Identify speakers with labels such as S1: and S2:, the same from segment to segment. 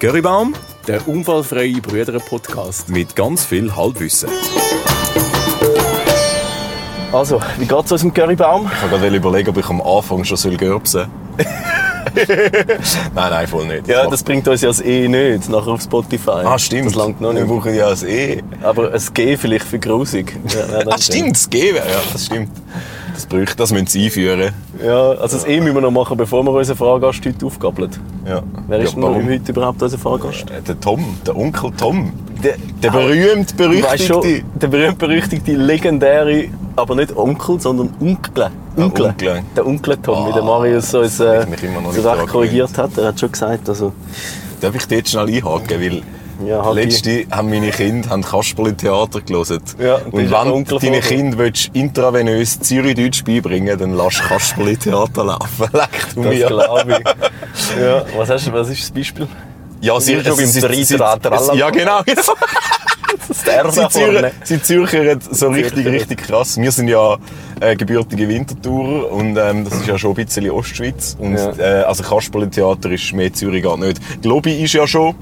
S1: Göribaum
S2: Der unfallfreie Brüder-Podcast.
S1: mit ganz viel Halbwissen.
S2: Also, wie geht's uns im Currybaum?
S1: Ich wollte gerade überlegen, ob ich am Anfang schon soll gürpsen soll. nein, nein, voll nicht.
S2: Ja, das bringt uns ja das E nicht, nachher auf Spotify.
S1: ah, stimmt.
S2: Das langt noch
S1: Wir
S2: nicht.
S1: brauchen ja das E.
S2: Aber ein G vielleicht für grusig. Ja, nein, das
S1: Ah, stimmt, das G wäre. Ja, das stimmt. Das bräuchte, das müssen sie einführen.
S2: Ja, also das E müssen wir noch machen, bevor wir unseren Fahrgast heute aufgabeln.
S1: Ja.
S2: Wer ist
S1: ja,
S2: denn noch im heute überhaupt unser Fahrgast?
S1: Äh, Der Tom, der Onkel Tom.
S2: Der, Ah,
S1: Der berühmt
S2: du weißt
S1: berüchtigte.
S2: schon, der berühmt-berüchtigte, legendäre, aber nicht Onkel, sondern Onkel. Onkel.
S1: Onkel.
S2: Der Onkel Tom, wie
S1: Ah,
S2: der Marius so, ist, äh,
S1: hab ich mich immer noch
S2: so
S1: nicht
S2: recht
S1: dran
S2: korrigiert hat. Er hat schon gesagt, also,
S1: Darf ich dort schnell einhaken? Weil
S2: Ja, halt hake
S1: letzte haben meine Kinder haben Kasperl-Theater gelesen.
S2: Ja, und
S1: und
S2: da ist
S1: wenn
S2: auch der Onkel
S1: du deinen
S2: vorgekommen.
S1: Kindern willst, intravenös Zürichdeutsch beibringen dann lass Kasperl-Theater laufen. Leck du
S2: das
S1: mir.
S2: glaube ich. ja. was, hast, du- was ist das Beispiel?
S1: Ja, sie,
S2: Wir schon beim
S1: sie-
S2: Drei-
S1: sie-
S2: Drei-
S1: es- Ja, genau.
S2: Das ist der
S1: sie,
S2: da vorne.
S1: zürcher, sie zürchern so richtig,
S2: Zürcher.
S1: richtig krass. Wir sind ja äh, gebürtige Winterthurer und ähm, das ist ja schon ein bisschen Ostschweiz. Und,
S2: Ja.
S1: äh, also Kasperli-Theater ist mehr Zürich gar nicht. Die Lobby ist ja schon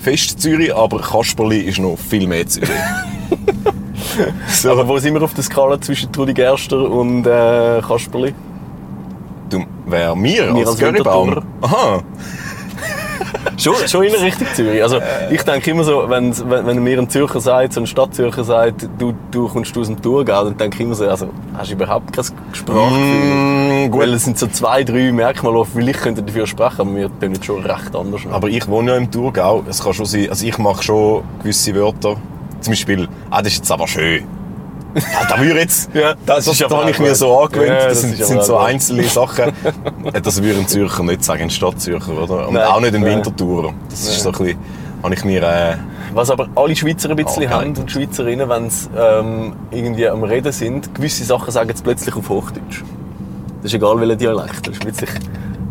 S1: fest Zürich, aber Kasperli ist noch viel mehr Zürich. so,
S2: Aber wo sind wir auf der Skala zwischen Trudi Gerster und äh, Kasperli?
S1: du, wer wir,
S2: Wir
S1: als,
S2: als
S1: Göribaum?
S2: Winterthurer.
S1: Aha.
S2: Schon, schon in Richtung Zürich. Also, ich denke immer so, wenn, wenn, wenn mir ein Zürcher sagt, so ein Stadtzürcher sagt, du, du kommst aus dem Thurgau, dann denke ich immer so, also, hast du überhaupt kein Sprachgefühl?
S1: Mm, gut.
S2: Weil es sind so zwei, drei Merkmale, die vielleicht könnten dafür sprechen, aber wir tun jetzt schon recht anders.
S1: Aber ich wohne ja im Thurgau. Es kann schon sein, also ich mache schon gewisse Wörter. Zum Beispiel, ah, das ist jetzt aber schön. Ah, da würde jetzt,
S2: Ja,
S1: das,
S2: das ist
S1: das,
S2: aber
S1: habe ich
S2: auch
S1: mir
S2: gut.
S1: so angewöhnt.
S2: Ja,
S1: das
S2: das
S1: sind,
S2: ist aber
S1: sind
S2: auch
S1: so
S2: gut.
S1: einzelne Sachen. Äh, das würde ein Zürcher nicht sagen, ein Stadtzürcher, oder? Und
S2: Nein,
S1: auch nicht ein
S2: nein.
S1: Winterthurer. Das ist so ein bisschen, habe ich mir, äh,
S2: Was aber alle Schweizer ein bisschen
S1: Okay.
S2: haben und Schweizerinnen, wenn sie ähm, irgendwie am Reden sind, gewisse Sachen sagen sie plötzlich auf Hochdeutsch. Das ist egal, welcher Dialekt. Das ist plötzlich,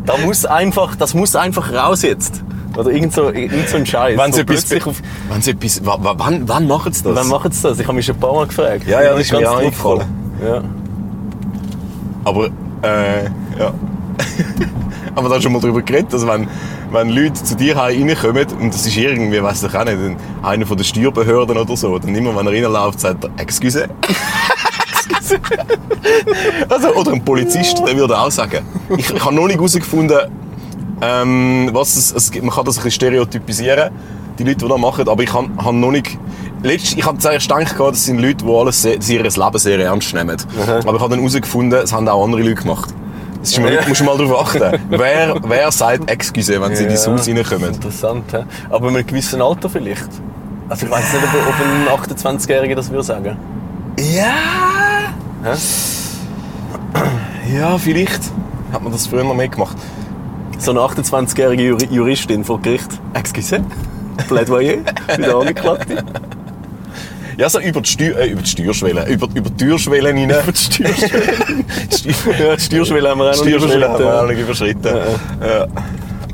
S2: da muss einfach, das muss einfach raus jetzt. Oder irgend so, irgend so ein Scheiß.
S1: wenn
S2: wo
S1: sie etwas,
S2: plötzlich auf,
S1: wenn sie etwas, wa- wa- wann, wann machen sie das?
S2: Wann machen sie das? Ich habe mich schon ein paar Mal gefragt.
S1: Ja, ja, das
S2: Ich
S1: ist
S2: bin
S1: mir
S2: ganz
S1: auch
S2: drauf gekommen.
S1: Aber, äh, ja. Aber da haben wir schon mal drüber geredet, dass wenn, wenn Leute zu dir heim reinkommen, und das ist irgendwie, weiss ich auch nicht, ein- einer von den Steuerbehörden oder so, dann immer, wenn er reinläuft, sagt er, «Excuse?» Excuse. also, Oder ein Polizist, der würde auch sagen. Ich, ich habe noch nicht herausgefunden, ähm, was es, es gibt. Man kann das ein bisschen stereotypisieren, die Leute, die das machen, aber ich habe hab noch nicht... Letztens, ich habe zuerst gedacht, das sind Leute, die alles sehr, ihr Leben sehr ernst nehmen. Aber ich habe dann herausgefunden, es haben auch andere Leute gemacht. Das ist mal,
S2: Ja.
S1: musst du mal darauf achten. wer, wer sagt «Excuse», wenn sie
S2: Ja.
S1: in dein Haus
S2: Das
S1: reinkommen?
S2: ist interessant, hä? aber mit einem gewissen Alter vielleicht. Also ich weiß nicht, ob, ob ein 28-Jähriger das würde sagen.
S1: Ja.
S2: Hä?
S1: Ja, vielleicht hat man das früher noch mehr gemacht.
S2: So eine 28-jährige Juri Juristin vor Gericht. Excuse? Plädoyer? Bei der Angeklagten?
S1: Ja, so über die, Steu äh, über die Steuerschwelle, über, über die Türschwelle rein. Über die Steuerschwelle. die Steu-
S2: Ja, die Steuerschwelle haben wir auch noch
S1: die Steuerschwelle haben wir auch
S2: überschritten.
S1: nicht überschritten. Ja.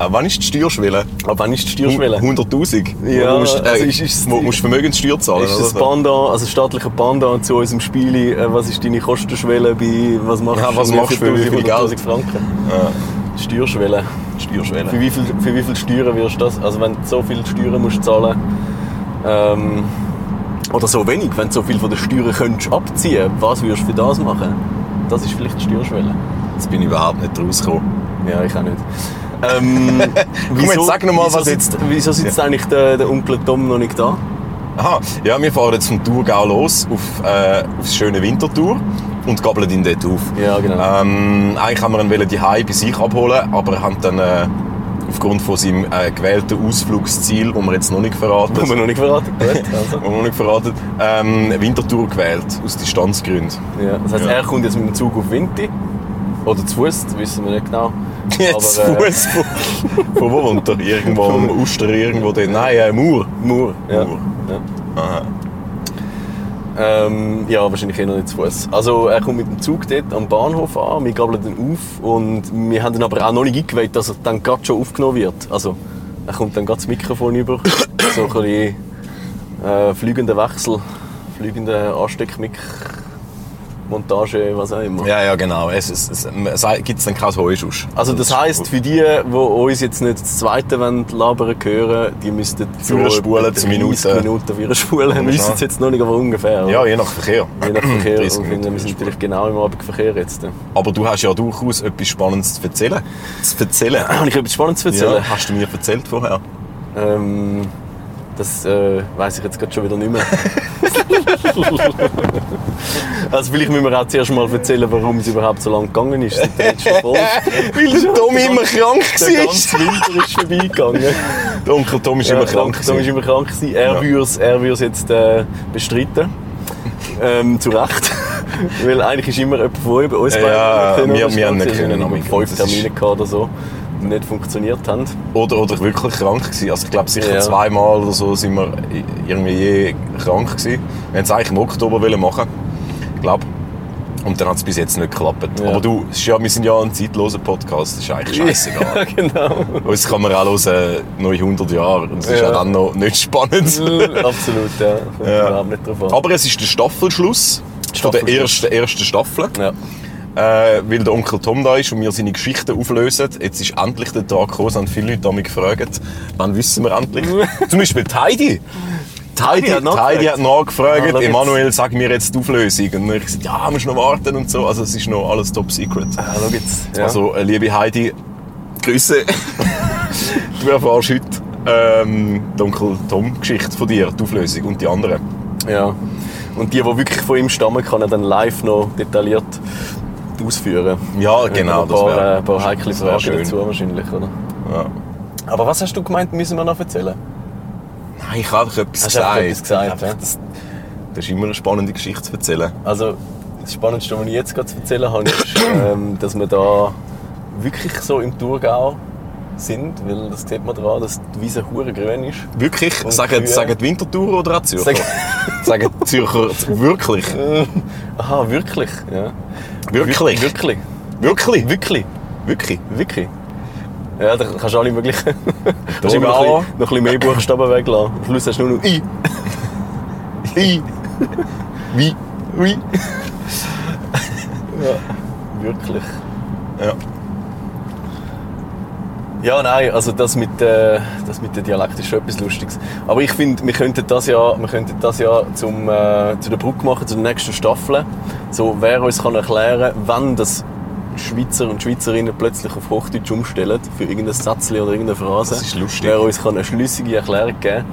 S1: Ah, wann ist die Steuerschwelle?
S2: Aber wann ist die Steuerschwelle?
S1: 100'000?
S2: Ja,
S1: Wo musst, äh,
S2: also ist- ist-
S1: wo musst du Vermögenssteuer zahlen?
S2: Ist
S1: oder
S2: das
S1: so?
S2: Pendant, also staatliche Pendant zu unserem Spiel, äh, was ist deine Kostenschwelle bei, was machst
S1: Ja,
S2: du
S1: was machst du für wie viel
S2: 400'000 Franken? Steuerschwelle. Für
S1: Steuerschwelle.
S2: wie viel, für wie viel Steuern wirst du das? Also wenn du so viel Steuern musst zahlen, ähm, oder so wenig, wenn du so viel von den Steuern könntest abziehen, was würdest du für das machen? Das ist vielleicht die Steuerschwelle.
S1: Jetzt bin ich überhaupt nicht rausgekommen.
S2: Ja, ich auch nicht. Ähm,
S1: jetzt sag noch mal,
S2: wieso
S1: was
S2: sitzt, Wieso sitzt eigentlich der, der Onkel Tom noch nicht da?
S1: Aha, ja, wir fahren jetzt vom Thurgau los auf, äh, aufs schöne Winterthur und gabeln ihn dort auf.
S2: Ja, genau.
S1: Ähm, eigentlich haben wir ihn wollen die Hai bei sich abholen, aber haben dann äh, aufgrund von seinem äh, gewählten Ausflugsziel, wo wir jetzt noch nicht verraten,
S2: Haben wir noch nicht verraten. Gut, also.
S1: wo wir noch nicht verraten, ähm, Winterthur gewählt aus Distanzgründen.
S2: ja, das heisst,
S1: Ja.
S2: er kommt jetzt mit dem Zug auf Winti. Oder zu Fuß, das wissen wir nicht genau.
S1: Jetzt
S2: Aber, äh,
S1: Fuß von, von wo wohnt er? Irgendwo am Uster, irgendwo dort. Nein, äh, Mur.
S2: Mur. Ja.
S1: Mur.
S2: Ja.
S1: Aha.
S2: Ähm, ja, wahrscheinlich eher noch nicht zu Fuß. Also er kommt mit dem Zug dort am Bahnhof an, wir gabeln ihn auf und wir haben ihn aber auch noch nicht eingeweiht, dass er dann gerade schon aufgenommen wird. Also er kommt dann gerade das Mikrofon über, so ein bisschen äh, fliegender Wechsel, fliegender Ansteckmik. Montage, was auch immer.
S1: Ja, ja, genau. Es, es, es, es gibt dann kein Heuschuss.
S2: Also das heisst, für die, die uns jetzt nicht das zweite wollen, labern hören, die müssten
S1: Vorspulen
S2: etwa
S1: zu
S2: 30
S1: Minuten.
S2: Minuten Führerspulen. Wir wissen es jetzt noch nicht, aber ungefähr.
S1: Ja, je nach Verkehr.
S2: Je nach Verkehr.
S1: 30
S2: Und wir
S1: Minuten
S2: sind natürlich genau im Abendverkehr jetzt. Habe
S1: Aber du hast ja durchaus etwas Spannendes zu erzählen. Zu erzählen.
S2: ich etwas Spannendes zu
S1: Ja,
S2: erzählen?
S1: hast du mir erzählt vorher?
S2: Ähm, das äh, weiß ich jetzt gerade schon wieder nicht mehr. also vielleicht müssen wir auch zuerst mal erzählen, warum es überhaupt so lange gegangen ist. Seit der letzten Folge.
S1: Weil der Tom immer krank
S2: Der
S1: war.
S2: ganze Winter ist vorbeigegangen.
S1: Der Onkel Tom ist immer krank.
S2: Tom ist
S1: gewesen.
S2: immer krank gewesen. Er
S1: Ja.
S2: würde es er würd's jetzt äh, bestreiten. Ähm, zu Recht. Weil eigentlich ist immer jemand von euch bei uns
S1: Ja, ja,
S2: beiden nicht
S1: wir-
S2: oder
S1: wir haben
S2: so.
S1: nicht
S2: Wir
S1: können,
S2: haben
S1: Dominik.
S2: fünf
S1: Das ist-
S2: Termine gehabt oder so, die nicht funktioniert haben.
S1: Oder, oder wirklich krank gewesen. Also ich glaube sicher
S2: Ja.
S1: zweimal oder so sind wir irgendwie je krank gewesen. Wir haben es eigentlich im Oktober wollen machen Ich glaube. Und dann hat es bis jetzt nicht geklappt.
S2: Ja.
S1: Aber du, es ist ja, wir sind ja ein zeitloser Podcast. Das ist eigentlich scheißegal.
S2: Ja, genau.
S1: Uns kann man auch hören, noch in 100 Jahren. Und es ist
S2: Ja.
S1: ja dann noch nicht spannend.
S2: Absolut, ja. Kommt
S1: Ja.
S2: überhaupt nicht drauf an.
S1: Aber es ist der Staffelschluss von der
S2: Staffelschluss.
S1: ersten, ersten Staffel.
S2: ja.
S1: Äh, weil der Onkel Tom da ist und wir seine Geschichten auflösen. Jetzt ist endlich der Tag gekommen, es haben viele Leute damit gefragt, wann wissen wir endlich. Zum Beispiel die Heidi. Die Heidi,
S2: hat
S1: die Heidi
S2: nachgefragt.
S1: hat nachgefragt,
S2: Ah, schau
S1: Emanuel, sag mir jetzt die Auflösung. Und ich gesagt, ja, musst noch warten und so. Also es ist noch alles top secret.
S2: Ah, schau jetzt. Ja.
S1: Also, äh, liebe Heidi, Grüße. du erfährst heute ähm, die Onkel Tom-Geschichte von dir, die Auflösung und die anderen.
S2: ja. Und die, die wirklich von ihm stammen, kann er dann live noch detailliert ausführen.
S1: Ja, genau,
S2: das
S1: das
S2: ein paar,
S1: wäre
S2: äh, paar heikle
S1: das wär
S2: Fragen
S1: schön.
S2: dazu wahrscheinlich, oder?
S1: Ja.
S2: Aber was hast du gemeint, müssen wir noch erzählen?
S1: Nein, ich habe doch etwas
S2: Hast du
S1: gesagt.
S2: einfach etwas gesagt, ja?
S1: das, das ist immer eine spannende Geschichte zu erzählen.
S2: Also, das Spannendste, was ich jetzt gerade zu erzählen habe, ist, ähm, dass wir da wirklich so im Thurgau sind, weil das sieht man daran, dass die Wiese hure grün ist.
S1: Wirklich?
S2: Und
S1: Sagen,
S2: Kühe?
S1: sagen die Winterthur oder auch die Zürcher?
S2: Sag-
S1: Sagen die Zürcher wirklich?
S2: Aha, wirklich? Ja.
S1: Wirklich?
S2: Wirklich?
S1: Wirklich?
S2: Wirklich?
S1: Wirklich?
S2: Wirklich? Ja, da kannst du alle möglichen. Da
S1: Darum
S2: noch,
S1: auch.
S2: ein bisschen- noch ein bisschen mehr Buchstaben weglassen. Am Schluss hast du nur noch I.
S1: I. Wie? Wie?
S2: Wirklich.
S1: Ja.
S2: Ja, nein, also das mit, äh, das mit dem Dialekt ist schon etwas Lustiges. Aber ich finde, wir könnten das ja, wir könnten das ja zum, äh, zu der Brücke machen, zu der nächsten Staffel. So, wer uns kann erklären wann das Schweizer und Schweizerinnen plötzlich auf Hochdeutsch umstellen, für irgendein Satz oder irgendeine Phrase.
S1: Das ist lustig.
S2: Wer uns kann eine schlüssige Erklärung geben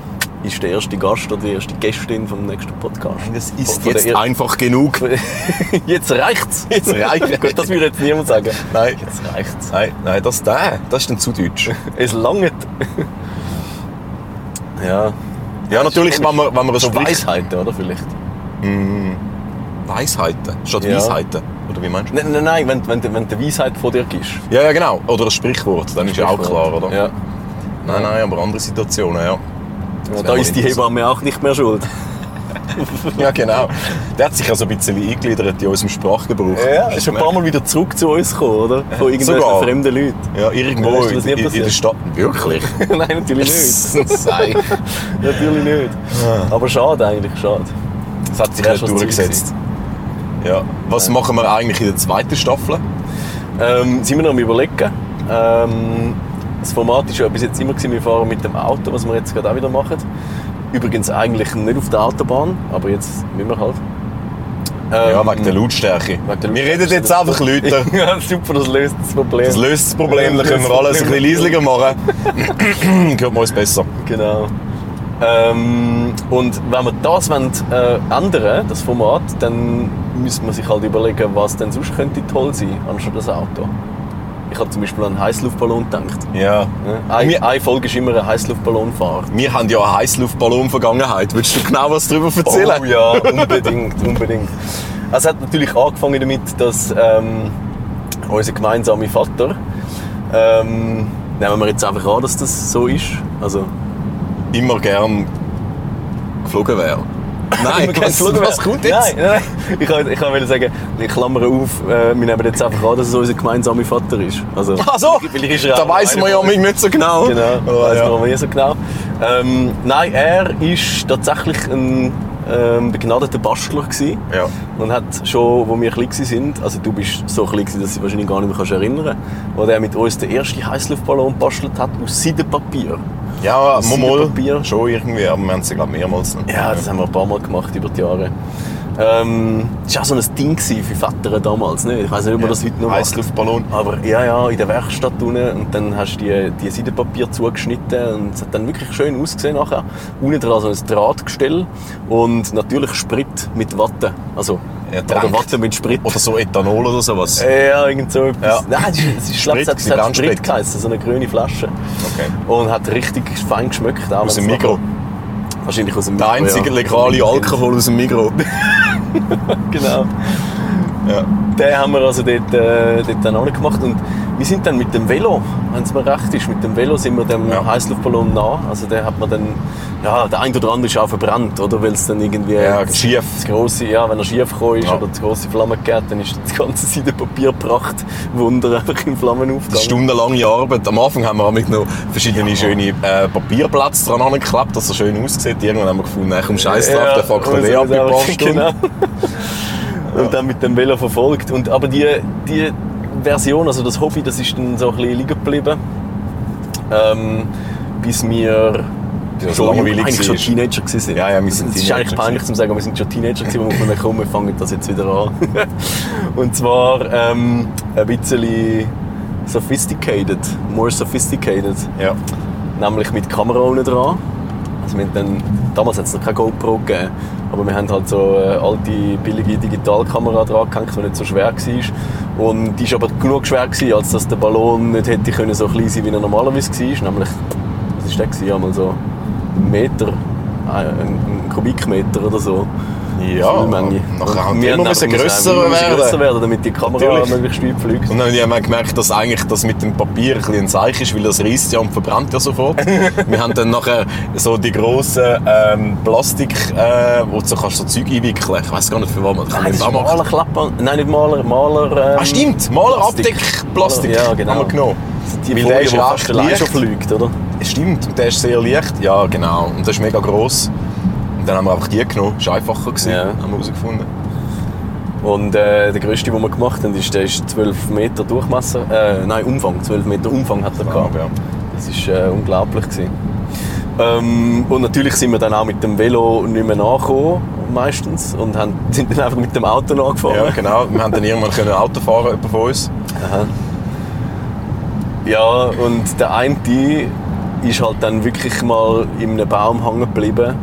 S2: ist der erste Gast oder die erste Gästin vom nächsten Podcast.
S1: Das ist
S2: Von- von
S1: jetzt
S2: der er-
S1: einfach genug.
S2: jetzt reicht's.
S1: Jetzt reicht's.
S2: Gut, das will jetzt niemand sagen.
S1: Nein.
S2: Jetzt reicht's.
S1: Nein, nein, das der. Das ist dann zu deutsch.
S2: Es langt. ja.
S1: Ja, natürlich, wenn man, wenn man
S2: So
S1: es wirklich-
S2: Weisheiten, oder? Vielleicht.
S1: Weisheiten. Statt
S2: Ja.
S1: Weisheiten. Oder wie meinst du?
S2: Nein, nein, Ne, nein wenn, wenn, wenn du Weisheit von dir gibst.
S1: Ja, ja, genau. Oder ein Sprichwort. Dann ist ja auch klar, oder?
S2: Ja.
S1: Nein, nein, aber andere Situationen, ja.
S2: Ja, da
S1: wäre
S2: ist die
S1: interessant.
S2: Hebamme auch nicht mehr schuld.
S1: Ja, genau. Der hat sich also ein bisschen eingegliedert in unserem Sprachgebrauch. Hast du
S2: Ist ein paar
S1: gemerkt?
S2: Mal wieder zurück zu uns gekommen, oder? Von irgendwelchen
S1: Sogar.
S2: fremden Leuten.
S1: Ja, irgendwo
S2: Weißt du, was
S1: in,
S2: nie
S1: in, in der
S2: passiert?
S1: Stadt. Wirklich?
S2: nein, natürlich nicht.
S1: Sei.
S2: natürlich nicht. Aber schade eigentlich, schade.
S1: Das hat sich
S2: Wär
S1: nicht
S2: schon zu
S1: durchgesetzt. Ja. Was machen wir eigentlich in der zweiten Staffel?
S2: Ähm, sind wir noch am überlegen. Ähm, das Format ist ja bis jetzt immer gewesen, wir fahren mit dem Auto, was wir jetzt gerade auch wieder machen. Übrigens eigentlich nicht auf der Autobahn, aber jetzt müssen wir halt. Ähm,
S1: Ja, wegen der Lautstärke.
S2: wegen der
S1: wir
S2: Lautstärke.
S1: reden jetzt einfach lauter.
S2: ja, super, das löst das Problem.
S1: Das löst das Problem, dann können wir alles ein bisschen leislicher machen. Hört man uns besser.
S2: Genau. Ähm, und wenn wir das wollen, äh, ändern, das Format, dann müsste man sich halt überlegen, was denn sonst könnte toll sein, anstatt das Auto. Ich habe zum Beispiel an einen Heißluftballon gedacht.
S1: Ja.
S2: Ne? Eine,
S1: Wir-
S2: eine Folge ist immer eine Heißluftballonfahrt.
S1: Wir haben ja eine Heißluftballon-Vergangenheit. Willst du genau was darüber erzählen?
S2: Oh ja, unbedingt, unbedingt. Also Es hat natürlich angefangen damit, dass ähm, unser gemeinsamer Vater, ähm, nehmen wir jetzt einfach an, dass das so ist, also
S1: Immer gern geflogen wäre. Nein,
S2: Immer
S1: was,
S2: gerne geflogen
S1: was
S2: werden.
S1: kommt jetzt?
S2: Nein, nein. Ich wollte ich wollte sagen, ich klammere auf, äh, wir nehmen jetzt einfach an, dass es unser gemeinsamer Vater ist. Also,
S1: Ach so,
S2: vielleicht ist er
S1: da
S2: auch
S1: weiss
S2: einer
S1: man ja
S2: von uns.
S1: manchmal nicht so genau.
S2: Genau,
S1: Aber
S2: das
S1: ja.
S2: weiß man nie so genau. Ähm, nein, er ist tatsächlich ein ähm, begnadeter Bastler gewesen.
S1: Ja.
S2: Und hat schon, wo wir klein sind, also du bist so klein gewesen, dass du dich wahrscheinlich gar nicht mehr kannst erinnern wo der mit uns den ersten Heißluftballon gebastelt hat aus Seidenpapier.
S1: Ja,
S2: Aus
S1: mal,
S2: Seidenpapier.
S1: schon irgendwie, aber wir haben es ja, glaube ich, mehrmals. noch.
S2: Ja, das haben wir ein paar Mal gemacht über die Jahre. Ähm, das war auch so ein Ding gewesen für Väter damals. Ne? Ich weiß nicht, ob man das heute noch macht.
S1: Heißluftballon.
S2: Aber ja, ja, in der Werkstatt unten und dann hast du die, die Seidenpapier zugeschnitten und es hat dann wirklich schön ausgesehen nachher. Unten dran so ein Drahtgestell und natürlich Sprit mit Watte. Also,
S1: Ja,
S2: oder
S1: tränkt.
S2: Watte mit Sprit.
S1: Oder so Ethanol oder sowas.
S2: Äh, Ja, irgend so etwas.
S1: Ja.
S2: Nein, das ist- das ist- ich glaube, es hat, es
S1: Sprit,
S2: hat
S1: Sprit.
S2: Sprit geheißen, so eine grüne Flasche.
S1: Okay.
S2: Und hat richtig fein geschmeckt. Auch
S1: Aus dem
S2: wenn's nachher-
S1: Mikro.
S2: Wahrscheinlich aus dem
S1: Der
S2: Mikro,
S1: einzige
S2: ja.
S1: legale Alkohol aus dem Mikro.
S2: Genau.
S1: ja.
S2: Den haben wir also dort, äh, dort dann auch gemacht. Und wir sind dann mit dem Velo, wenn es mir recht ist, mit dem Velo sind wir dem
S1: Ja.
S2: Heißluftballon nah. Also der hat man dann, ja, der ein oder andere ist auch verbrannt, oder? Weil es dann irgendwie
S1: Ja,
S2: das,
S1: schief.
S2: das grosse, ja, wenn er schief gekommen ist
S1: Ja.
S2: oder die grosse Flamme gegeben hat, dann ist das ganze Seidenpapierpracht Wunder einfach in Flammen
S1: Das ist
S2: aufgegangen.
S1: stundenlange Arbeit. Am Anfang haben wir auch noch verschiedene schöne äh, Papierplätze dran angeklebt, dass er schön aussieht. Irgendwann haben wir gefunden, nein, komm, scheiß drauf, der fuckt
S2: und
S1: den eh
S2: so
S1: ab in ein paar
S2: ist
S1: Stunden.
S2: er- Genau. Und dann mit dem Velo verfolgt. Und, aber die, die Version, also das Hobby, das ist dann so ein bisschen liegen geblieben. Ähm, bis wir
S1: Bis es
S2: schon,
S1: langweilig
S2: eigentlich schon
S1: war.
S2: Teenager waren.
S1: Ja, ja, wir sind
S2: das ist
S1: Teenager
S2: eigentlich peinlich zu sagen, wir sind schon Teenager gewesen, wo wir gefunden haben, komm, wir fangen das jetzt wieder an. Und zwar ähm, ein bisschen sophisticated, more sophisticated
S1: Ja.
S2: nämlich mit Kamera unten dran. Also wir haben dann, damals hat es noch keine GoPro gegeben, aber wir haben halt so eine alte, billige Digitalkamera dran gehängt, die nicht so schwer war. Und die war aber genug schwer, gewesen, als dass der Ballon nicht hätte können so klein sein wie er normalerweise war. Nämlich, was war der? Gewesen? Einmal so einen Meter, äh, einen einen Kubikmeter oder so.
S1: Ja,
S2: Füllmenge.
S1: nachher
S2: Und
S1: haben
S2: wir
S1: wir
S2: haben
S1: immer müssen
S2: einfach gesagt,
S1: grösser
S2: wir müssen
S1: werden.
S2: grösser werden, damit die Kamera
S1: Natürlich.
S2: möglichst weit fliegt.
S1: Und dann haben wir gemerkt, dass eigentlich das mit dem Papier ein, bisschen ein Zeichen ist, weil das reißt ja und verbrennt ja sofort. wir haben dann nachher so die grossen ähm, Plastik, äh, wo du so kannst so Zeug einwickeln Ich weiß gar nicht, für was man das
S2: Nein, Ah, das ist
S1: auch machen.
S2: Malerklappe. Nein, nicht Maler, Maler... Ähm,
S1: Ah, stimmt, Malerabdeck, Plastik.
S2: Ja, genau.
S1: Haben wir genommen.
S2: Also die
S1: Weil
S2: Folie,
S1: der ist
S2: die
S1: recht
S2: fast allein
S1: leicht.
S2: schon fliegt, oder?
S1: Stimmt, und der ist sehr leicht. Ja, genau. Und der ist mega gross. Und dann haben wir einfach die genommen. Ist einfacher gewesen,
S2: Ja.
S1: haben wir herausgefunden.
S2: Und äh, der größte, den wir gemacht haben, ist, der ist 12 Meter Durchmesser, äh, nein, Umfang, 12 Meter Umfang hat er gehabt.
S1: ja.
S2: Das war äh, unglaublich. Gewesen. Ähm, und natürlich sind wir dann auch mit dem Velo nicht mehr nachgekommen, meistens, und haben, sind dann einfach mit dem Auto nachgefahren.
S1: ja, genau. Wir haben dann irgendwann können Auto fahren, jemand von uns.
S2: Ja, und der eine ist halt dann wirklich mal in einem Baum hängen geblieben.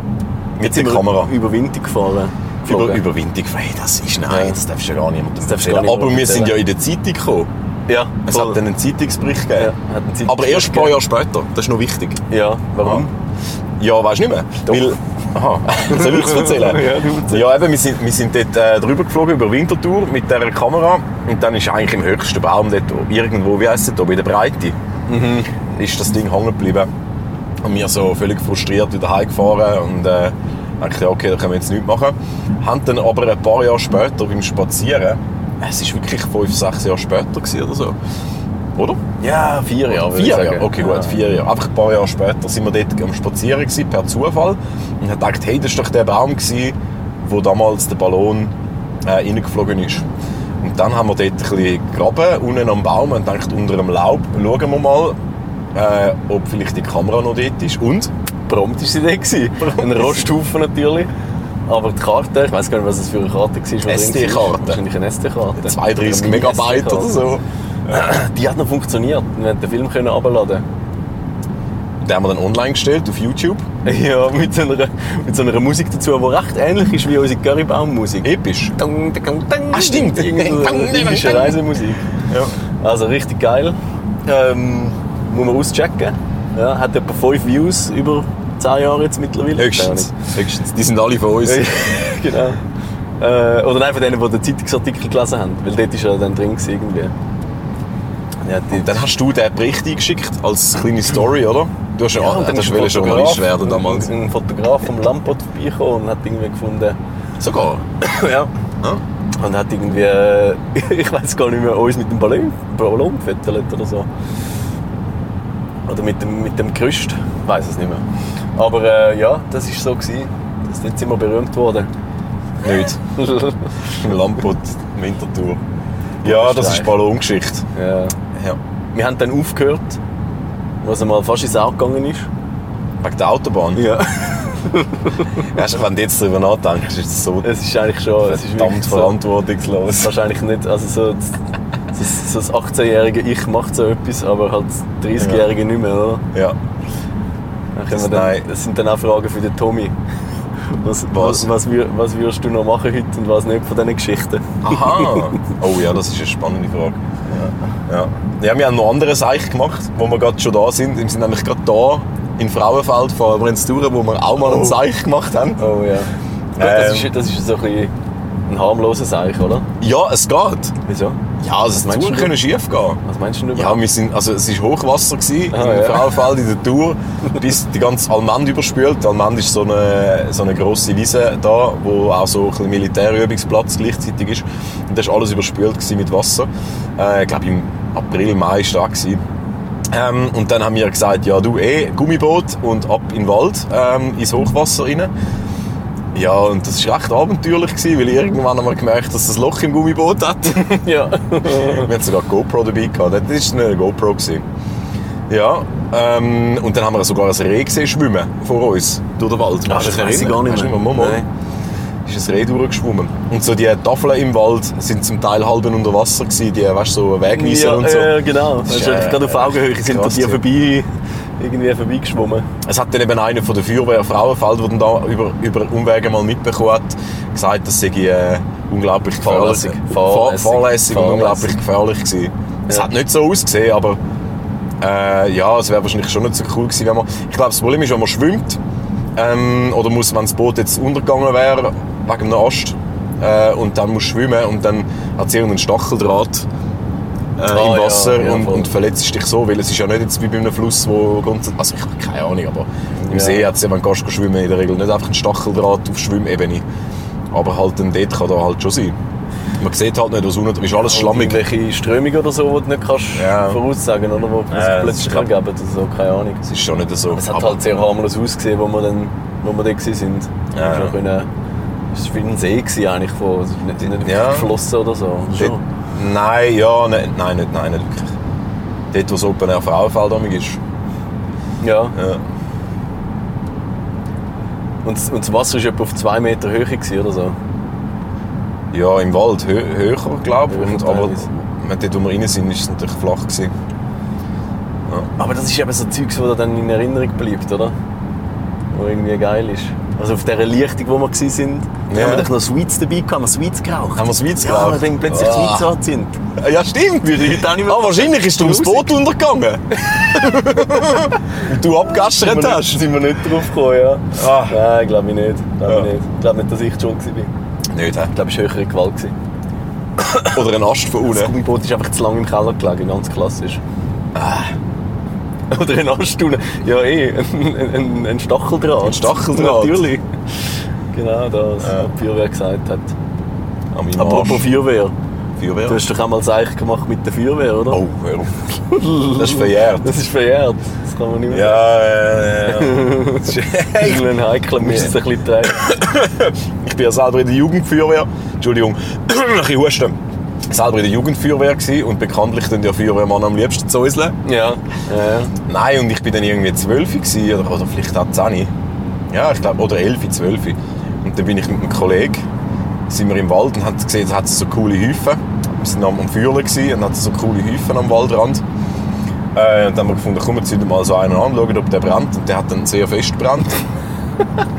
S1: Mit
S2: Jetzt
S1: der
S2: sind wir
S1: Kamera.
S2: Über Winter gefahren.
S1: Über,
S2: Geflogen.
S1: Überwindung, hey, das ist nein,
S2: Ja.
S1: das darfst du ja gar niemandem
S2: darfst du
S1: erzählen.
S2: gar niemandem
S1: Aber wir
S2: erzählen.
S1: sind ja in der Zeitung gekommen.
S2: Ja,
S1: Es
S2: voll.
S1: hat dann einen Zeitungsbericht gegeben.
S2: Ja, hat einen Zeitungsbericht
S1: Aber erst ein paar Jahre später, das ist noch wichtig.
S2: Ja, warum?
S1: Ja, weißt du nicht mehr?
S2: Doch.
S1: Weil, aha, soll ich es erzählen?
S2: Ja, du erzähl.
S1: ja, eben, wir sind, wir sind dort äh, drüber geflogen, über Winterthur, mit dieser Kamera. Und dann ist eigentlich im höchsten Baum dort, irgendwo, wie heisst es, da, bei der Breite,
S2: Mhm.
S1: ist das Ding hängen geblieben. Und wir so völlig frustriert wieder heimgefahren und äh, dachte, ja, okay, da können wir jetzt nichts machen. Haben dann aber ein paar Jahre später beim Spazieren, es ist wirklich fünf, sechs Jahre später gewesen oder so, oder?
S2: Ja, vier Jahre. würde ich
S1: Vier
S2: sagen.
S1: Jahre, okay,
S2: Ja.
S1: gut, vier Jahre. Einfach ein paar Jahre später sind wir dort am Spazieren gewesen, per Zufall und haben gedacht, hey, das war doch der Baum, gewesen, wo damals der Ballon äh, reingeflogen ist. Und dann haben wir dort ein bisschen gegraben, unten am Baum und gedacht, unter dem Laub schauen wir mal, äh, ob vielleicht die Kamera noch dort ist. Und
S2: Prompt war sie da. gewesen. Ein Rosthaufen natürlich. Aber die Karte, ich weiß gar nicht, was es für eine Karte war. die drin war.
S1: SD-Karte.
S2: Wahrscheinlich eine SD-Karte.
S1: 32
S2: Oder eine
S1: Megabyte
S2: SD-Karte.
S1: oder so.
S2: Die hat noch funktioniert. Wir haben den Film können abladen.
S1: Den haben wir dann online gestellt auf YouTube.
S2: Ja, mit so, einer, mit so einer Musik dazu, die recht ähnlich ist wie unsere Currybaum-Musik.
S1: Episch.
S2: Dung, dung, dung.
S1: Ah, stimmt.
S2: Irgend so
S1: Dung, dung,
S2: Indische
S1: dung.
S2: Reisemusik.
S1: Ja.
S2: Also richtig geil. Ähm, muss man auschecken. Ja, hat etwa 5 Views über 10 Jahre jetzt mittlerweile.
S1: Höchstens. Höchstens. Die sind alle von uns.
S2: Keine Ahnung. genau. Äh, oder nein, von denen, die den Zeitungsartikel gelesen haben. Weil dort war er dann drin gewesen, irgendwie. Ja, die,
S1: Und dann hast du den Bericht eingeschickt als kleine Story, oder? Du hast ja,
S2: und
S1: ja,
S2: dann ist ein
S1: willst
S2: Fotograf-
S1: Journalist werden damals.
S2: Ein Fotograf vom Lampot vorbeigekommen und hat irgendwie gefunden,
S1: Sogar.
S2: ja.
S1: Ja.
S2: Und hat irgendwie, äh, ich weiß gar nicht mehr, uns mit dem Ballon, Ballon gefettelt oder so. Oder mit dem, mit dem Gerüst, weiß es nicht mehr. Aber äh, ja, das ist so. Gewesen. Dort sind wir berühmt worden.
S1: Nicht. Im Lampot, Winterthur. Ja, das ist Ballongeschichte.
S2: ja.
S1: Ja.
S2: Wir haben dann aufgehört, was einmal fast ins Auge gegangen ist.
S1: Wegen der Autobahn.
S2: Ja.
S1: Weißt du, wenn du jetzt darüber nachdenkst, ist das so
S2: Es ist eigentlich schon. Es ist
S1: verdammt
S2: wirklich so,
S1: verantwortungslos.
S2: wahrscheinlich nicht. Also so, das- so, so das 18-jährige Ich macht so etwas, aber halt das 30-jährige nicht mehr, oder?
S1: Ja.
S2: Dann
S1: Das-
S2: können wir dann,
S1: nein.
S2: das sind dann auch Fragen für den Tommy. Was,
S1: Was?
S2: was? Was, wür- was würdest du noch machen heute und was nicht von diesen Geschichten?
S1: Aha. Oh ja, das ist eine spannende Frage. Ja. Ja, wir haben noch andere Seich gemacht, wo wir gerade schon da sind. Wir sind nämlich gerade da in Frauenfeld von Brenzturen, wo wir auch mal einen
S2: Oh.
S1: Seich gemacht haben.
S2: Oh ja. Gut, das,
S1: Ähm.
S2: ist, das ist so ein, bisschen ein harmloses Eich, oder?
S1: Ja, es geht.
S2: Wieso?
S1: Ja, also die
S2: meinst
S1: Touren
S2: du?
S1: können schief gehen.
S2: Was meinst du denn
S1: Ja,
S2: überhaupt?
S1: wir sind, also es war Hochwasser gewesen,
S2: Ah,
S1: im
S2: ja.
S1: Frauenfeld in der Tour, bis die ganze Almend überspült. Almend ist so eine, so eine grosse Wiese da, wo auch so ein bisschen Militärübungsplatz gleichzeitig ist. Und da war alles überspült gewesen mit Wasser. Äh, ich glaube im April, Mai war das. gewesen. Ähm, und dann haben wir gesagt, ja du eh, Gummiboot und ab in den Wald, ähm, ins Hochwasser rein. Ja, und das war recht abenteuerlich, gewesen, weil irgendwann haben wir gemerkt, dass das Loch im Gummiboot hat.
S2: Ja.
S1: Wir hatten sogar die GoPro dabei gehabt. Das ist eine GoPro gewesen. Ja, ähm, und dann haben wir sogar ein Reh gesehen schwimmen vor uns durch den Wald.
S2: Ah, das weiss ich gar nicht
S1: Kannst du
S2: mehr.
S1: Momo?
S2: Nein.
S1: Ist ein Reh durchgeschwommen. Und so die Tafeln im Wald sind zum Teil halb unter Wasser gewesen, die, weißt du, so Wegweiser
S2: ja,
S1: und so.
S2: äh, genau. Das
S1: ist,
S2: ist,
S1: äh,
S2: gerade auf Augenhöhe sind
S1: krass,
S2: da
S1: ja.
S2: die vorbei, irgendwie vorbeigeschwommen.
S1: Es hat dann eben einer von der Feuerwehr Frauenfeld, der dann da über, über Umwege mal mitbekommen hat, gesagt, das sei äh, unglaublich gefährlich.
S2: Fahrlässig.
S1: Fahr-
S2: Fahrlässig.
S1: Fahrlässig und
S2: Fahrlässig.
S1: unglaublich gefährlich gewesen. Es
S2: Ja.
S1: hat nicht so ausgesehen, aber äh, ja, es wäre wahrscheinlich schon nicht so cool gewesen, wenn man... Ich glaube, das Problem ist, wenn man schwimmt, ähm, oder muss, wenn das Boot jetzt untergegangen wäre, wegen einem Ast, äh, und dann muss schwimmen und dann hat es irgendeinen Stacheldraht äh,
S2: Ah,
S1: im
S2: ja,
S1: Wasser
S2: ja,
S1: und,
S2: voll.
S1: und verletzt dich so, weil es ist ja nicht jetzt wie bei einem Fluss, wo ganz, also ich habe keine Ahnung, aber im
S2: Ja.
S1: See hat es ja, wenn du gehst schwimmen in der Regel nicht einfach einen Stacheldraht auf Schwimmebene, aber halt dann dort kann da halt schon sein. Man sieht halt nicht, was unten, ist
S2: Oh,
S1: alles schlammig.
S2: Irgendwelche Strömungen oder so, die du nicht kannst
S1: Ja.
S2: voraussagen kannst, oder? Die
S1: Ja,
S2: es
S1: das
S2: plötzlich
S1: ist klar.
S2: ergeben oder so, keine Ahnung.
S1: Es ist schon nicht so.
S2: Es hat
S1: aber-
S2: halt sehr harmlos ausgesehen, wo wir, dann, wo wir da waren.
S1: Ja,
S2: Wir
S1: ja.
S2: schon können, es war wie ein See gewesen eigentlich, von, es ist nicht, nicht
S1: Ja.
S2: geflossen oder so.
S1: Dort,
S2: Schon.
S1: nein, ja, nein, nein, nicht, nein, nicht wirklich. Dort, wo es Open Air Frauenfeld amig ist.
S2: Ja.
S1: Ja.
S2: Und, das- und das Wasser war etwa auf zwei Meter Höhe gewesen oder so.
S1: Ja, im Wald hö höher, glaube
S2: Höher
S1: ich. Aber
S2: teilweise.
S1: dort, wo wir rein sind, ist es natürlich flach. Gewesen.
S2: Aber das ist eben so Zeugs, das dann in Erinnerung bleibt, oder? Wo irgendwie geil ist. Also auf dieser Lichtung, wo wir waren,
S1: Ja.
S2: haben wir doch noch Sweets dabei gehabt, haben wir Sweets geraucht.
S1: Haben wir Sweets
S2: ja,
S1: geraucht?
S2: Ja, dann plötzlich
S1: Ah.
S2: Sweets anziehen.
S1: Ja, stimmt. Wir sind
S2: auch nicht mehr-
S1: ah, wahrscheinlich ist du das
S2: Grusig.
S1: Boot untergegangen. Und du abgastert hast.
S2: sind wir nicht drauf gekommen, ja.
S1: Ah.
S2: Nein, glaube ich nicht. Glaube
S1: Ja.
S2: ich nicht. Ich glaube nicht, dass ich schon war. Ich
S1: Nicht, hä?
S2: glaube, es war höhere Gewalt. Gewesen.
S1: Oder ein Ast von
S2: Das
S1: unten.
S2: Gummiboot ist einfach zu lange im Keller gelegen, ganz klassisch.
S1: Ah.
S2: Oder ein Anstunde. Ja, eh, ein, ein, ein Stacheldraht.
S1: Ein Stacheldraht.
S2: Natürlich. Genau das,
S1: Ja.
S2: was die Feuerwehr gesagt hat.
S1: An meinem
S2: Apropos
S1: Arsch.
S2: Feuerwehr.
S1: Feuerwehr.
S2: Du hast doch auch mal Zeichen gemacht mit der Feuerwehr, oder?
S1: Oh, hör auf. Das ist verjährt.
S2: Das ist verjährt. Das kann man nicht mehr
S1: Ja, äh, ja. Das ist-
S2: sagen. Irgendein Heikler muss es ein bisschen drehen.
S1: Ich bin ja selber in der Jugendfeuerwehr. Entschuldigung, ein bisschen husten. Selber in der Jugendfeuerwehr gewesen und bekanntlich dann der Feuerwehrmann am liebsten zäuseln.
S2: Ja. ja. ja.
S1: Nein, und ich bin dann irgendwie 12 gewesen, oder, oder vielleicht auch 10. Ja, ich glaube, oder 11, 12. Und dann bin ich mit einem Kollegen, sind wir im Wald und haben gesehen, da hat es so coole Häufen. Wir sind am am Fühlen gewesen und hatten so coole Häufen am Waldrand. Äh, und dann haben wir gefunden, komm, wir zünden mal so einen an, schauen, ob der brennt. Und der hat dann sehr fest gebrannt.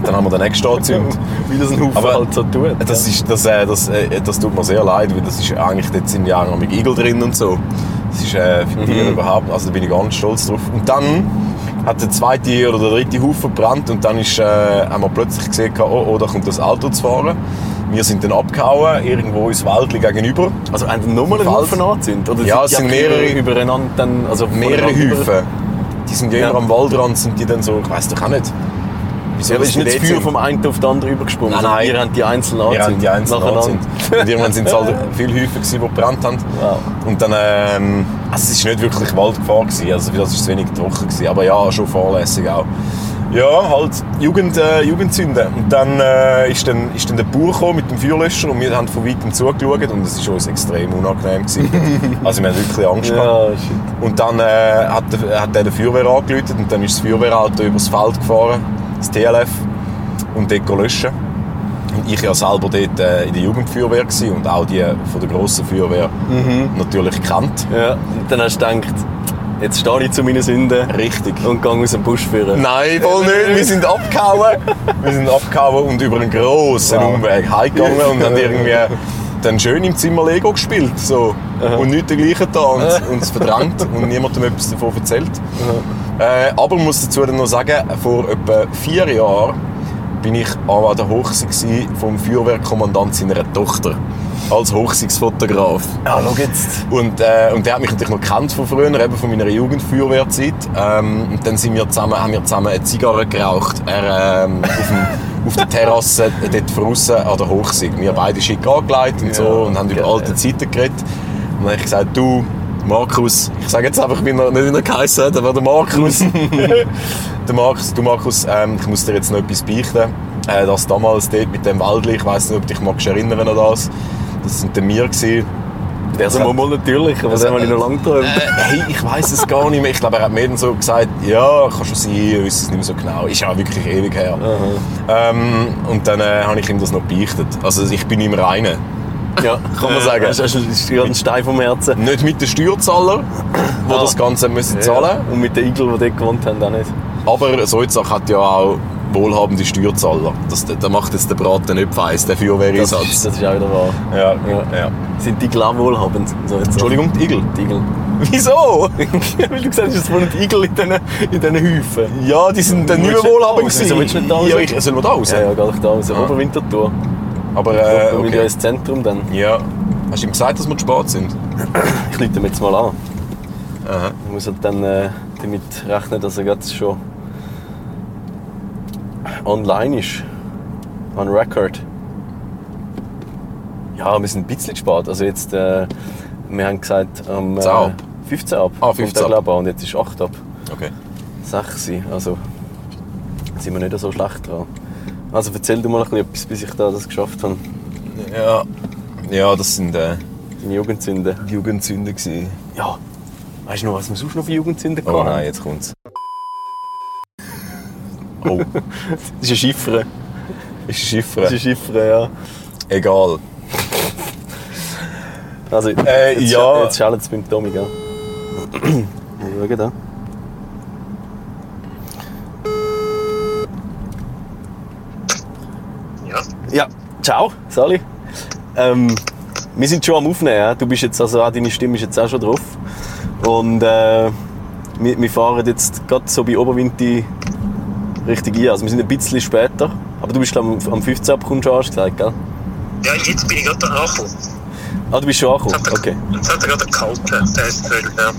S1: dann haben wir den nächsten angezündet.
S2: Wie das ein Haufen
S1: Aber
S2: halt so tut.
S1: Das, ist, das, äh, das, äh, das tut mir sehr leid, weil das ist eigentlich, dort sind ja auch noch mit Igel drin und so. Das ist äh, für die
S2: Mhm.
S1: überhaupt, also da bin ich ganz stolz drauf. Und dann hat der zweite oder der dritte Haufen gebrannt und dann ist, äh, haben wir plötzlich gesehen, oh, oh, da kommt das Auto zu fahren. Wir sind dann abgehauen, irgendwo ins Wäldli gegenüber.
S2: ja. Also haben die nochmal einen
S1: Wald.
S2: Haufen anzündet? Oder
S1: Ja,
S2: sind
S1: es
S2: die
S1: sind
S2: einfach
S1: mehrere-
S2: über- übereinander dann, also
S1: Mehrere
S2: voneinander über-
S1: Haufen. Die sind ja immer
S2: Ja.
S1: am Waldrand, sind die dann so, ich weiss doch auch nicht. Wieso
S2: Ja, aber
S1: dass
S2: es ist
S1: die
S2: nicht das
S1: dort
S2: Feuer
S1: sind.
S2: vom einen auf den anderen übergesprungen.
S1: Nein, nein.
S2: sondern Ihr habt die einzelnen
S1: Wir haben
S2: angezündet.
S1: die einzeln
S2: Nacheinander.
S1: angezündet. Und irgendwann sind es halt viel häufiger, gewesen, die gebrannt haben.
S2: Wow.
S1: Und dann, ähm, also es war nicht wirklich Waldgefahr, gewesen, also für das war es wenig trocken. Gewesen, aber ja, schon fahrlässig auch. Ja, halt Jugend, äh, Jugendsünde. Und dann, äh, ist dann ist dann der Bauer gekommen mit dem Feuerlöscher und wir haben von weitem zugeschaut und es war uns extrem unangenehm. Gewesen. also wir haben wirklich Angst gehabt.
S2: Ja, shit.
S1: Und dann äh, hat, der, hat der der Feuerwehr angeläutet und dann ist das Feuerwehrauto übers Feld gefahren, das TLF, und dort löschen. Und ich ja selber dort äh, in der Jugendfeuerwehr gewesen und auch die von der grossen Feuerwehr natürlich kennt.
S2: Ja. Und dann hast du gedacht, jetzt stehe ich zu meinen Sünden
S1: Richtig.
S2: und gehe aus dem Busch führen.
S1: Nein, voll nicht. Wir sind abgehauen. Wir sind abgehauen und über einen grossen
S2: Wow.
S1: Umweg heimgegangen und haben irgendwie dann schön im Zimmer Lego gespielt. So. Und nicht dergleichen da und, und es verdrängt und niemandem etwas davon erzählt. Äh, aber ich muss dazu dann noch sagen, vor etwa vier Jahren bin ich auch an der Hochsee gewesen vom Feuerwehrkommandant seiner Tochter als Hochseegsfotograf.
S2: Ja, schau jetzt.
S1: Und, äh, und der hat mich natürlich noch gekannt von früher, eben von meiner Jugendfeuerwehrzeit. Ähm, und dann sind wir zusammen, haben wir zusammen eine Zigarre geraucht. Er ähm, auf, dem, auf der Terrasse äh, dort draußen an der Hochsee. Wir beide schick angelegt und so und haben über
S2: geil.
S1: alte Zeiten geredet. Und dann habe ich gesagt, du, Markus, ich sage jetzt einfach, wie er nicht in der geheißen hat, aber der Markus. Der Markus, du Markus, ähm, ich muss dir jetzt noch etwas beichten. Äh, das damals dort mit dem Waldli, ich weiß nicht, ob du dich magst erinnern an das. Das sind dann wir gewesen.
S2: Der ist mal natürlich, aber das haben wir noch lange
S1: Äh,
S2: geträumt.
S1: hey, ich weiß es gar nicht mehr. Ich glaube, er hat mir dann so gesagt, ja, kann schon sein, ich weiß es nicht mehr so genau. Ist ja auch wirklich ewig her. Ähm, und dann äh, habe ich ihm das noch beichtet. Also ich bin im Reinen.
S2: Ja, kann man sagen.
S1: Äh,
S2: Das ist ein Stein vom Herzen.
S1: Nicht mit den Steuerzahler, die
S2: Ah.
S1: das Ganze müssen zahlen
S2: Und mit den Igeln, die dort gewohnt haben, auch nicht.
S1: Aber so jetzt auch hat ja auch wohlhabende Steuerzahler. Das, da macht jetzt der Braten nicht feiss, der
S2: Das,
S1: Feuerwehreinsatz.
S2: ist, das ist auch wieder wahr.
S1: Ja,
S2: Ja.
S1: ja.
S2: Sind die Igel auch wohlhabend? So jetzt.
S1: Entschuldigung, die Igel.
S2: Die Igel.
S1: Wieso?
S2: Weil du gesagt hast, es wohnen Igel in diesen in diesen Häufen.
S1: Ja, die sind dann nicht mehr
S2: Willst du nicht
S1: wohlhabend
S2: raus? Wieso willst du nicht da raus?
S1: Ja, ich, sollen wir da raus?
S2: Ja, ja, geh doch da raus. Oberwinterthur.
S1: Aber,
S2: Äh,
S1: äh,
S2: okay. Wir
S1: okay.
S2: ins Zentrum dann.
S1: Ja. Hast du ihm gesagt, dass wir zu spät sind?
S2: Ich lüte ihm jetzt mal an.
S1: Aha.
S2: Ich muss halt dann äh, damit rechnen, dass er jetzt schon online ist. On record. Ja, wir sind ein bisschen zu spät. Also jetzt, äh, wir haben gesagt, am
S1: Zehn ab.
S2: 15 ab.
S1: Ah,
S2: kommt
S1: 15
S2: er,
S1: ab.
S2: glaub ich, an. Und jetzt ist 8 ab.
S1: Okay.
S2: 6 sein. Also sind wir nicht so schlecht dran. Also erzähl du mal ein bisschen etwas, bis ich da das geschafft habe.
S1: Ja. Ja, das sind äh,
S2: Deine Jugendsünde.
S1: Jugendsünden gewesen.
S2: Ja. Weißt du noch, was wir sonst noch für Jugendsünden
S1: Oh
S2: hatten?
S1: nein, jetzt kommt's. Oh,
S2: Das ist eine Chiffre.
S1: ist ein
S2: Das ist
S1: Chiffre.
S2: eine Chiffre, ja.
S1: Egal.
S2: Also,
S1: Äh,
S2: jetzt,
S1: ja.
S2: jetzt schallt es beim Tommy, gell? Mal schauen da.
S3: Ja,
S2: Ja, ciao, Sali. Ähm, wir sind schon am Aufnehmen. ja. Du bist jetzt, also auch deine Stimme ist jetzt auch schon drauf. Und äh, wir, wir fahren jetzt gerade so bei Oberwinti richtig ein. Also wir sind ein bisschen später. Aber du bist glaub, ich, am 15 ab, kommst du an, hast du gesagt, gell?
S3: ja jetzt bin ich gerade angekommen.
S2: Ah, du bist schon angekommen,
S3: Jetzt hat er-
S2: okay.
S3: Jetzt hat er gerade gehalten, der ist voll, ja.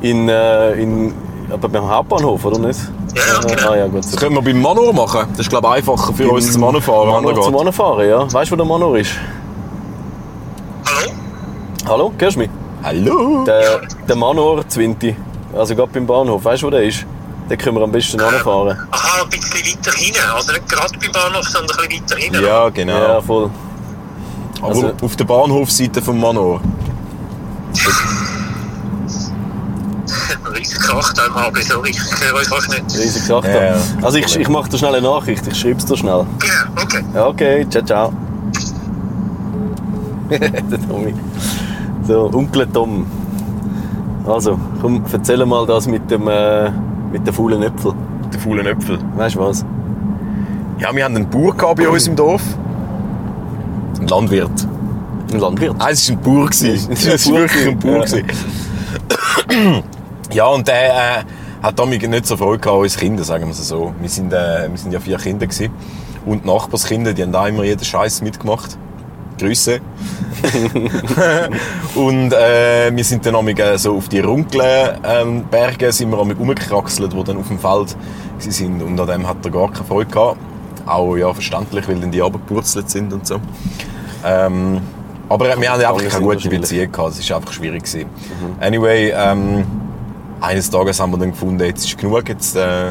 S2: In, äh, in, aber beim Hauptbahnhof, oder nicht?
S3: Ja, ja,
S2: Äh,
S3: genau.
S2: Ah ja, gut.
S1: Das können wir beim Manor machen. Das ist, glaube ich, einfacher für uns zum Anfahren.
S2: Manor zum Anfahren, ja. Weißt du, wo der Manor ist?
S3: Hallo?
S2: Hallo, hörst du mich?
S1: Hallo?
S2: Der, der Manor 20. Also gerade beim Bahnhof. Weißt du, wo der ist? Den können wir am besten anfahren.
S3: Aha, ein bisschen weiter hinten. Also nicht gerade beim Bahnhof, sondern ein bisschen weiter hinten.
S1: Ja, genau.
S2: Ja, voll.
S1: Aber
S2: also-
S1: auf der Bahnhofseite vom Manor.
S3: Riesig Kracht am HB, sorry. Ich höre euch fast nicht.
S2: Riesig gesagt.
S1: Ja, ja.
S2: Also ich, ich mache dir schnell eine Nachricht. Ich schreibe es dir schnell.
S3: Ja, okay.
S2: Ja, Okay, ciao, ciao. der Tommy. So, Onkel Tom. Also, komm, erzähl mal das mit dem, äh, mit den faulen Äpfel.
S1: Der faulen Äpfel.
S2: Weißt du was?
S1: Ja, wir haben einen Bauer gehabt bei uns im Dorf. Ein Landwirt.
S2: Ein Landwirt.
S1: Nein, Ah, es war ein Bauer. gewesen.
S2: Es
S1: Es
S2: war
S1: war
S2: ein
S1: wirklich ein
S2: Bauer
S1: Bauer. gewesen. Ja, und der äh, hat damit nicht so Freude gehabt an uns Kinder, sagen wir es so. Wir sind, äh, wir sind ja vier Kinder gewesen. Und die Nachbarskinder, die haben auch immer jeden Scheiß mitgemacht. Grüße. und äh, wir sind dann amig, äh, so auf die Runkelberge ähm, Berge sind wir amig rumgekraxelt, die dann auf dem Feld gsi sind. Und an dem hat er gar keine Freude gehabt. Auch ja, verständlich, weil dann die abgepurzelt sind und so. Ähm, aber wir haben ja einfach keine gute
S2: Wahrscheinlich.
S1: Beziehung gehabt. Es war einfach schwierig. gewesen.
S2: Mhm.
S1: Anyway, ähm, eines Tages haben wir dann gefunden, jetzt ist genug, jetzt, äh,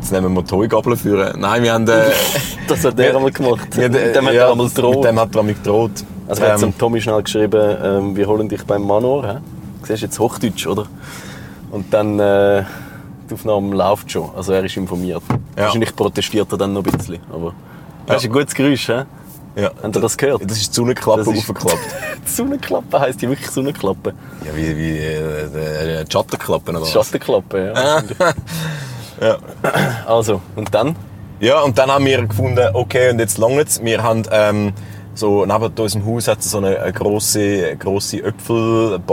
S1: jetzt nehmen wir die Heugabel führen. Nein, wir haben... Äh,
S2: Das hat er einmal gemacht.
S1: wir haben, äh,
S2: Mit dem hat
S1: ja,
S2: er einmal gedroht.
S1: Mit dem hat er einmal gedroht.
S2: Also wir haben
S1: Ähm,
S2: zum Tommy schnell geschrieben, ähm, wir holen dich beim Manor. He? Du siehst jetzt Hochdeutsch, oder? Und dann, äh, die Aufnahme läuft schon. Also er ist informiert.
S1: Ja.
S2: Wahrscheinlich protestiert er dann noch ein bisschen. Aber das ist ein gutes Geräusch, he?
S1: ja.
S2: Habt ihr das gehört?
S1: Das ist die Sonnenklappe
S2: Das ist-
S1: aufgeklappt.
S2: Die Sonnenklappe heisst die wirklich Sonnenklappe.
S1: ja, wie, wie äh, äh, die Schattenklappe oder was?
S2: Schattenklappe, ja.
S1: Ja.
S2: Also, und dann?
S1: Ja, und dann haben wir gefunden, okay, und jetzt lange Wir haben ähm, so neben unserem Haus hat es so eine, eine grosse, grosse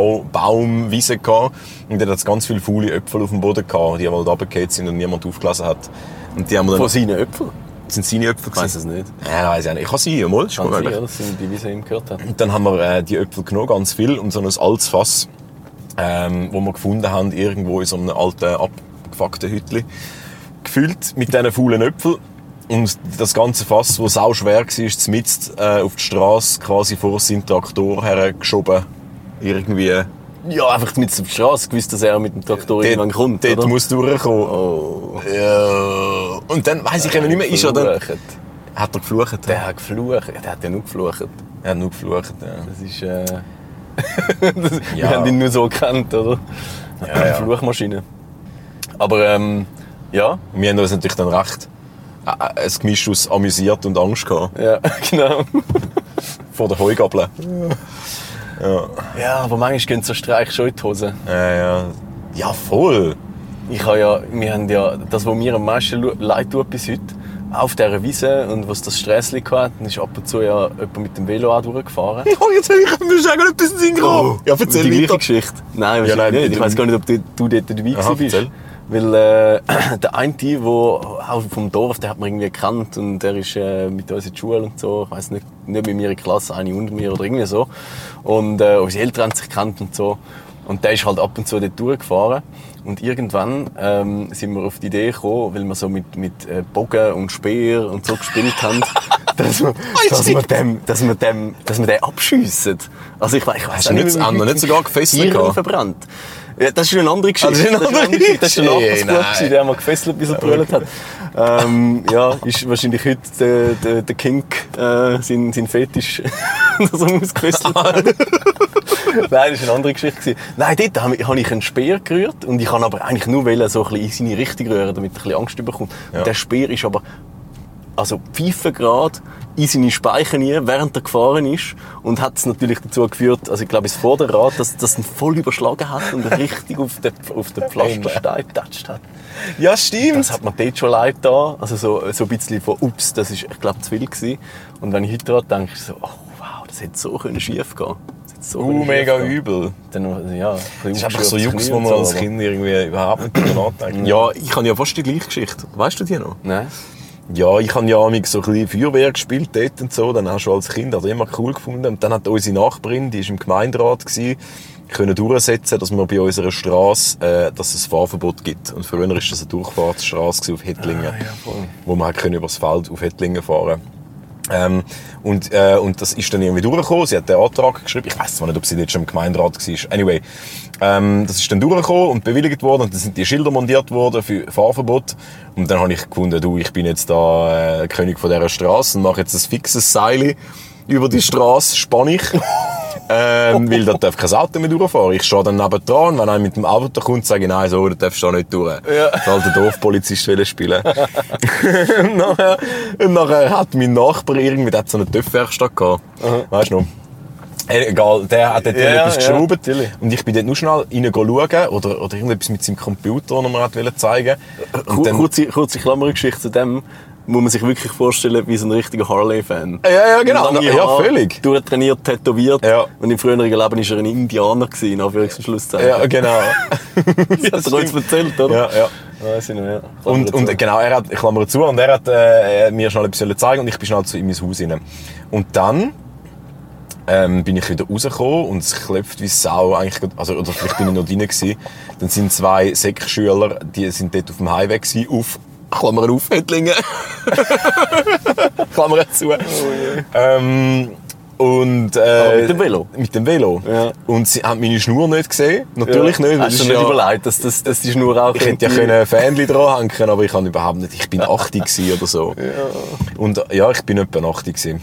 S1: Äpfelbaumwiese gehabt. Und dann hat es ganz viele faule Äpfel auf dem Boden gehabt, die einmal runtergefallen sind und niemand aufgelassen hat. Und die haben wir
S2: Von
S1: dann,
S2: seinen Äpfeln?
S1: sind seine Äpfel
S2: Ich weiss es nicht.
S1: Nein, weiss ich auch nicht. Ich kann sie, ja, mal, ist
S2: Kann
S1: gut
S2: sein,
S1: möglich.
S2: ja, das sind die, wie sie ihm gehört haben.
S1: Und dann haben wir äh, die Äpfel genommen, ganz viel, und so ein altes Fass, ähm, wo wir gefunden haben, irgendwo in so einem alten, abgefuckten Hütli, gefüllt mit diesen faulen Äpfeln. Und das ganze Fass, das sau schwer war, ist mitten äh, auf die Straße quasi vor seinen Traktor hergeschoben. Irgendwie.
S2: Ja, einfach mit auf die Straße gewusst, dass er mit dem Traktor irgendwann kommt,
S1: dort
S2: oder? Oh.
S1: muss durchkommen. Ja. Und dann weiss ich eben nicht mehr, ist er dann.
S2: Geflucht.
S1: Hat er geflucht?
S2: Äh, Der hat geflucht. Der hat ja nur geflucht.
S1: Er hat nur geflucht, ja.
S2: Das ist. Äh, Wir
S1: Ja.
S2: haben ihn nur so gekannt, oder?
S1: Ja, ja.
S2: Fluchmaschine. Aber ähm, ja,
S1: Wir haben uns natürlich dann recht. äh, Ein Gemisch aus amüsiert und Angst gehabt.
S2: ja, genau.
S1: Vor der Heugabel. Ja.
S2: Ja, aber manchmal gehen so Streiks schon in die Hose.
S1: Ja, Äh, ja. ja, voll.
S2: Ich habe ja, wir haben ja, das, was mir am meisten lu- leid tut bis heute, auf dieser Wiese und was das Stressli hatte, dann ist ab und zu ja jemand mit dem Velo auch durchgefahren.
S1: Ja, jetzt habe ich mir schon etwas in den Ja, erzähl
S2: Oh. die gleiche
S1: weiter.
S2: Geschichte. Nein,
S1: Ja, nein,
S2: wahrscheinlich nicht. Ich
S1: bitte.
S2: weiß gar nicht, ob du, du dort dabei
S1: Aha,
S2: Aha, bist.
S1: erzähl.
S2: Weil äh, der eine, der auch vom Dorf, der hat man irgendwie gekannt und der ist äh, mit uns in die Schule und so. Ich weiß nicht, nicht mit mir in der Klasse, eine unter mir oder irgendwie so. Und äh, unsere Eltern haben sich gekannt und so. Und der ist halt ab und zu dort durchgefahren. Und irgendwann ähm, sind wir auf die Idee gekommen, weil wir so mit, mit äh, Bogen und Speer und so gespielt haben, dass wir, dass wir dem, dass wir dem, dass wir den abschiessen. Also ich, we- ich weiß
S1: Hast du nicht- haben wir nicht sogar gefesselt gehabt?
S2: verbrannt. Ja, das ist eine andere Geschichte.
S1: Ah, das ist eine andere
S2: Das ist ein
S1: Geschichte.
S2: anderes Bub,
S1: Nein.
S2: gewesen, der mal gefesselt bis er gebrüllt hat. Ähm, ja, ist wahrscheinlich heute der, der, der Kink, äh, sein, sein Fetisch, dass er muss gefesselt werden. Nein, das war eine andere Geschichte. gewesen. Nein, dort habe ich- habe ich einen Speer gerührt und ich kann aber eigentlich nur wollen, so ein bisschen in seine Richtung rühren, damit er ein bisschen Angst bekommt.
S1: Ja.
S2: Und der Speer ist aber also Pfeifengrad in seine Speichen rein, während er gefahren ist und hat es natürlich dazu geführt, also ich glaube das Vorderrad, dass das ihn voll überschlagen hat und richtig auf den, auf den Pflasterstein getatscht hat.
S1: Ja, stimmt.
S2: Das hat mir dort schon leid da, also so, so ein bisschen von ups, das ist, ich glaube zu viel gewesen. Und wenn ich heute daran denke, ich so, oh wow, das hätte so können schief gehen. Das hätte so
S1: Uh,
S2: können
S1: mega
S2: schief gehen.
S1: übel.
S2: Dann, also, ja, ein bisschen
S1: Das ist einfach so Jux,
S2: aufgeschürftes Knie
S1: wo
S2: und
S1: man
S2: so,
S1: als
S2: aber-
S1: Kind irgendwie überhaupt nicht drüber nachdenkt. Ja, ich habe ja fast die gleiche Geschichte. Weißt du die noch?
S2: Nein.
S1: Ja, ich habe ja manchmal so ein bisschen Feuerwehr gespielt dort und so. Dann hast du als Kind also immer cool gefunden. Und dann hat unsere Nachbarin, die war im Gemeinderat, gewesen, können durchsetzen, dass wir bei unserer Straße, äh, dass es ein Fahrverbot gibt. Und früher war das eine Durchfahrtsstraße gewesen auf Hettlingen,
S2: Ah,
S1: wo man hat können übers Feld auf Hettlingen fahren. Ähm, und, äh, und das ist dann irgendwie durchgekommen. Sie hat den Antrag geschrieben. Ich weiß zwar nicht, ob sie jetzt schon im Gemeinderat war. Anyway, ähm, das ist dann durchgekommen und bewilligt worden. Und dann sind die Schilder montiert worden für Fahrverbot. Und dann habe ich gefunden, du, ich bin jetzt da äh, König von dieser Straße und mache jetzt ein fixes Seil über die Straße, spanne ich. Ähm, weil da darf kein Auto mehr durchfahren. Ich stehe dann neben dran, wenn einer mit dem Auto kommt, sage ich, nein, so, da darfst du da nicht durch.
S2: Ja.
S1: Das alte Dorfpolizist will spielen. und, nachher, und nachher hat mein Nachbar irgendwie, der hat so eine Töpfwerkstatt gehabt. Weißt du noch? Äh, Egal, der hat dort
S2: Ja,
S1: irgendetwas
S2: ja,
S1: geschraubt.
S2: natürlich.
S1: und ich bin dort nur schnell rein schauen oder, oder irgendetwas mit seinem Computer, den er mir hat wollen zeigen
S2: Kur-
S1: Und dann-
S2: kurze, kurze Klammergeschichte zu dem, muss man sich wirklich vorstellen, wie so ein richtiger Harley-Fan.
S1: Ja, ja, genau.
S2: Lange
S1: Ja,
S2: Haare,
S1: völlig.
S2: Durchtrainiert, tätowiert.
S1: Ja.
S2: Und im früheren Leben war er ein Indianer, gewesen, in Anführungs- und Schlusszeichen.
S1: Ja, genau.
S2: das hat er uns
S1: stimmt.
S2: erzählt, oder?
S1: ja, ja.
S2: Weiss ich noch, ja.
S1: Und, und genau, er hat, ich klammer zu, und er hat äh, mir schnell etwas wollen zeigen und ich bin schnell zu ihm ins Haus rein. Und dann ähm, bin ich wieder rausgekommen und es klopft wie Sau eigentlich, grad- also, oder vielleicht bin ich noch drin gewesen. Dann sind zwei Sek-Schüler, die sind dort auf dem Highway gewesen, auf, Klammer auf, Hättlingen. Klammer zu. Ähm, Und, äh,
S2: Aber Ah, mit dem Velo?
S1: Mit dem Velo.
S2: Ja.
S1: Und sie haben meine Schnur nicht gesehen. Natürlich nicht. weil
S2: Hast
S1: das
S2: du dir
S1: ist
S2: nicht
S1: ja-
S2: überlegt, dass, dass, dass die Schnur auch
S1: Ich hätte ja können Fähnchen dran hängen aber ich kann überhaupt nicht. Ich bin 80 gsi oder so. Und äh, ja, ich bin etwa 80 gsi.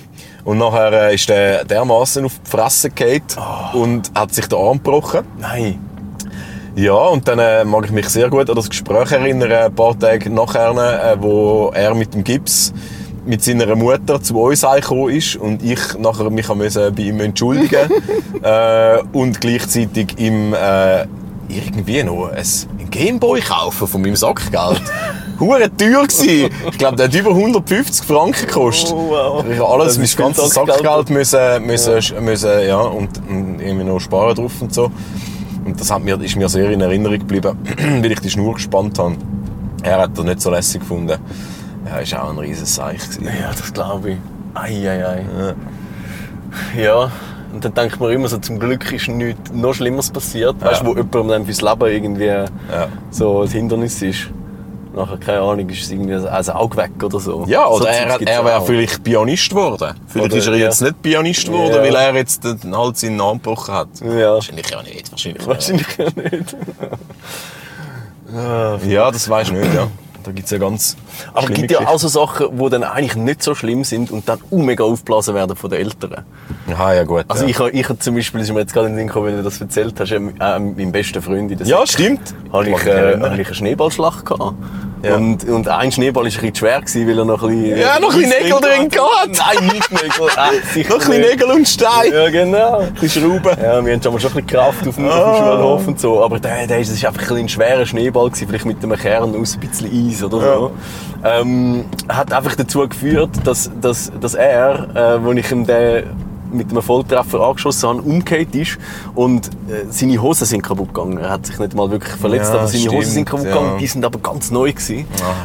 S1: Und nachher äh, ist der dermaßen auf die Fresse gefallen und hat sich den Arm gebrochen.
S2: Nein.
S1: Ja, und dann äh, mag ich mich sehr gut an das Gespräch erinnern, ein paar Tage nachher, äh, wo er mit dem Gips mit seiner Mutter zu uns gekommen ist und ich nachher mich haben müssen bei ihm entschuldigen äh, und gleichzeitig ihm äh, irgendwie noch ein Gameboy kaufen von meinem Sackgeld. Hure teuer gsi. Ich glaube, der hat über 150 Franken gekostet.
S2: Oh, wow.
S1: Ich habe alles,
S2: Das
S1: mein
S2: ist viel
S1: ganzes
S2: Sackgeld.
S1: Sackgeld müssen, müssen, müssen ja, und, und irgendwie noch sparen drauf und so. Und das hat mir, ist mir sehr in Erinnerung geblieben, weil ich die Schnur gespannt habe. Er hat das nicht so lässig gefunden. Ja, ist auch ein riesiges Seich. gewesen.
S2: Ja, das glaube ich. Ei, ei, ei. Ja. Und dann denkt man immer so, zum Glück ist nichts noch Schlimmeres passiert. Weißt du, wo jemandem dann fürs Leben irgendwie so ein Hindernis ist. Nachher, keine Ahnung, ist es irgendwie ein Auge weg oder so.
S1: Ja,
S2: so
S1: oder
S2: Zeugs
S1: er, hat-
S2: gibt's
S1: er wäre
S2: auch.
S1: vielleicht Pianist geworden. Vielleicht
S2: Oder,
S1: ist er
S2: ja.
S1: jetzt nicht Pianist geworden,
S2: Ja.
S1: weil er jetzt den, halt seinen Arm gebrochen hat.
S2: Ja.
S1: Wahrscheinlich ja nicht. Wahrscheinlich ja.
S2: Wahrscheinlich auch nicht.
S1: ja, das weiß ich nicht. Ja. Da gibt es ja ganz
S2: Aber es
S1: schlimme
S2: gibt ja
S1: Geschichten.
S2: auch so Sachen, die dann eigentlich nicht so schlimm sind und dann auch mega aufgeblasen werden von den Eltern.
S1: Aha, Ah, ja gut.
S2: Also
S1: ja.
S2: ich, hab- ich hab zum Beispiel, ist mir jetzt gerade in den Sinn gekommen, wenn du das erzählt hast, ähm, äh, mit meinem besten Freund in der
S1: ja, stimmt.
S2: habe
S1: Mag
S2: ich,
S1: mich
S2: äh,
S1: erinnern.
S2: hab ich eine Schneeballschlacht gehabt.
S1: Ja.
S2: Und, und ein Schneeball war ein bisschen schwer, gewesen, weil er noch ein bisschen...
S1: Ja, noch ein bisschen Nägel drin gehabt.
S2: Nein, nicht Nägel. Äh, sicher
S1: Noch ein bisschen
S2: nicht.
S1: Nägel und Stein.
S2: Ja, genau.
S1: Die Schrauben.
S2: Ja, wir haben schon mal schon ein bisschen Kraft auf dem,
S1: Ah.
S2: auf dem Schulhof und so. Aber der, der ist, das ist einfach ein schwerer Schneeball gewesen, vielleicht mit einem Kern aus ein bisschen Eis oder so. Ähm, hat einfach dazu geführt, dass, dass, dass er, äh, wo ich ihm den mit einem Volltreffer angeschossen habe, umgekehrt ist und äh, seine Hosen sind kaputt gegangen. Er hat sich nicht mal wirklich verletzt,
S1: Ja,
S2: aber seine Hosen
S1: stimmt,
S2: sind kaputt
S1: ja. Ah.
S2: gegangen. Die sind aber ganz neu gewesen.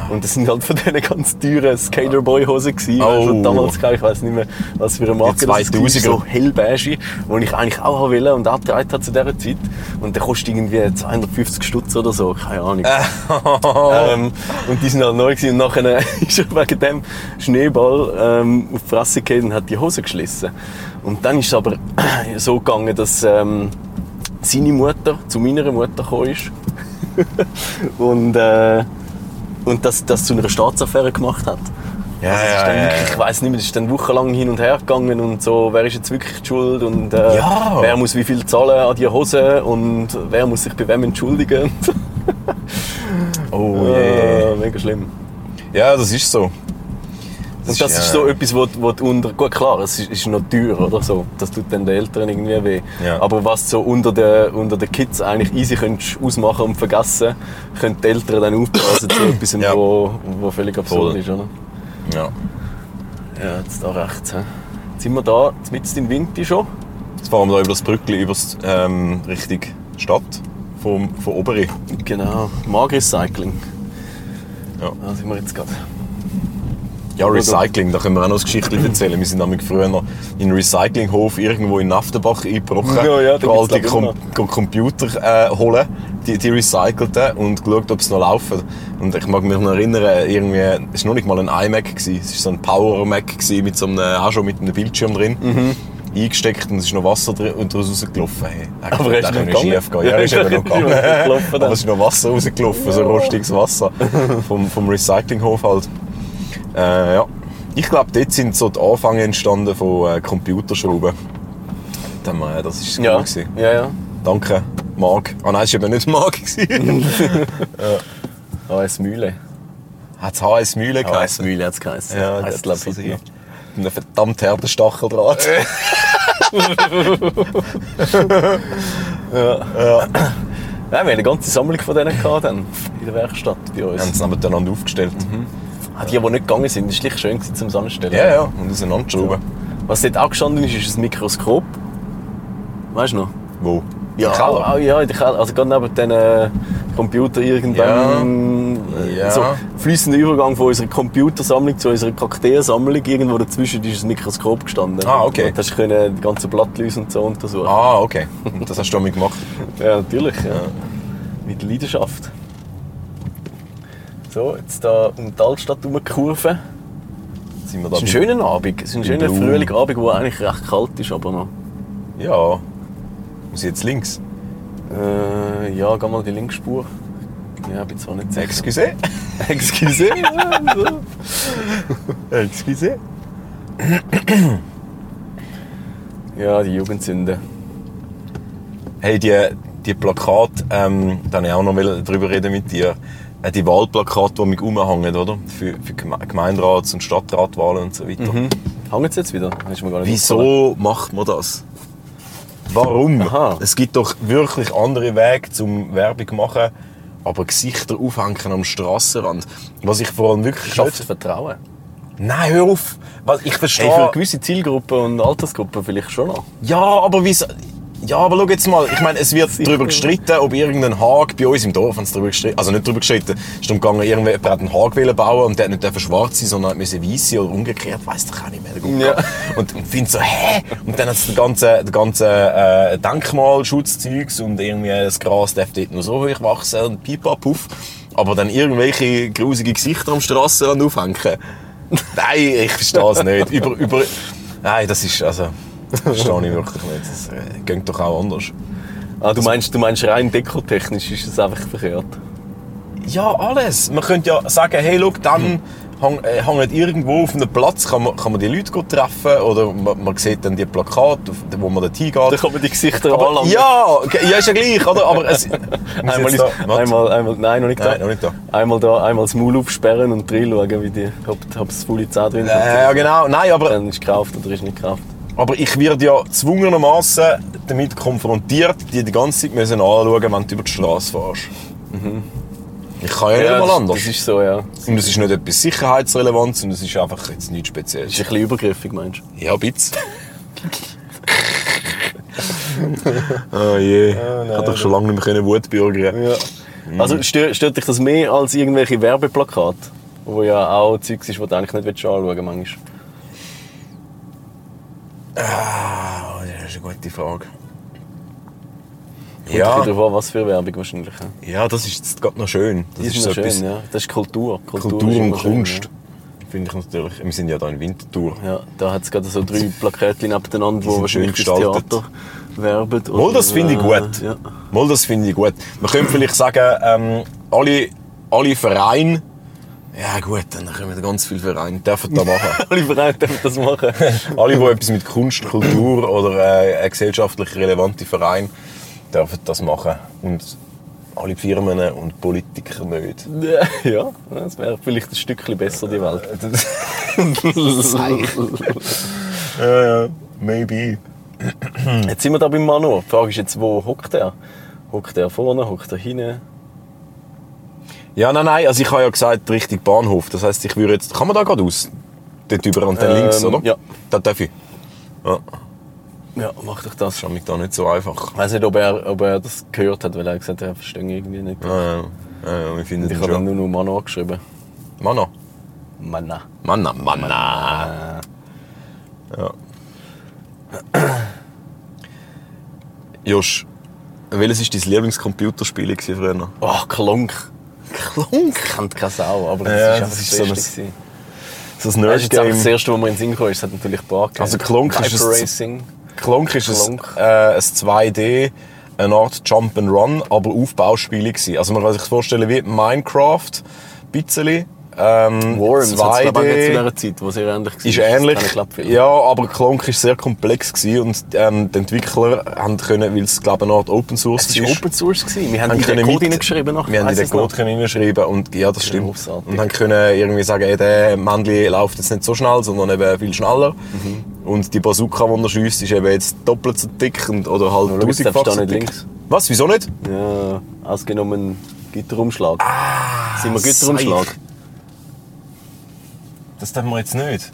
S2: Und das sind halt von diesen ganz teuren Skaterboy-Hosen gewesen. Also
S1: Oh.
S2: damals, ich weiß nicht mehr, was für eine Marke das war.
S1: 2000er.
S2: So hellbeige, die ich eigentlich auch haben wollte und abgetragen habe zu dieser Zeit. Und der kostet irgendwie 250 Stutz oder so, keine Ahnung. Ähm, und die sind halt neu gewesen. und nachher ist er wegen dem Schneeball ähm, auf die Fresse gefallen und hat die Hose geschlissen. Und dann ist es aber so gegangen, dass ähm, seine Mutter zu meiner Mutter gekommen ist und, äh, und das, das zu einer Staatsaffäre gemacht hat.
S1: Ja,
S2: Also es ist
S1: ja,
S2: dann
S1: ja,
S2: wirklich,
S1: ja.
S2: ich weiß nicht mehr, das ist dann wochenlang hin und her gegangen und so, wer ist jetzt wirklich die schuld und äh,
S1: Ja.
S2: wer muss wie viel zahlen an die Hose und wer muss sich bei wem entschuldigen.
S1: Oh je.
S2: Äh, mega schlimm.
S1: Ja, das ist so.
S2: Und das
S1: ja-
S2: ist so etwas, wo, wo du unter, gut klar, es ist, ist noch teuer oder so, das tut dann den Eltern irgendwie weh.
S1: Ja.
S2: Aber was so unter den, unter den Kids eigentlich easy könntest ausmachen und vergessen, können die Eltern dann aufpassen zu etwas,
S1: Ja.
S2: wo, wo völlig absurd
S1: Voll.
S2: ist, oder?
S1: Ja.
S2: Ja, jetzt da rechts. He? Jetzt sind wir da, mitten im Winter schon.
S1: Jetzt fahren wir da über das Brückli, über das, ähm, Richtung Stadt. Vom, von Oberi.
S2: Genau, Magerrecycling.
S1: Ja.
S2: Da sind wir jetzt gerade.
S1: Ja, Recycling, da können wir auch noch eine Geschichte erzählen. Wir sind nämlich früher noch in einen Recyclinghof irgendwo in Naftenbach eingebrochen.
S2: Ja, ja, da
S1: Go alte
S2: gibt's, glaub
S1: Com
S2: ich,
S1: go Computer äh, holen, die, die recycelten, und geschaut, ob sie noch laufen. Und ich mag mich noch erinnern, irgendwie, es war noch nicht mal ein iMac, gewesen. es war so ein Power-Mac gewesen mit so einem, auch schon mit einem Bildschirm drin.
S2: Mhm.
S1: Eingesteckt und es ist noch Wasser drin und daraus rausgelaufen. Hey, eigentlich
S2: Aber er ist
S1: hätte
S2: noch
S1: er können
S2: gegangen.
S1: schief gehen. Ja, er ist
S2: Ja,
S1: eben noch
S2: ist noch
S1: gegangen.
S2: gelaufen dann.
S1: Aber es ist noch Wasser rausgelaufen, so rostiges Wasser. Vom, vom Recyclinghof halt. Äh, ja. Ich glaube, dort sind so die Anfänge entstanden von äh, Computerschrauben. Dann, äh, das ist cool.
S2: Ja,
S1: Gewesen.
S2: ja, ja.
S1: Danke, Marc. Ah nein, es war eben nicht Marc. gewesen.
S2: AS Mühle.
S1: Hat es HS Mühle
S2: AS
S1: geheißen?
S2: Mühle hat es geheißen.
S1: Ja,
S2: Heisst,
S1: das
S2: glaub
S1: glaube
S2: ich,
S1: ich.
S2: heute noch.
S1: Mit einem verdammt harten Stacheldraht.
S2: Nein, wir haben eine ganze Sammlung von denen gehabt dann, in der Werkstatt bei uns.
S1: haben sie nebeneinander aufgestellt.
S2: Ah, die, die nicht gegangen sind, das war schlicht schön gewesen, zum Anstellen.
S1: Ja, ja, und auseinanderschrauben.
S2: Was dort auch gestanden ist, ist ein Mikroskop. Weißt du noch?
S1: Wo? Im
S2: auch,
S1: Keller?
S2: auch, ja, in der Keller. Also gerade neben den äh, Computer irgendwann. äh,
S1: Ja.
S2: So fließender Übergang von unserer Computersammlung zu unserer Kakteen-Sammlung. Irgendwo dazwischen ist ein Mikroskop gestanden.
S1: Ah, okay.
S2: Und hast können die ganzen Blattläuse und so untersuchen.
S1: Ah, okay. Und das hast du damit gemacht.
S2: Ja, natürlich. Ja. Mit Leidenschaft. So, jetzt da um die Altstadt herum die Kurve. Jetzt
S1: sind wir da.
S2: Es ist ein
S1: bei-
S2: schöner Abend. Es ist ein schöner
S1: Blum.
S2: Frühlingabend, der eigentlich recht kalt ist, aber noch.
S1: Ja. Muss ich jetzt links?
S2: Äh, ja, geh mal die Linksspur. Ja, bin zwar nicht sicher.
S1: Excuse?
S2: Excuse. ja, so.
S1: Excuse?
S2: ja, die Jugendsünde.
S1: Hey, die, die Plakate, ähm, da wollte ich auch noch will- drüber reden mit dir. Äh, Die Wahlplakate, die mich rumhängen, oder? Für, für Geme- Gemeinderats- und Stadtratwahlen und so weiter.
S2: Mhm. Hängen sie jetzt wieder? Hast du mir gar nicht aufgefallen.
S1: Wieso macht man das? Warum?
S2: Aha.
S1: Es gibt doch wirklich andere Wege zum Werbung zu machen, aber Gesichter aufhängen am Strassenrand. Was ich vor allem wirklich
S2: Schafft
S1: nicht...
S2: Vertrauen.
S1: Nein, hör auf! Was ich verstehe...
S2: Hey, für gewisse Zielgruppen und Altersgruppen vielleicht schon noch.
S1: Ja, aber wieso? Ja, aber schau jetzt mal, ich meine, es wird darüber gestritten, ob irgendein Haag bei uns im Dorf haben sie darüber gestritten, also nicht darüber gestritten, es ist darum gegangen, irgendjemand hat einen Haag wollen bauen und der hat nicht dürfen schwarz sein, sondern musste weiß sein oder umgekehrt, weiss doch auch nicht mehr. Gut
S2: Ja.
S1: gehabt. Und, und finde so, hä? Und dann hat es den ganzen, den ganzen äh, Denkmalschutzzeugs und irgendwie das Gras darf dort nur so hoch wachsen und pipapuff, aber dann irgendwelche grusige Gesichter am Strassenrand aufhängen. Nein, ich verstehe es nicht. Über, über, nein, das ist, also, das verstehe ich wirklich nicht. Das äh, geht doch auch anders.
S2: Ah, du meinst, du meinst rein dekotechnisch ist das einfach verkehrt.
S1: Ja, alles. Man könnte ja sagen, hey, schau, dann hang- äh, hängt irgendwo auf einem Platz, kann man, kann man die Leute gut treffen oder man, man sieht dann die Plakate, auf- wo man dort
S2: Da
S1: hingeht.
S2: kann man die Gesichter
S1: Aber-
S2: anlangen.
S1: ja, ge- ja, ist ja gleich, oder? Aber es, Muss
S2: Einmal,
S1: jetzt
S2: ist,
S1: da- warte.
S2: einmal, einmal, nein, noch nicht da.
S1: Nein, noch nicht da.
S2: Einmal da, einmal das Maul aufsperren und reinschauen, wie die, ob, ob es volle Zähne drin hat.
S1: Äh, ja, genau. Nein, aber,
S2: Dann ist gekauft oder ist nicht gekauft.
S1: aber ich werde ja zwungenermassen damit konfrontiert, die die ganze Zeit müssen anschauen, wenn du über die Straße fährst. Ich kann Mhm. ja, nicht mal
S2: das,
S1: anders.
S2: das ist so, ja.
S1: Und es ist nicht etwas Sicherheitsrelevanz und es ist einfach jetzt nichts Spezielles.
S2: Das ist ein bisschen übergriffig, meinst du?
S1: Ja, bitte. oh je. ich habe doch schon lange nicht mehr Wut bürgern.
S2: Ja. Also stört, stört dich das mehr als irgendwelche Werbeplakate? Wo ja auch Zeugs ist, das du eigentlich nicht willst anschauen willst, manchmal.
S1: Ah, das ist eine gute Frage.
S2: Kommt ein bisschen
S1: Ja,
S2: darauf an, was für Werbung wahrscheinlich.
S1: ja, das ist jetzt gerade noch schön. Das
S2: Die ist,
S1: so
S2: noch schön,
S1: etwas
S2: ja. Das ist Kultur.
S1: Kultur
S2: ist
S1: und
S2: immer schön,
S1: Kunst. Finde ich natürlich. Wir sind ja da in Winterthur.
S2: Ja, Ja, da hat es gerade so drei Plakate nebeneinander,
S1: sind
S2: die wahrscheinlich
S1: schön
S2: fürs
S1: gestaltet.
S2: Theater werben.
S1: Mal,
S2: oder,
S1: das finde ich gut.
S2: äh, Ja.
S1: Mal, das finde ich gut. Man könnte vielleicht sagen, ähm, alle, alle Vereine. Ja, gut, dann kommen ganz viele Vereine. Dürfen da machen.
S2: Alle bereit, dürfen das machen.
S1: Alle, die etwas mit Kunst, Kultur oder äh, einem gesellschaftlich relevanten Verein dürfen das machen. Und alle Firmen und Politiker nicht.
S2: ja, das wäre vielleicht ein Stückchen besser, die Welt.
S1: Ja, ja, maybe.
S2: Jetzt sind wir da beim Manu. Die Frage ist jetzt, wo hockt er? Hockt er vorne, hockt er hinten?
S1: Ja, nein, nein, also ich habe ja gesagt, richtig Bahnhof. Das heisst, ich würde jetzt... Kann man da gerade aus? Dort über und dann
S2: Ähm,
S1: links, oder?
S2: ja.
S1: Da darf ich. Ja,
S2: Ja, mach doch das.
S1: das ist mich da nicht so einfach.
S2: Ich weiß nicht, ob er, ob er das gehört hat, weil er gesagt hat, er verstehe irgendwie nicht.
S1: Ja, ja, ja, ja, wir finden
S2: Und ich
S1: den
S2: habe dann
S1: schon.
S2: nur noch Manu angeschrieben.
S1: Manna.
S2: Manna.
S1: Manna, Manna. Ja. Josch, welches war dein Lieblingscomputerspiel gewesen früher?
S2: Oh, Klunk. Klunk? Kennt keine Sau, aber das
S1: Ja,
S2: ist
S1: das
S2: einfach
S1: ist
S2: das
S1: so ein
S2: Beste. gewesen.
S1: Das
S2: Das ist jetzt einfach das
S1: Nerd-Game.
S2: erste, was mir in den Sinn gekommen ist. Es hat natürlich ein paar gegeben.
S1: Also Klonk ist
S2: Hyper
S1: es-
S2: Racing.
S1: Klonk ist ein,
S2: Klonk.
S1: äh, ein 2D, eine Art Jump'n'Run, aber Aufbauspiel gewesen. Also man kann sich vorstellen wie Minecraft, ein bisschen. Ähm,
S2: Worms hat's, glaub ich, auch
S1: 2D.
S2: gegeben zu dieser Zeit, wo es eher ähnlich war.
S1: ist ähnlich.
S2: Das kann ich, glaub,
S1: Ja, aber Klonk war sehr komplex gewesen und ähm, die Entwickler haben können, weil es glaube ich eine Art Open Source
S2: Es war Open Source. gewesen. Wir haben, in den
S1: können
S2: Code
S1: mit-
S2: hineingeschrieben. nachher,
S1: Wir haben in
S2: weiss
S1: den
S2: es noch.
S1: Code können hineinschreiben und ja, das stimmt.
S2: grossartig.
S1: Und haben können irgendwie sagen, ey, der Männchen läuft jetzt nicht so schnell, sondern eben viel schneller.
S2: Mhm.
S1: Und die Bazooka, die er schiesst, ist eben jetzt doppelt so dick und, oder halt
S2: schau, jetzt
S1: tausendfach
S2: darfst du
S1: so
S2: da nicht
S1: dick.
S2: links.
S1: Was, wieso nicht?
S2: Ja, ausgenommen Gitterumschlag.
S1: Ah,
S2: Sind wir Gitterumschlag?
S1: seich. Das dürfen wir jetzt nicht.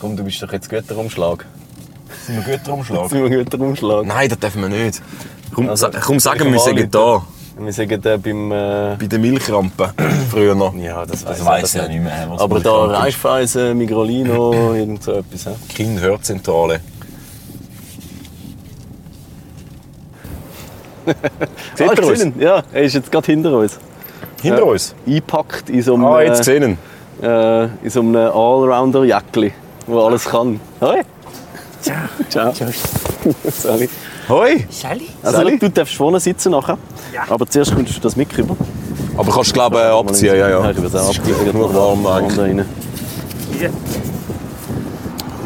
S2: Komm, du bist doch jetzt Gitterumschlag.
S1: Sind wir Götterumschlag?
S2: Sind wir Gitterumschlag?
S1: Nein, das dürfen wir nicht. Komm,
S2: Also,
S1: sa- komm sagen
S2: ich
S1: wir, wir
S2: kann
S1: sind
S2: anrufen.
S1: da.
S2: Wir sagen da beim... Äh,
S1: Bei den Milchrampen früher noch.
S2: weiss
S1: weiss
S2: das
S1: ich ja nicht mehr. was
S2: Aber da
S1: Milchrampe ist.
S2: Raiffeisen, Migrolino, irgend so etwas. hä?
S1: Kind-Hörzentrale. Seht ihr
S2: Ah, ich
S1: uns?
S2: sehe ihn. Ja, er ist jetzt gerade hinter uns.
S1: Hinter
S2: Ja.
S1: uns?
S2: Eingepackt in so einem...
S1: Ah, jetzt
S2: äh,
S1: gesehen.
S2: äh, in so einem Allrounder-Jäckli, wo alles kann. Hoi! Ciao. Ciao. Sorry.
S1: Hoi!
S4: Sally?
S2: Also,
S1: Sally?
S2: schau, du darfst vorne sitzen nachher.
S4: Ja.
S2: Aber zuerst kommst du das Mic rüber.
S1: Aber kannst du, glaube ich, Äh, abziehen, ja, ja.
S2: Ich würde es auch
S1: Es ist
S2: abziehen.
S1: genug warm eigentlich.
S2: rein.
S4: Ja.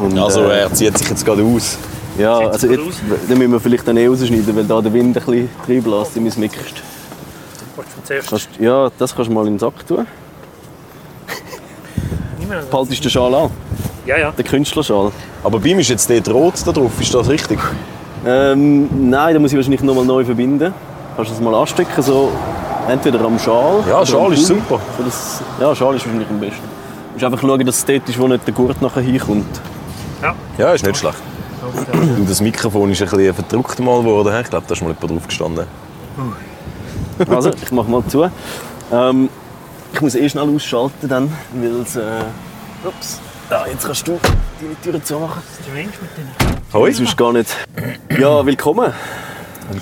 S2: Und,
S1: Also äh,
S2: äh,
S1: er zieht sich jetzt gerade aus.
S2: ja,
S4: Sieht
S2: also
S4: gut
S2: jetzt, dann müssen wir vielleicht dann eh rausschneiden, weil da der Wind ein bisschen reinbläst in mein Mic.
S4: Wolltest du zuerst?
S2: Kannst, ja, das kannst du mal in den Sack tun.
S4: Nimm mir noch.
S2: Behaltest du den Schal an?
S4: Ja, ja.
S2: Den Künstlerschal?
S1: Aber bei ihm ist jetzt dort rot da drauf, ist das richtig?
S2: Ähm, nein, den muss ich wahrscheinlich nochmal neu verbinden. Kannst du das mal anstecken, so entweder am Schal.
S1: Ja,
S2: oder
S1: Schal
S2: am
S1: ist
S2: Pulli.
S1: super.
S2: So, dass- ja, Schal ist wahrscheinlich am besten. Du musst einfach schauen, dass es dort ist, wo nicht der Gurt nachher hinkommt.
S4: Ja.
S1: Ja, ist nicht schlecht.
S4: Okay.
S1: Und das Mikrofon ist ein bisschen verdrückt mal geworden. hä? Ich glaube, da ist mal jemand drauf gestanden.
S2: Also, ich mach mal zu. Ähm, ich muss eh schnell ausschalten dann, weil es... Äh, ups. Ja, jetzt kannst du deine Türen zumachen.
S4: Du winkst mit denen.
S1: Hoi!
S2: Sonst gar nicht. Ja, willkommen.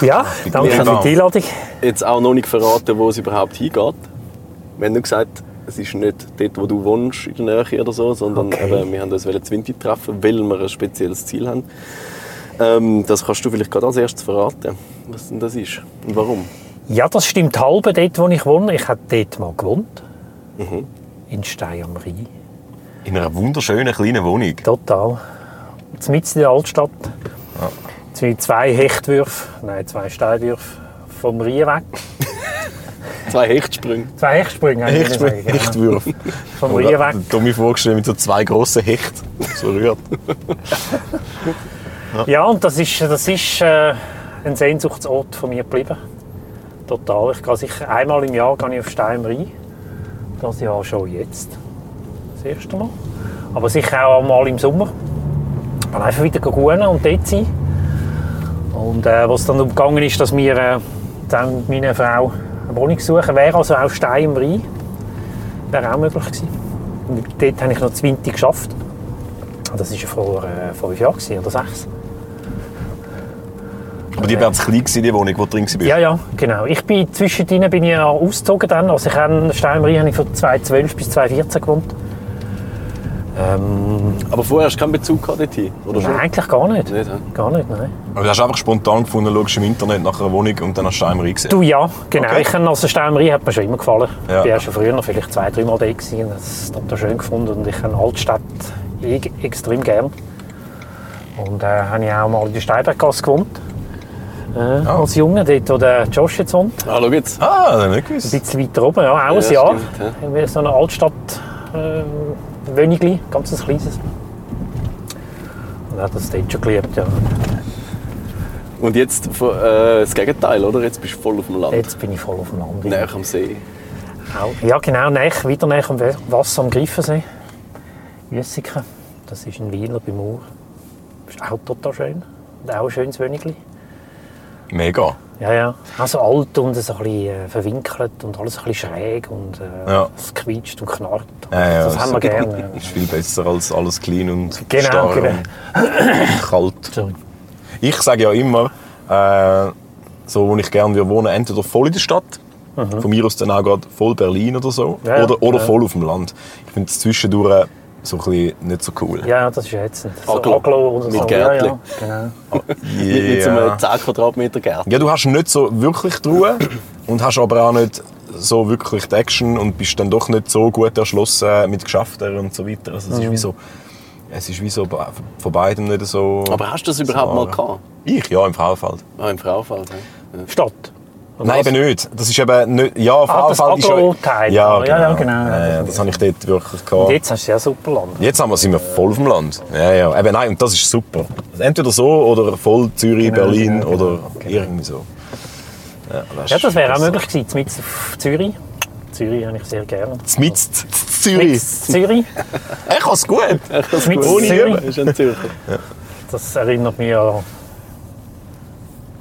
S4: Ja, danke
S1: Ja. genau.
S4: für die Einladung.
S2: Jetzt auch noch nicht verraten, wo es überhaupt hingeht. Wir haben nur gesagt, es ist nicht dort, wo du wohnst, in der Nähe oder so, sondern
S4: Okay.
S2: eben, wir haben uns wollen Zwinti treffen, weil wir ein spezielles Ziel haben. Ähm, das kannst du vielleicht gerade als erstes verraten, was denn das ist und warum.
S4: Ja, das stimmt halb dort, wo ich wohne. Ich habe dort mal gewohnt. Mhm. In Stein am Rhein.
S1: In einer wunderschönen kleinen Wohnung.
S4: Total. Mitten in der Altstadt. Zwei- Zwei Hechtwürfe, nein, zwei Steinwürfe vom Rhein weg.
S2: Zwei Hechtsprünge.
S4: Zwei Hechtsprünge, habe ich sagen, genau.
S1: Hechtwurf.
S4: Vom Rhein weg.
S1: Dumme vorgestellt mit so zwei grossen Hecht. So rührt.
S4: Ja, und das ist, das ist äh, ein Sehnsuchtsort von mir geblieben. Total. Ich gehe sicher einmal im Jahr gehe ich auf Stein am Rhein. Das Jahr schon jetzt. Das erste Mal. Aber sicher auch mal im Sommer. Dann einfach wieder gehen und dort sein. Und äh, was dann umgegangen ist, dass wir äh, zusammen mit meiner Frau eine Wohnung suchen. Wäre also auch Stein am Rhein. Wäre auch möglich gewesen. Und dort habe ich noch 20 geschafft. Das war vor äh, fünf Jahren gewesen oder sechs.
S1: Aber die wäre zu klein gewesen, die Wohnung, wo du drin warst.
S4: Ja, ja, genau. Ich bin zwischendrin bin ich ja ausgezogen dann. Also ich habe Steinmarie habe ich von 2012 bis 2014 gewohnt.
S2: Aber vorher hast du keinen Bezug gehabt dorthin, oder
S4: Nein, eigentlich gar nicht.
S2: Nicht, hä?
S4: Gar nicht, nein.
S1: Aber du hast einfach spontan gefunden, schaust im Internet nach einer Wohnung und dann hast du einmal reingesehen.
S4: Du ja, genau.
S1: Okay.
S4: Ich habe also Steinmarie hat mir schon immer gefallen.
S1: Ja.
S4: Ich war ja schon früher noch vielleicht zwei, dreimal da gewesen. und Das habe ich schön gefunden und ich habe Altstadt eh extrem gern. Und äh, habe ich auch mal in der Steinberggasse gewohnt. Äh, Als Junge, dort, wo der Josh jetzt wohnt.
S2: Ah, schau jetzt.
S1: Ah, das hab ich nicht gewusst.
S4: Ein bisschen weiter oben, ja, auch
S2: Ja,
S4: ein Jahr.
S2: stimmt, ja.
S4: Irgendwie so eine Altstadt, ähm, Wönigli, ganz ein kleines. Und hat das dort schon geliebt, ja.
S2: Und jetzt äh, das Gegenteil, oder? Jetzt bist du voll auf dem Land.
S4: Jetzt bin ich voll auf dem Land.
S2: Näher am See.
S4: Auch- Ja, genau, näher, wieder näher am We- Wasser am Griffensee. Jüssiken, das ist ein Weiler beim Ur. Ist auch total schön. Und auch ein schönes Wönigli.
S1: Mega.
S4: Ja, ja. Also alt und so ein bisschen äh, verwinkelt und alles ein bisschen schräg und äh,
S1: Ja.
S4: es quietscht und knarrt.
S1: Ja, ja,
S4: das haben wir
S1: so-
S4: gerne. ja.
S1: Ist viel besser als alles klein und
S4: Genau,
S1: starr
S4: genau.
S1: und kalt.
S4: Sorry.
S1: Ich sage ja immer, äh, so wo ich gerne wohnen würde, entweder voll in der Stadt, von mir aus dann auch gerade voll Berlin oder so,
S4: Mhm. Ja, ja.
S1: oder, oder
S4: Ja.
S1: voll auf dem Land. Ich finde es zwischendurch so ein bisschen nicht so cool.
S4: Ja, das ist jetzt ein so
S2: Aglo.
S4: Aglo oder
S2: Mit
S4: so.
S2: Gärtli.
S4: Ja, ja,
S2: Mit, mit so
S1: Yeah.
S2: einem 10 Quadratmeter Garten.
S1: Ja, du hast nicht so wirklich die Ruhe und hast aber auch nicht so wirklich die Action und bist dann doch nicht so gut erschlossen mit Geschäften und so weiter. Also
S4: Mhm.
S1: es ist wie so, es ist wie so bei- von beidem nicht so...
S2: Aber hast du das überhaupt mal
S1: so-
S2: gehabt?
S1: Ich? Ja, im Frauenfeld.
S2: Ah, im Frauenfeld. hä? Ja.
S4: genau. Stadt.
S1: Nein, eben nicht. Das ist eben nicht... Ja,
S4: Ah, das
S1: Frauenfeld ist...
S4: Agro-Teil.
S1: Ja,
S4: Ja, ja,
S1: genau.
S4: genau.
S1: Ja, ja, das habe ich dort wirklich gehabt.
S4: Und jetzt hast du ja super Land.
S1: Jetzt haben wir, sind wir voll auf dem Land. Ja, ja. Eben, nein, und das ist super. Also entweder so oder voll Zürich,
S4: Genau,
S1: Berlin
S4: genau,
S1: oder
S4: genau, genau.
S1: irgendwie so. Ja, das,
S4: Ja,
S1: ist
S4: das wäre auch
S1: besser.
S4: möglich gewesen, mit auf Zürich. Zürich habe ich sehr gerne.
S1: Zmitz Zürich.
S4: Mit Zürich.
S1: Ich kann es gut.
S4: Mit
S1: Ohne
S4: Zürich.
S1: Üben.
S2: Das ist ein Zürcher.
S4: Das erinnert mich an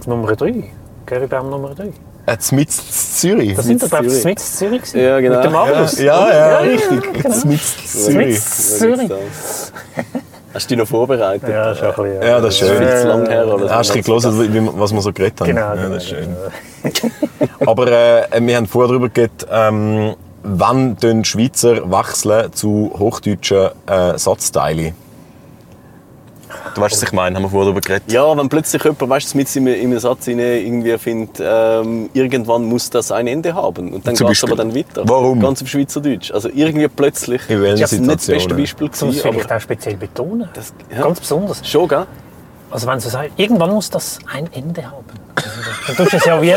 S4: die Nummer 3. Geribaum Nummer 3.
S1: Zmitz Äh, Zürich.
S4: Das sind doch, glaube ich,
S2: Zürich.
S4: mit Zürich. gewesen.
S2: Ja, genau.
S4: Mit dem Marius.
S1: Ja, ja, richtig.
S4: genau.
S1: Zmitz Zürich.
S4: Mit
S2: Zürich.
S4: Zürich.
S2: Hast du dich noch vorbereitet?
S4: Ja, schon ein bisschen. äh,
S1: Ja, das ist
S2: Das ist viel
S1: schön.
S2: zu lange her. Oder?
S1: Hast du ein bisschen gehört, wie wir- was wir so geredet haben?
S4: Genau,
S1: ja,
S4: genau,
S1: das ist schön. Aber äh, wir haben vorher darüber geredet, ähm, wann den Schweizer wechseln zu hochdeutschen äh, Satzteilen? Du weißt, was ich meine, haben wir vorher darüber geredet.
S2: Ja, wenn plötzlich jemand, weißt du, mit in einem Satz hinein irgendwie findet, ähm, irgendwann muss das ein Ende haben. Und dann
S1: Zum
S2: geht es aber
S1: Beispiel.
S2: dann weiter.
S1: Warum?
S2: Ganz im Schweizerdeutsch. Also irgendwie plötzlich.
S1: In welchen
S2: das ist nicht das beste
S1: Situationen?
S2: Beispiel
S4: Um es
S2: gewesen,
S4: vielleicht
S2: aber
S4: auch speziell betonen.
S2: Das- ja.
S4: Ganz besonders.
S2: schon, gell?
S4: Also wenn du sagst, irgendwann muss das ein Ende haben. Dann tust du es ja wie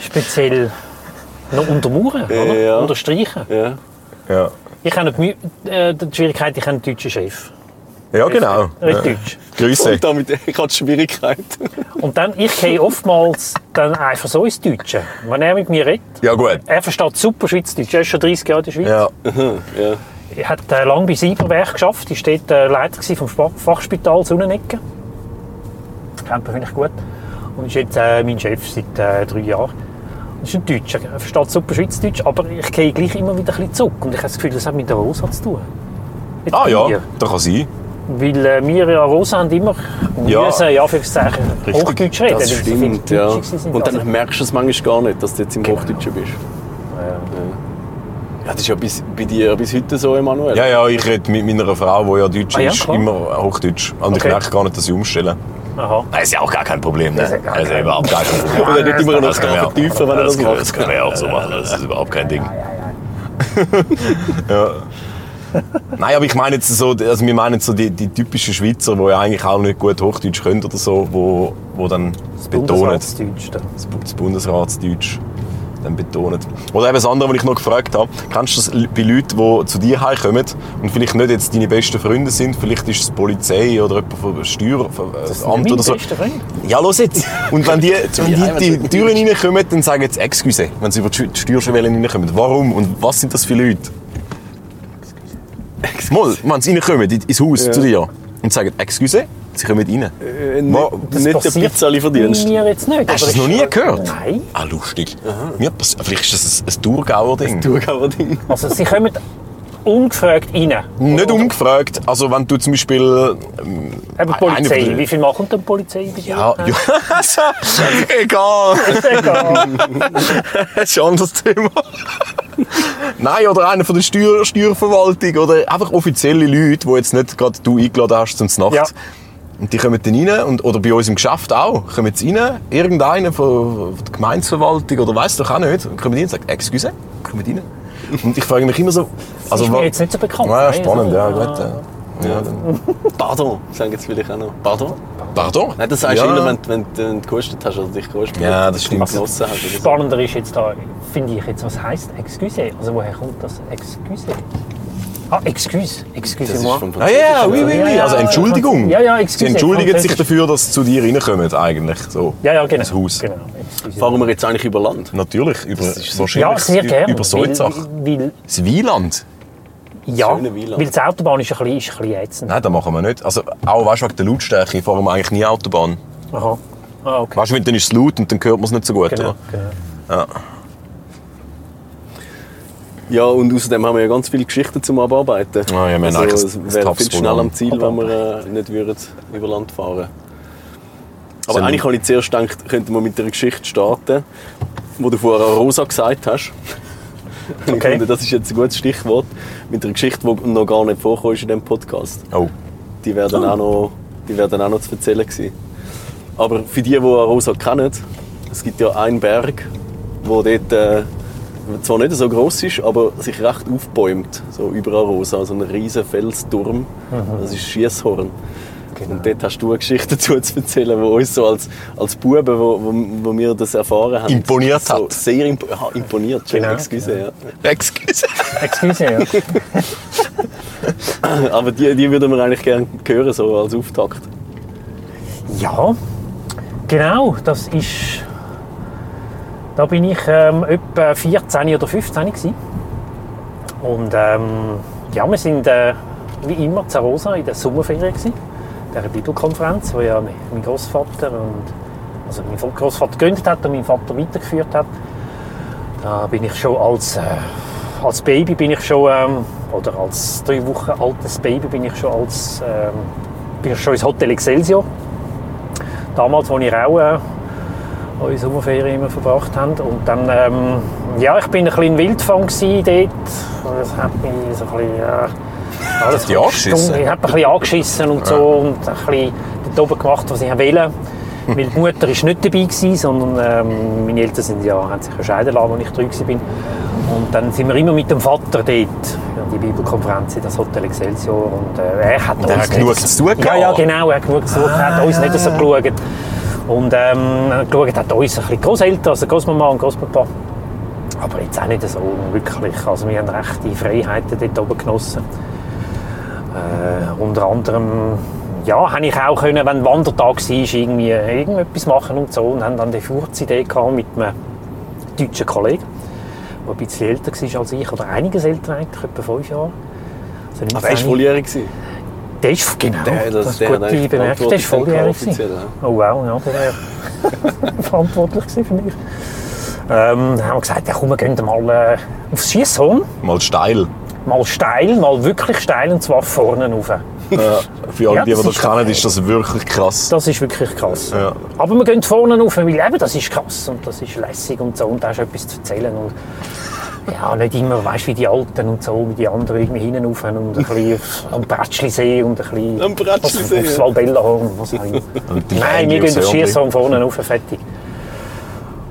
S4: speziell noch untermauern, oder?
S2: Ja.
S4: Unterstreichen.
S2: Ja.
S1: Ja,
S4: Ich habe die, Mühe- äh, die Schwierigkeit, ich habe einen deutschen Chef.
S1: ja genau.
S4: Recht
S1: Ja.
S4: deutsch.
S1: Grüße.
S2: Und damit ich hatte Schwierigkeiten.
S4: Und dann, ich gehe oftmals dann einfach so ins Deutsche. Wenn er mit mir redet,
S1: Ja, gut.
S4: er versteht super Schweizerdeutsch, er ist schon 30 Jahre in der Schweiz.
S1: Ja.
S2: ja.
S4: Er hat äh, lange bei Cyberwerk geschafft. Ich war dort äh, Leiter gewesen vom Spa- Fachspital Sonnenecke. Kennt man vielleicht gut. Und ist jetzt äh, mein Chef seit äh, drei Jahren. Das ist ein Deutscher, er versteht super Schweizerdeutsch, aber ich gehe gleich immer wieder ein bisschen zurück. Und ich habe das Gefühl, das hat mit der Rosa zu tun. Jetzt
S1: Ah
S4: bei
S1: ja,
S4: mir.
S1: das kann sein.
S4: Weil äh, wir ja Rosa haben immer
S1: Ja.
S4: müssen, ja, Anführungszeichen,
S1: Richtig.
S4: Hochdeutsch reden. weil
S2: Das
S4: so viele
S2: stimmt,
S4: Deutsche
S2: ja.
S4: gewesen sind.
S2: Und
S4: Also-
S2: dann merkst du es manchmal gar nicht, dass du jetzt im
S1: Genau.
S2: Hochdeutschen bist. Ja, das ist ja bis, bei dir bis heute so, Emanuel.
S1: Ja, ja, ich rede mit meiner Frau, die ja Deutsch
S4: Ah, ja,
S1: ist,
S4: klar.
S1: immer Hochdeutsch. Und ich
S4: Okay.
S1: merke gar nicht, dass sie umstellen.
S4: Aha.
S1: Das ist ja auch gar kein Problem. Ne? Das
S4: ist ja gar
S1: ist ja
S4: kein-
S1: überhaupt gar kein Problem.
S2: Aber er wird immer noch das
S1: können wir auch-
S2: vertiefen, wenn er das
S1: können-
S2: macht.
S1: Das können wir auch so machen, das ist überhaupt kein Ding. ja. Nein, aber ich meine jetzt so, also wir meinen jetzt so die, die typischen Schweizer, die ja eigentlich auch nicht gut Hochdeutsch können oder so, wo, wo dann betonen, das,
S4: Bundesratsdeutsch dann.
S1: Bu- das Bundesratsdeutsch dann betonen. Oder eben das andere, was ich noch gefragt habe, kennst du das bei Leuten, die zu dir heimkommen und vielleicht nicht jetzt deine besten Freunde sind, vielleicht ist es die Polizei oder jemand vom
S4: Das ist
S1: Steueramt
S4: mein
S1: oder so.
S4: bester Freund.
S1: Ja, los jetzt! Und wenn die, wenn die,
S2: heim, wenn
S1: die
S2: sie-
S1: Türen reinkommen, dann sagen sie «Excuse», wenn sie über die Schü- die Steuerschwelle reinkommen. Warum und was sind das für Leute? Mal, wenn sie reinkommen in- ins Haus
S2: Ja.
S1: zu dir und sagen «Excuse», sie kommen rein. Wo-
S2: Äh, nicht
S4: Das
S2: nicht der
S4: passiert
S2: Pizzali verdienst.
S4: Mir jetzt nicht.
S1: Hast du
S4: aber
S1: das noch
S4: ich-
S1: nie gehört?
S4: Nein.
S1: Ah, lustig. Mir pass- vielleicht ist das ein, ein Thurgauer-Ding.
S2: Du aber Ding.
S4: Also sie kommen ungefragt rein.
S1: Nicht umgefragt. Also wenn du zum Beispiel...
S4: Eben
S1: Ah,
S4: die
S1: Einer von
S4: Polizei.
S1: den-
S4: Wie viel machen denn die Polizei bei dir?
S1: Ja, ja. Egal.
S4: Ist egal.
S1: Das ist ein anderes Thema. Nein, oder einer von der Steuer, Steuerverwaltung oder einfach offizielle Leute, die jetzt nicht gerade du eingeladen hast zum Nacht.
S4: Ja.
S1: Und die kommen dann rein, und, oder bei uns im Geschäft auch, kommen jetzt rein, irgendeiner von, von der Gemeindeverwaltung oder weiss doch auch nicht, und kommen rein und sagen, «Excuse, kommen rein.» Und ich frage mich immer so... also
S4: ist mir
S1: wa-
S4: jetzt nicht so ne? bekannt.
S1: Nou Ja,
S4: Nein,
S1: spannend,
S4: so-
S1: ja, gut. Ja. Ja, dann.
S2: Pardon, sagen jetzt vielleicht auch noch. Pardon?
S1: Pardon?
S2: Nein, das sagst du
S1: Ja.
S2: immer, wenn, du- wenn, du- wenn du gekostet hast oder dich gekostet
S1: Ja,
S2: hast,
S1: das
S2: oder
S1: stimmt.
S2: genossen hast. Oder so.
S4: eh, Spannender ist jetzt da, finde ich jetzt, was heisst Excuse? Also woher kommt das Excuse? Ah, Excuse. Excuse
S2: Das ist
S4: moi.
S2: vom
S1: Ah ja, oui,
S2: Französischen,
S1: oui,
S4: Ja,
S1: oui.
S4: ja,
S1: Also
S4: ja.
S1: Entschuldigung.
S4: Ja, ja, excuse,
S1: Sie entschuldigen sich
S4: Französisch.
S1: dafür, dass sie zu dir reinkommen eigentlich. So.
S4: Ja, nou. ja, genau.
S1: Das Haus.
S4: Genau. Excuse.
S2: Fahren wir jetzt eigentlich über Land?
S1: Natürlich, über,
S2: ist so-
S1: wahrscheinlich
S4: Ja, sehr gerne.
S1: über solche Sachen.
S4: Weil, weil,
S1: Das Wieland?
S4: ja,
S2: Schöne Wieland.
S4: weil die Autobahn ist ein bisschen, ist ein bisschen ätzend.
S1: Nein, das machen wir nicht. Also, auch weißt, du, wegen der Lautstärke fahren wir eigentlich nie Autobahn.
S4: Aha. Ah, nou, okay.
S1: Weißt du, dann ist es laut und dann hört man es nicht so gut.
S4: Genau,
S1: Oder?
S4: genau.
S2: Ja, und außerdem haben wir ja ganz viele Geschichten zum Abarbeiten.
S1: Ah, ja, wir haben eigentlich
S2: also,
S1: ein- ein
S2: es wäre
S1: toughes
S2: viel schneller am
S1: Programm.
S2: Ziel, wenn wir äh, nicht würden über Land fahren Aber
S1: Sind-
S2: eigentlich habe ich zuerst gedacht, könnten wir mit einer Geschichte starten, wo du vorher auch Rosa gesagt hast. Ich
S4: Okay.
S2: finde, das ist jetzt ein gutes Stichwort. Mit einer Geschichte, die noch gar nicht vorkommt in diesem Podcast.
S1: Oh.
S2: Die werden auch noch, die werden auch noch zu erzählen gewesen. Aber für die, die Arosa kennen, es gibt ja einen Berg, wo dort äh, zwar nicht so groß ist, aber sich recht aufbäumt, so über Arosa, also ein riesen Felsturm. Das ist Schiesshorn. Und dort hast du eine Geschichte dazu zu erzählen, die uns so als, als Buben, wo, wo, wo wir das erfahren haben,
S1: Imponiert
S2: so
S1: hat.
S2: sehr imp ah, imponiert. Genau.
S4: Genau.
S2: Excuse, Ja.
S1: Excuse.
S4: Excuse, ja.
S2: Aber die, die würden wir eigentlich gerne hören, so als Auftakt.
S4: Ja, genau, das ist. Da bin ich ähm, etwa 14 oder 15 gewesen. Und ähm, ja, wir sind äh, wie immer zu Rosa in der Sommerferien gewesen, der Bibelkonferenz, wo ja mein Großvater und also mein Großvater gegründet hat und mein Vater weitergeführt hat. Da bin ich schon als, äh, als Baby bin ich schon ähm, oder als drei Wochen altes Baby bin ich schon als ähm, bin ich schon ins Hotel Excelsior damals, als ich auch äh, unsere Sommerferien immer verbracht haben. Und dann, ähm, ja, ich bin ein bisschen ein Wildfang gewesen dort. Das hat mich so ein bisschen, äh, alles
S1: dich angeschissen?
S4: Ich habe mich ein bisschen angeschissen und so und ein bisschen dort oben gemacht, was ich wollte. Weil die Mutter war nicht dabei, gewesen, sondern ähm, meine Eltern sind, ja, haben sich ja scheiden lassen, als ich drei war. Und dann sind wir immer mit dem Vater dort, an die Bibelkonferenz in das Hotel Excelsior. Und äh, er hat
S1: der
S4: uns
S1: hat genug
S4: nicht-
S1: zu tun
S4: Ja, ja,
S1: gehabt. Ah.
S4: genau, er hat genug zu tun gehabt, hat uns nicht so geschaut. Und ähm, geschaut hat uns ein bisschen Großeltern, also Großmama und Großpapa. Aber jetzt auch nicht so wirklich. Also wir haben rechte Freiheiten dort oben genossen. Äh, unter anderem ja, habe ich auch können, wenn Wandertag war, irgendwie irgendetwas machen und so. Und haben dann die Furzidee gehabt mit einem deutschen Kollegen, der ein bisschen älter war als ich, oder einiges älter eigentlich, etwa fünf Jahre.
S2: Aber
S4: Also
S2: er war
S4: 19.
S2: volljährig. gewesen.
S4: Der ist, genau,
S2: Der- das-
S4: das, ist
S2: der
S4: eine
S2: hat
S4: gute
S2: eigentlich
S4: Bemerkung. Der ist volljährig.
S2: verantwortlich offiziell,
S4: gewesen. Oh wow, ja, der war verantwortlich gewesen für mich. Ähm, dann haben wir gesagt, ja, komm, wir gehen mal äh, aufs Schiesshorn.
S1: Mal steil.
S4: Mal steil, mal wirklich steil und zwar vorne rauf.
S1: Ja, für alle,
S4: Ja,
S1: die, die
S4: das
S1: das
S4: ist geil.
S1: kennen, ist das wirklich krass.
S4: Das ist wirklich krass.
S1: Ja.
S4: Aber wir gehen vorne rauf, weil eben, das ist krass und das ist lässig und so und da ist etwas zu erzählen. Und ja, nicht immer, weißt wie die Alten und so, wie die anderen irgendwie hinten rauf und ein bisschen auf- am Bratschlisee und ein bisschen
S2: Am Bratschlisee,
S4: aufs
S2: ja.
S4: Valbellahorn, was auch immer.
S1: die
S4: Nein, wir
S1: Leine
S4: gehen
S1: aufs
S4: auf
S1: Hörnli.
S4: Schiersam vorne rauf, fertig.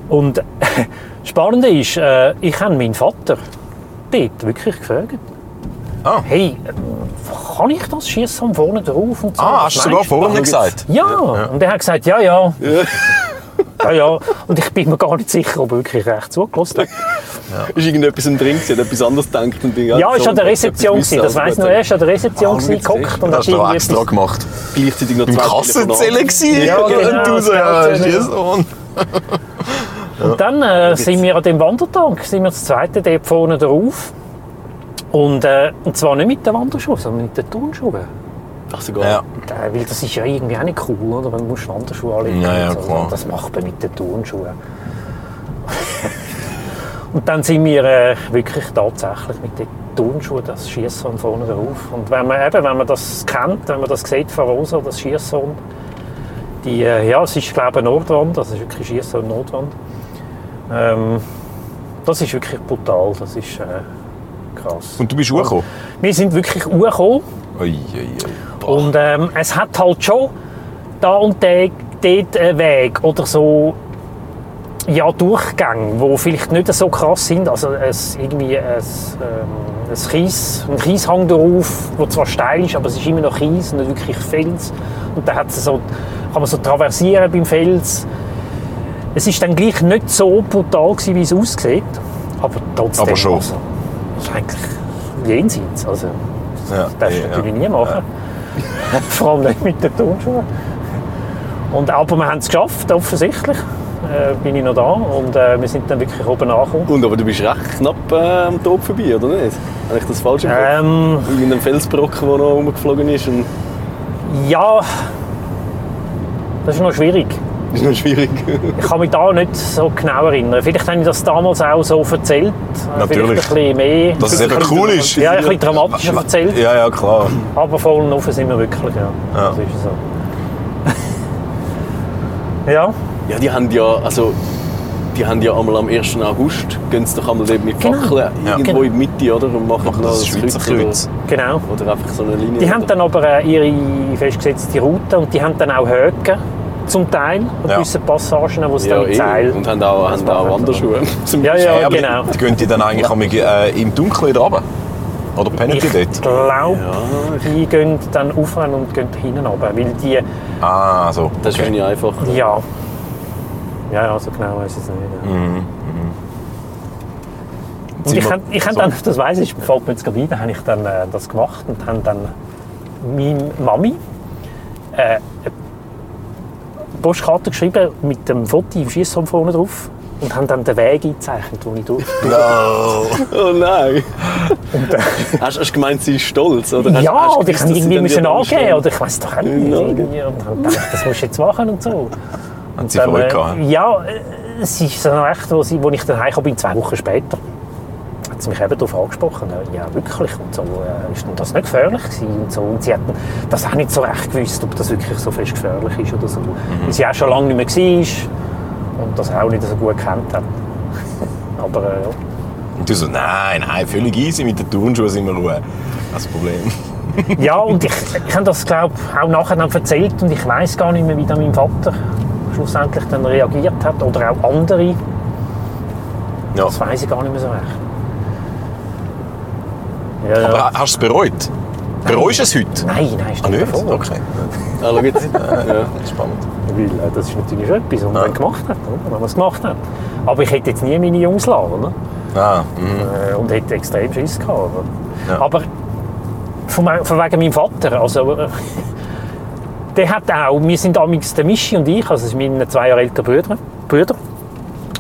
S4: Und spannend ist, äh, ich habe meinen Vater dort wirklich gefragt.
S1: Ah.
S4: Hey, äh, kann ich das Schiersam vorne drauf und so?
S1: Ah,
S4: Was
S1: hast du sogar
S4: meinst
S1: vorne gesagt?
S4: ja, und er hat gesagt, ja, ja. Ja, ja. Und ich bin mir gar nicht sicher, ob er wirklich recht zugelassen hat.
S2: Ist irgendetwas im Drink, gewesen, hat etwas anderes gedacht und bin
S4: Ja, ist an der Rezeption. gewesen, Das weiss nur, er ist an der Rezeption
S2: Ah,
S4: gewesen,
S2: witzig.
S4: gehockt und
S1: Das hast
S4: hat
S1: du noch
S4: irgendwie
S1: extra
S4: etwas-
S1: gemacht.
S2: Gleichzeitig noch
S1: Im
S2: zwei
S1: Kassenzähler gewesen.
S4: Ja, genau,
S1: Und du so,
S4: das
S1: ja,
S4: Kassenzähler.
S1: ist so.
S4: Und dann äh, sind wir an dem Wandertag, sind wir das zweite dort vorne drauf. Und, äh, und zwar nicht mit den Wanderschuhen, sondern mit den Turnschuhen.
S2: Ach, sogar.
S1: Ja,
S4: Und, äh, Weil das ist ja irgendwie auch nicht cool, oder? Wenn du musst Wanderschuhe anlegen
S1: Ja, ja,
S4: und so.
S1: klar.
S4: Das macht man mit den Turnschuhen. und dann sind wir äh, wirklich tatsächlich mit den Turnschuhen das Schiessen vorne drauf. Und wenn man, eben, wenn man das kennt, wenn man das sieht von Rosa, das Schiessen, die, äh, ja, es ist glaube ich eine Nordwand, das ist wirklich Schiessen Nordwand. Ähm, das ist wirklich brutal, das ist äh, krass.
S1: Und du bist hochgekommen?
S4: Wir sind wirklich hochgekommen.
S1: Ui, ui, ui.
S4: Und ähm, es hat halt schon da und da- dort einen Weg oder so ja, Durchgänge, die vielleicht nicht so krass sind. Also es, irgendwie ein, ähm, ein, Kies, ein Kieshang drauf, der zwar steil ist, aber es ist immer noch Kies und nicht wirklich Fels. Und da hat's so, kann man so traversieren beim Fels. Es ist dann gleich nicht so brutal, gewesen, wie es aussieht, aber trotzdem.
S1: Aber schon.
S4: Also, das ist eigentlich jenseits. Also,
S1: Ja,
S4: das darfst
S1: ja,
S4: du natürlich nie machen. Vor allem nicht mit den Turnschuhen. Und, aber wir haben es geschafft, offensichtlich. Äh, bin ich noch da und äh, wir sind dann wirklich oben angekommen.
S2: Und aber du bist recht knapp äh, am Tod vorbei, oder nicht? Habe ich das falsch im Kopf?
S4: Ähm,
S2: Irgendein Felsbrocken, der noch rumgeflogen ist. Und
S4: ja, das ist noch schwierig.
S2: das ist noch schwierig.
S4: Ich kann mich da nicht so genau erinnern. Vielleicht habe ich das damals auch so erzählt. Äh,
S1: Natürlich.
S4: Vielleicht ein bisschen mehr.
S1: Dass es eben cool ist.
S4: ja, ein bisschen dramatischer erzählt.
S1: Ja, ja, klar.
S4: Aber vorne und offen sind wir wirklich, ja.
S1: Ja.
S4: Das ist so. ja.
S2: ja, die haben ja, also, die haben ja einmal am 1. August, gehen sie doch einmal dort mit
S4: Genau.
S2: Fackeln
S1: Ja.
S2: irgendwo in die Mitte, oder? Und machen, noch
S1: Das
S2: ein
S1: ist Schweizer Kreuz.
S4: Genau.
S2: Oder, oder einfach so eine Linie.
S4: Die haben dann aber äh, ihre festgesetzte Route und die haben dann auch Höken zum Teil an
S1: Ja.
S4: gewissen Passagen, wo es
S2: ja,
S4: dann mit
S2: eh.
S4: Seil...
S2: Und haben auch, haben auch Wanderschuhe. Zum
S4: Ja, ja,
S1: Hey, aber
S4: genau.
S1: Die gehen die dann eigentlich am- äh, im Dunkeln da runter? Oder pennen die
S4: Ich
S1: dort?
S4: glaube,
S2: Ja,
S4: die gehen dann auf und gehen hinten runter, weil die...
S1: Ah, so.
S2: Das ist ja einfach.
S4: Ja. Ja, ja, so genau weiß ich es nicht. ja.
S2: Mhm,
S4: Und ich, hab- ich hab dann, das weiss ich, fällt mir jetzt gerade ein, da habe ich dann äh, das gemacht und habe dann meine Mami äh, eine Postkarte geschrieben mit dem Foto im Schiessum vorne drauf und haben dann den Weg eingezeichnet, wo ich durch
S1: No.
S2: Oh nein! hast, hast du gemeint, sie ist stolz? Oder hast,
S4: Ja,
S2: hast
S4: oder ich
S2: gewusst, dass
S4: musste
S2: sie
S4: irgendwie
S2: dann
S4: müssen
S2: wieder
S4: angeben
S2: anstehen?
S4: oder ich weiß doch auch nicht.
S2: Ja,
S4: irgendwie. Und dann dachte ich, das musst du jetzt machen und so.
S1: Haben sie Freude gehabt?
S4: äh,
S1: hä?
S4: ja, äh, es ist dann echt, wo, sie, wo ich dann heimgekommen bin, zwei Wochen später, hat sie mich eben darauf angesprochen. Ja, wirklich. Und so, äh, ist denn das nicht gefährlich gewesen? Und, so. und sie hat dann das auch nicht so recht gewusst, ob das wirklich so fest gefährlich ist oder so. Weil sie auch schon lange nicht mehr war. und das auch nicht so gut gekannt haben. Aber äh, ja.
S1: Und du so, nein, nein, völlig easy, mit den Turnschuhen sind wir ruhig. Das Problem.
S4: Ja, und ich, ich habe das, glaube auch nachher dann erzählt und ich weiß gar nicht mehr, wie dann mein Vater schlussendlich dann reagiert hat oder auch andere.
S1: Ja.
S4: Das weiß ich gar nicht mehr so recht. Ja, ja.
S1: Aber hast du es bereut? Bereust du es heute?
S4: nein, nein,
S1: Ah,
S4: steht
S1: nicht?
S4: davor.
S1: Okay.
S2: Ah, schau jetzt. ja.
S1: Spannend.
S4: Weil äh, das ist natürlich schon etwas, was man
S1: Ja.
S4: dann gemacht hat, oder? wenn man es gemacht hat. Aber ich hätte jetzt nie meine Jungs lassen, oder?
S1: Ah, mhm.
S4: Äh, und hätte extrem Schiss gehabt. Oder?
S1: Ja.
S4: Aber von, mein- von wegen meinem Vater, also äh, der hat auch, wir sind damals der Mischi und ich, also es sind meine zwei Jahre älteren Brüder, Brüder,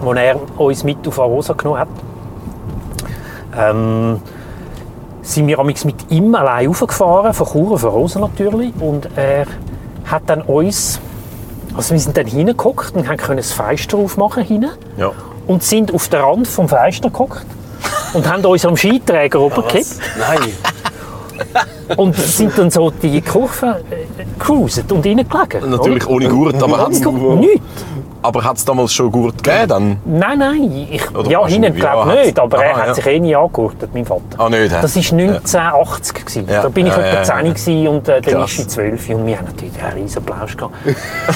S4: wo er uns mit auf Arosa genommen hat, ähm, sind wir damals mit ihm allein raufgefahren, von Chur auf Arosa natürlich, und er hat dann uns, also wir sind dann hineingeguckt und haben können das Fenster aufmachen hinten
S1: Ja.
S4: und sind auf den Rand vom Fenster geguckt und haben uns am Skiträger runtergekippt
S2: Nein.
S4: und sind dann so die Kurve äh, gecruiset und reingelegen.
S1: Natürlich ohne Gurt, aber hat's-
S4: Oder? Nichts.
S1: Aber hat es damals schon Gurt gegeben? Dann?
S4: Nein, nein. Ich,
S1: Oder
S4: ja,
S1: wahrscheinlich,
S4: hinten
S1: ja,
S4: glaube
S1: hat's-
S4: nicht, aber er
S1: Aha,
S4: hat
S1: ja.
S4: sich eh nie angehurtet, mein Vater.
S1: Ah, nicht? hä?
S4: Das war 1980. gewesen.
S1: Ja.
S4: Da bin ich
S1: Ja,
S4: etwa
S1: ja,
S4: 10
S1: ja.
S4: gewesen und äh, dann
S1: Krass.
S4: ist ich 12 und wir haben natürlich einen riesen Plausch gehabt.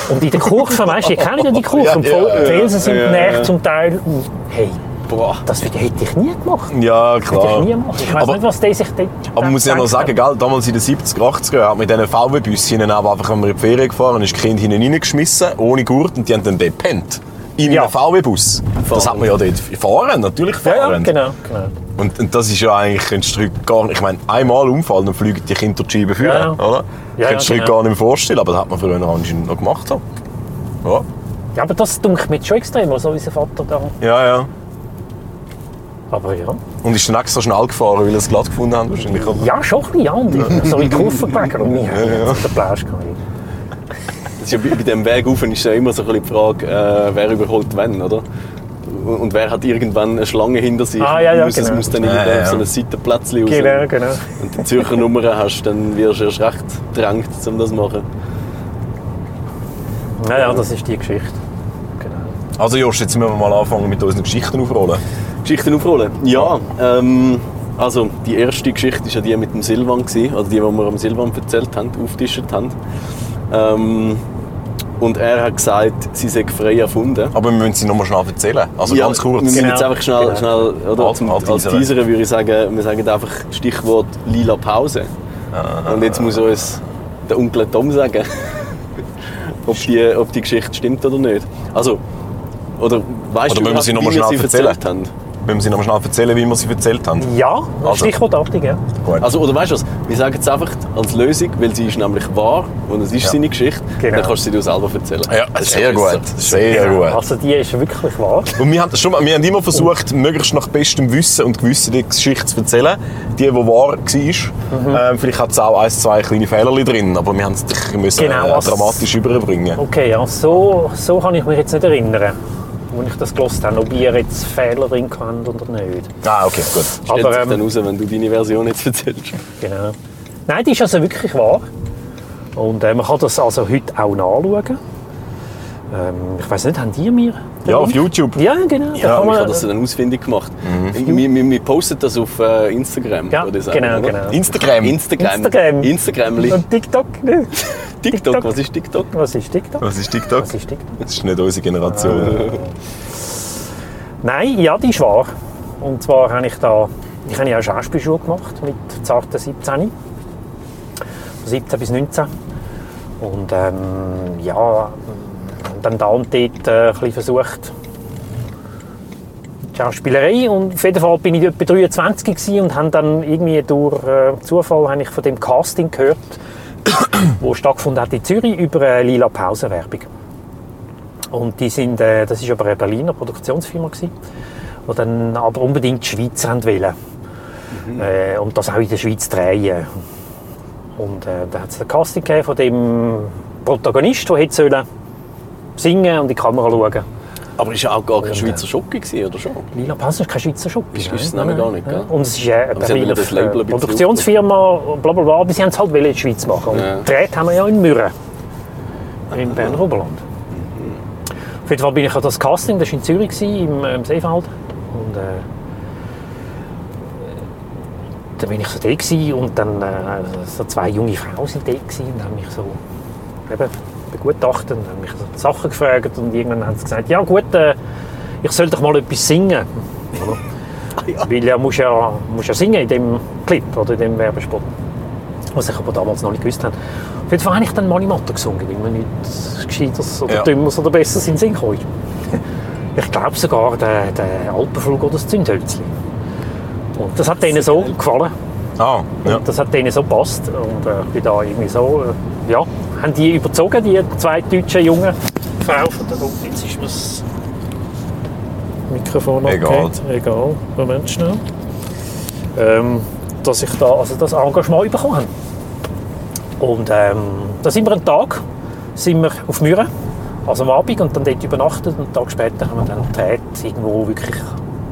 S4: und in der Kurve, weißt du, ich kenne ja die Kurve,
S1: Ja,
S4: und
S1: ja,
S4: voll-
S1: ja,
S4: die Felsen sind
S2: ja,
S4: näher
S2: ja.
S4: zum Teil. Und, hey,
S2: Boah.
S4: das hätte ich nie gemacht.
S1: Ja,
S4: Hätte ich
S1: klar.
S4: nie gemacht. Ich weiß
S1: Aber-
S4: nicht, was der sich dort
S1: Aber man muss ja noch
S4: gedacht
S1: sagen,
S4: hat.
S1: gell, damals in den 70er, 80er Jahren mit diesen VW-Büssen hinten aber einfach, wenn wir in die Ferien gefahren ist das Kind hinten reingeschmissen, ohne Gurt, und die haben dann dort gepennt. In
S4: Ja.
S1: einem VW-Bus. Das hat man ja dort fahren, natürlich
S4: Ja,
S1: fahren.
S4: ja, genau, genau.
S1: und, und das ist ja eigentlich, könntest du dir heute gar nicht, ich meine, einmal umfallen, dann fliegen die Kinder die Scheibe führen,
S4: Ja, ja.
S1: oder?
S4: Ja,
S1: könntest du
S4: ja,
S1: dir heute
S4: genau.
S1: gar nicht mehr vorstellen, aber das hat man früher anscheinend noch gemacht. so. Ja,
S4: Ja, aber das dunkelt mir jetzt schon extrem, so wie sein Vater da.
S1: ja, ja.
S4: Aber ja.
S1: Und ist dann extra schnell gefahren, weil sie es glatt gefunden haben wahrscheinlich, oder?
S4: Ja, schon ein bisschen anders. So in die Kurve gelegen und wir haben jetzt den Plausch gehabt.
S2: Das ist ja bei, bei dem Weg rauf ist ja immer so ein bisschen die Frage, äh, wer überholt wen, oder? Und und wer hat irgendwann eine Schlange hinter sich?
S4: Ah, ja, ja,
S2: muss,
S4: genau.
S2: Es muss dann
S1: Ja,
S2: irgendwann
S1: ja,
S2: auf so
S1: ja.
S2: ein Seitenplätzchen raus.
S4: Genau, genau.
S2: Und die Zürcher Nummern hast, dann wirst du erst recht gedrängt, um das zu machen.
S4: Ja, ja, das ist die Geschichte. Genau.
S1: Also Josch, jetzt müssen wir mal anfangen mit unseren Geschichten aufrollen.
S2: Geschichten aufrollen? Ja. Ähm, also, die erste Geschichte war ja die mit dem Silvan, gewesen, also die, die wir am Silvan erzählt haben, aufgetischt haben. Ähm, und er hat gesagt, sie sei frei erfunden.
S1: Aber wir müssen sie nochmal schnell erzählen. Also
S2: Ja,
S1: ganz kurz.
S2: Wir müssen
S4: Genau.
S2: jetzt einfach schnell,
S4: Genau.
S2: schnell oder,
S1: Alt-
S2: zum,
S1: alt
S2: als
S1: teasern.
S2: Teaser würde ich sagen, wir sagen einfach Stichwort lila Pause.
S1: Ah.
S2: Und jetzt muss uns der Onkel Tom sagen, ob die, ob die Geschichte stimmt oder nicht. Also, oder weißt
S1: Oder
S2: du,
S1: müssen wir sie noch mal
S2: wie wir
S1: schnell
S2: sie
S1: erzählen?
S2: erzählt haben?
S1: Wir müssen sie nochmal schnell erzählen, wie wir sie erzählt haben.
S4: Ja,
S1: Also.
S4: stichwortartig, ja.
S1: Gut.
S2: Also, oder weißt du was? Wir sagen es einfach als Lösung, weil sie ist nämlich wahr und es ist
S1: Ja.
S2: seine Geschichte.
S4: Genau.
S2: Dann kannst du sie dir selber erzählen.
S1: ja,
S2: Das ist
S1: sehr
S2: besser.
S1: gut. Sehr gut.
S4: Also die ist wirklich wahr.
S1: Und wir haben, schon, mal- wir haben immer versucht, möglichst nach bestem Wissen und Gewissen die Geschichte zu erzählen. Die, die wahr war. Ähm, vielleicht hat es auch ein, zwei kleine Fehler drin, aber wir haben es sicher müssen,
S4: Genau,
S1: äh,
S4: was-
S1: dramatisch überbringen.
S4: Okay, ja, so, so kann ich mich jetzt nicht erinnern, als ich das gelesen habe, ob ihr jetzt Fehler drin habt oder nicht.
S1: Ah, okay, gut.
S2: Stellt
S4: Aber,
S2: sich
S4: ähm,
S2: dann raus, wenn du deine Version jetzt erzählst.
S4: Genau. Nein, die ist also wirklich wahr. Und äh, man kann das also heute auch nachschauen. Ähm, ich weiß nicht, haben die mir? den
S1: Ja,
S4: Link?
S1: auf YouTube.
S4: Ja, genau. da
S2: Ja,
S4: kann
S2: ich
S4: man,
S2: habe das dann ausfindig gemacht. Wir, wir, wir posten das auf äh, Instagram,
S4: Mhm. Ja,
S2: würde ich sagen.
S4: genau,
S2: oder?
S4: genau.
S1: Instagram.
S2: Instagram.
S4: Instagram.
S2: Instagramli.
S4: Und TikTok nicht.
S2: TikTok.
S4: TikTok.
S2: was ist TikTok?
S4: Was ist TikTok?
S1: Was ist TikTok?
S4: Was ist TikTok?
S1: Das ist nicht unsere Generation.
S4: Nein, ja, die ist wahr. Und zwar habe ich da, ich habe ja auch Schauspielschule gemacht mit zarten 17. Von 17 bis 19. Und ähm, ja, dann da und dort äh, ein bisschen versucht, die Schauspielerei. Und auf jeden Fall bin ich etwa 23 gewesen und habe dann irgendwie durch äh, Zufall habe ich von dem Casting gehört, wo stattgefunden hat in Zürich über eine lila Pausenwerbung. Und die sind, äh, das ist aber eine Berliner Produktionsfirma gewesen, die dann aber unbedingt die Schweiz haben wollen.
S2: Mhm.
S4: Äh, und das auch in der Schweiz drehen. Und äh, da hat es ein Casting gegeben von dem Protagonist, der hätte sollen singen und in die Kamera schauen.
S2: Aber ist ja auch gar kein Schweizer Schocke gewesen, oder schon?
S4: Lila Pass ist kein Schweizer Shop.
S2: Ist- ist es nämlich gar nicht, gell?
S4: Und es ist äh, eine
S2: Aber sie haben
S4: Berliner
S2: das Label ein bisschen
S4: Produktionsfirma, bla bla bla, aber sie haben es halt wollen in der Schweiz machen. Und
S2: Ja.
S4: gedreht haben wir ja in Mürren, im Berner Oberland. Auf jeden Fall bin ich an das Casting, das war in Zürich, gewesen, im, im Seefeld. Und äh, dann bin ich so da gewesen und dann äh, so zwei junge Frauen sind da gewesen und haben mich so eben begutachtet und haben mich so Sachen gefragt und irgendwann haben sie gesagt, ja gut, äh, ich soll doch mal etwas singen. Oder? Weil ja muss ja, muss ja singen in dem Clip oder in dem Werbespot. Was ich aber damals noch nicht gewusst habe. Auf jeden Fall habe ich dann Monimoto gesungen, weil mir nichts Gescheiteres oder
S1: Ja.
S4: Dümmeres oder Besseres in den Sinn kam. Ich glaube sogar der, der Alpenflug oder das Zündhölzchen. Und das hat denen so gefallen.
S1: Ah, ja.
S4: Und das hat denen so gepasst. Und äh, ich bin da irgendwie so, äh, ja, haben die überzogen, die zwei deutschen jungen Frauen von der Gruppe. Jetzt ist mir das Mikrofon
S1: Egal.
S4: abgehängt. Egal. Moment schnell. Ähm, dass ich da also das Engagement bekommen habe. Und ähm, da sind wir einen Tag sind wir auf Mühren, also am Abend, und dann dort übernachtet. Und einen Tag später haben wir dann gedreht, irgendwo wirklich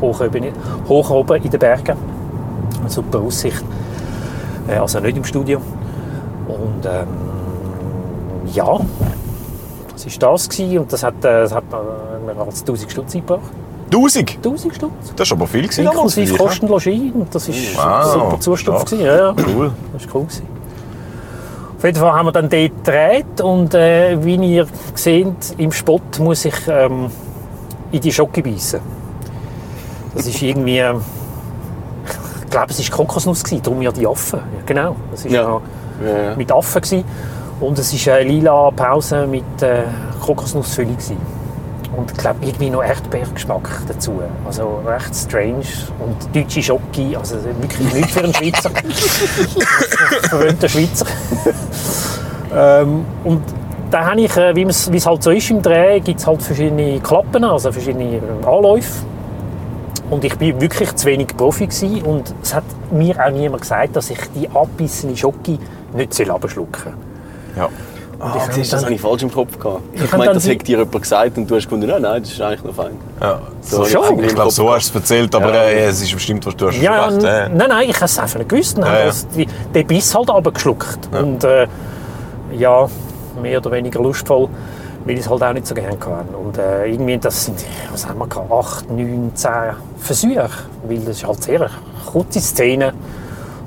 S4: hoch oben, hoch oben in den Bergen. Eine super Aussicht. Äh, also nicht im Studio. Und ähm, ja, das war das. Gewesen. Und das hat, äh, das hat mir mir als 1000 Stutz eingebracht.
S1: 1000?
S4: 1000 Stutz?
S1: Das ist aber viel gewesen. damals für
S4: Inklusive
S1: dich,
S4: Kosten Logis. Und das ist
S1: Wow,
S4: ein super Zustand.
S1: stark.
S4: gewesen. Ja, ja.
S1: ne? Cool.
S4: Das war cool. gewesen. Auf jeden Fall haben wir dann dort gedreht und äh, wie ihr seht, im Spot muss ich ähm, in die Schocke beißen. Das ist irgendwie, ähm, ich glaube es war Kokosnuss, gewesen, darum ja die Affen. Ja, genau, das ist ja.
S2: Ja. Ja, ja.
S4: mit Affen. Gewesen. Und es war eine lila Pause mit äh, Kokosnussfüllung. Gewesen. Und ich glaube irgendwie noch Erdbeergeschmack dazu. Also recht strange. Und deutsche Schocke, also wirklich nicht für einen Schweizer verwöhnter Schweizer. ähm, und da habe ich, äh, wie man's- wie es halt so ist im Dreh, gibt es halt verschiedene Klappen, also verschiedene äh, Anläufe. Und ich bin wirklich zu wenig Profi gewesen und es hat mir auch niemand gesagt, dass ich die abbissene Schocke nicht abschlucken soll.
S1: Ja.
S2: Ah, siehst du, das
S4: dann-
S2: habe ich falsch im Kopf gehabt. Ich
S4: kann
S2: meine,
S4: dann
S2: das
S4: die-
S2: hätte dir jemand gesagt und du hast gefunden, nein, nein, das ist eigentlich noch fein.
S1: ja.
S2: So,
S4: schon?
S2: habe
S1: Ich
S2: im
S1: glaube,
S2: Kopf
S1: so hast du es erzählt, aber
S2: Ja.
S1: äh, es ist bestimmt, was du hast
S4: Ja,
S1: gemacht.
S4: n-
S1: Äh.
S4: nein, nein, ich habe es einfach nicht gewusst. Dann
S1: Ja,
S4: habe
S1: ja.
S4: ich das- die- den Biss halt runtergeschluckt. Und äh, ja, mehr oder weniger lustvoll, weil ich es halt auch nicht so gerne kann. Und äh, irgendwie, das sind, was haben wir gehabt, acht, neun, zehn Versuche. Weil das ist halt sehr eine kurze Szene.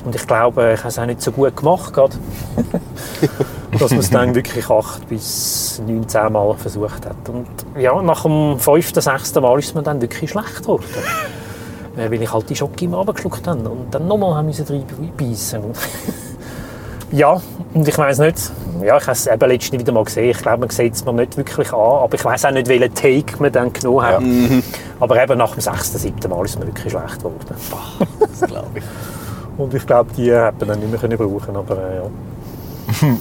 S4: Und ich glaube, ich habe es auch nicht so gut gemacht gerade. dass man es dann wirklich acht bis neun, zehn Mal versucht hat. Und ja, nach dem fünften, sechsten Mal ist es mir dann wirklich schlecht geworden. Äh, weil ich halt die Schocke immer runtergeschluckt habe und dann nochmal haben müssen reinbeissen. ja, und ich weiß nicht, ja, ich habe es eben letztens wieder mal gesehen, ich glaube, man sieht es mir nicht wirklich an, aber ich weiß auch nicht, welchen Take man dann genommen hat. Aber eben nach dem sechsten, siebten Mal ist es mir wirklich schlecht geworden.
S2: Das glaube ich.
S4: Und ich glaube, die hat man dann nicht mehr können brauchen aber äh, ja.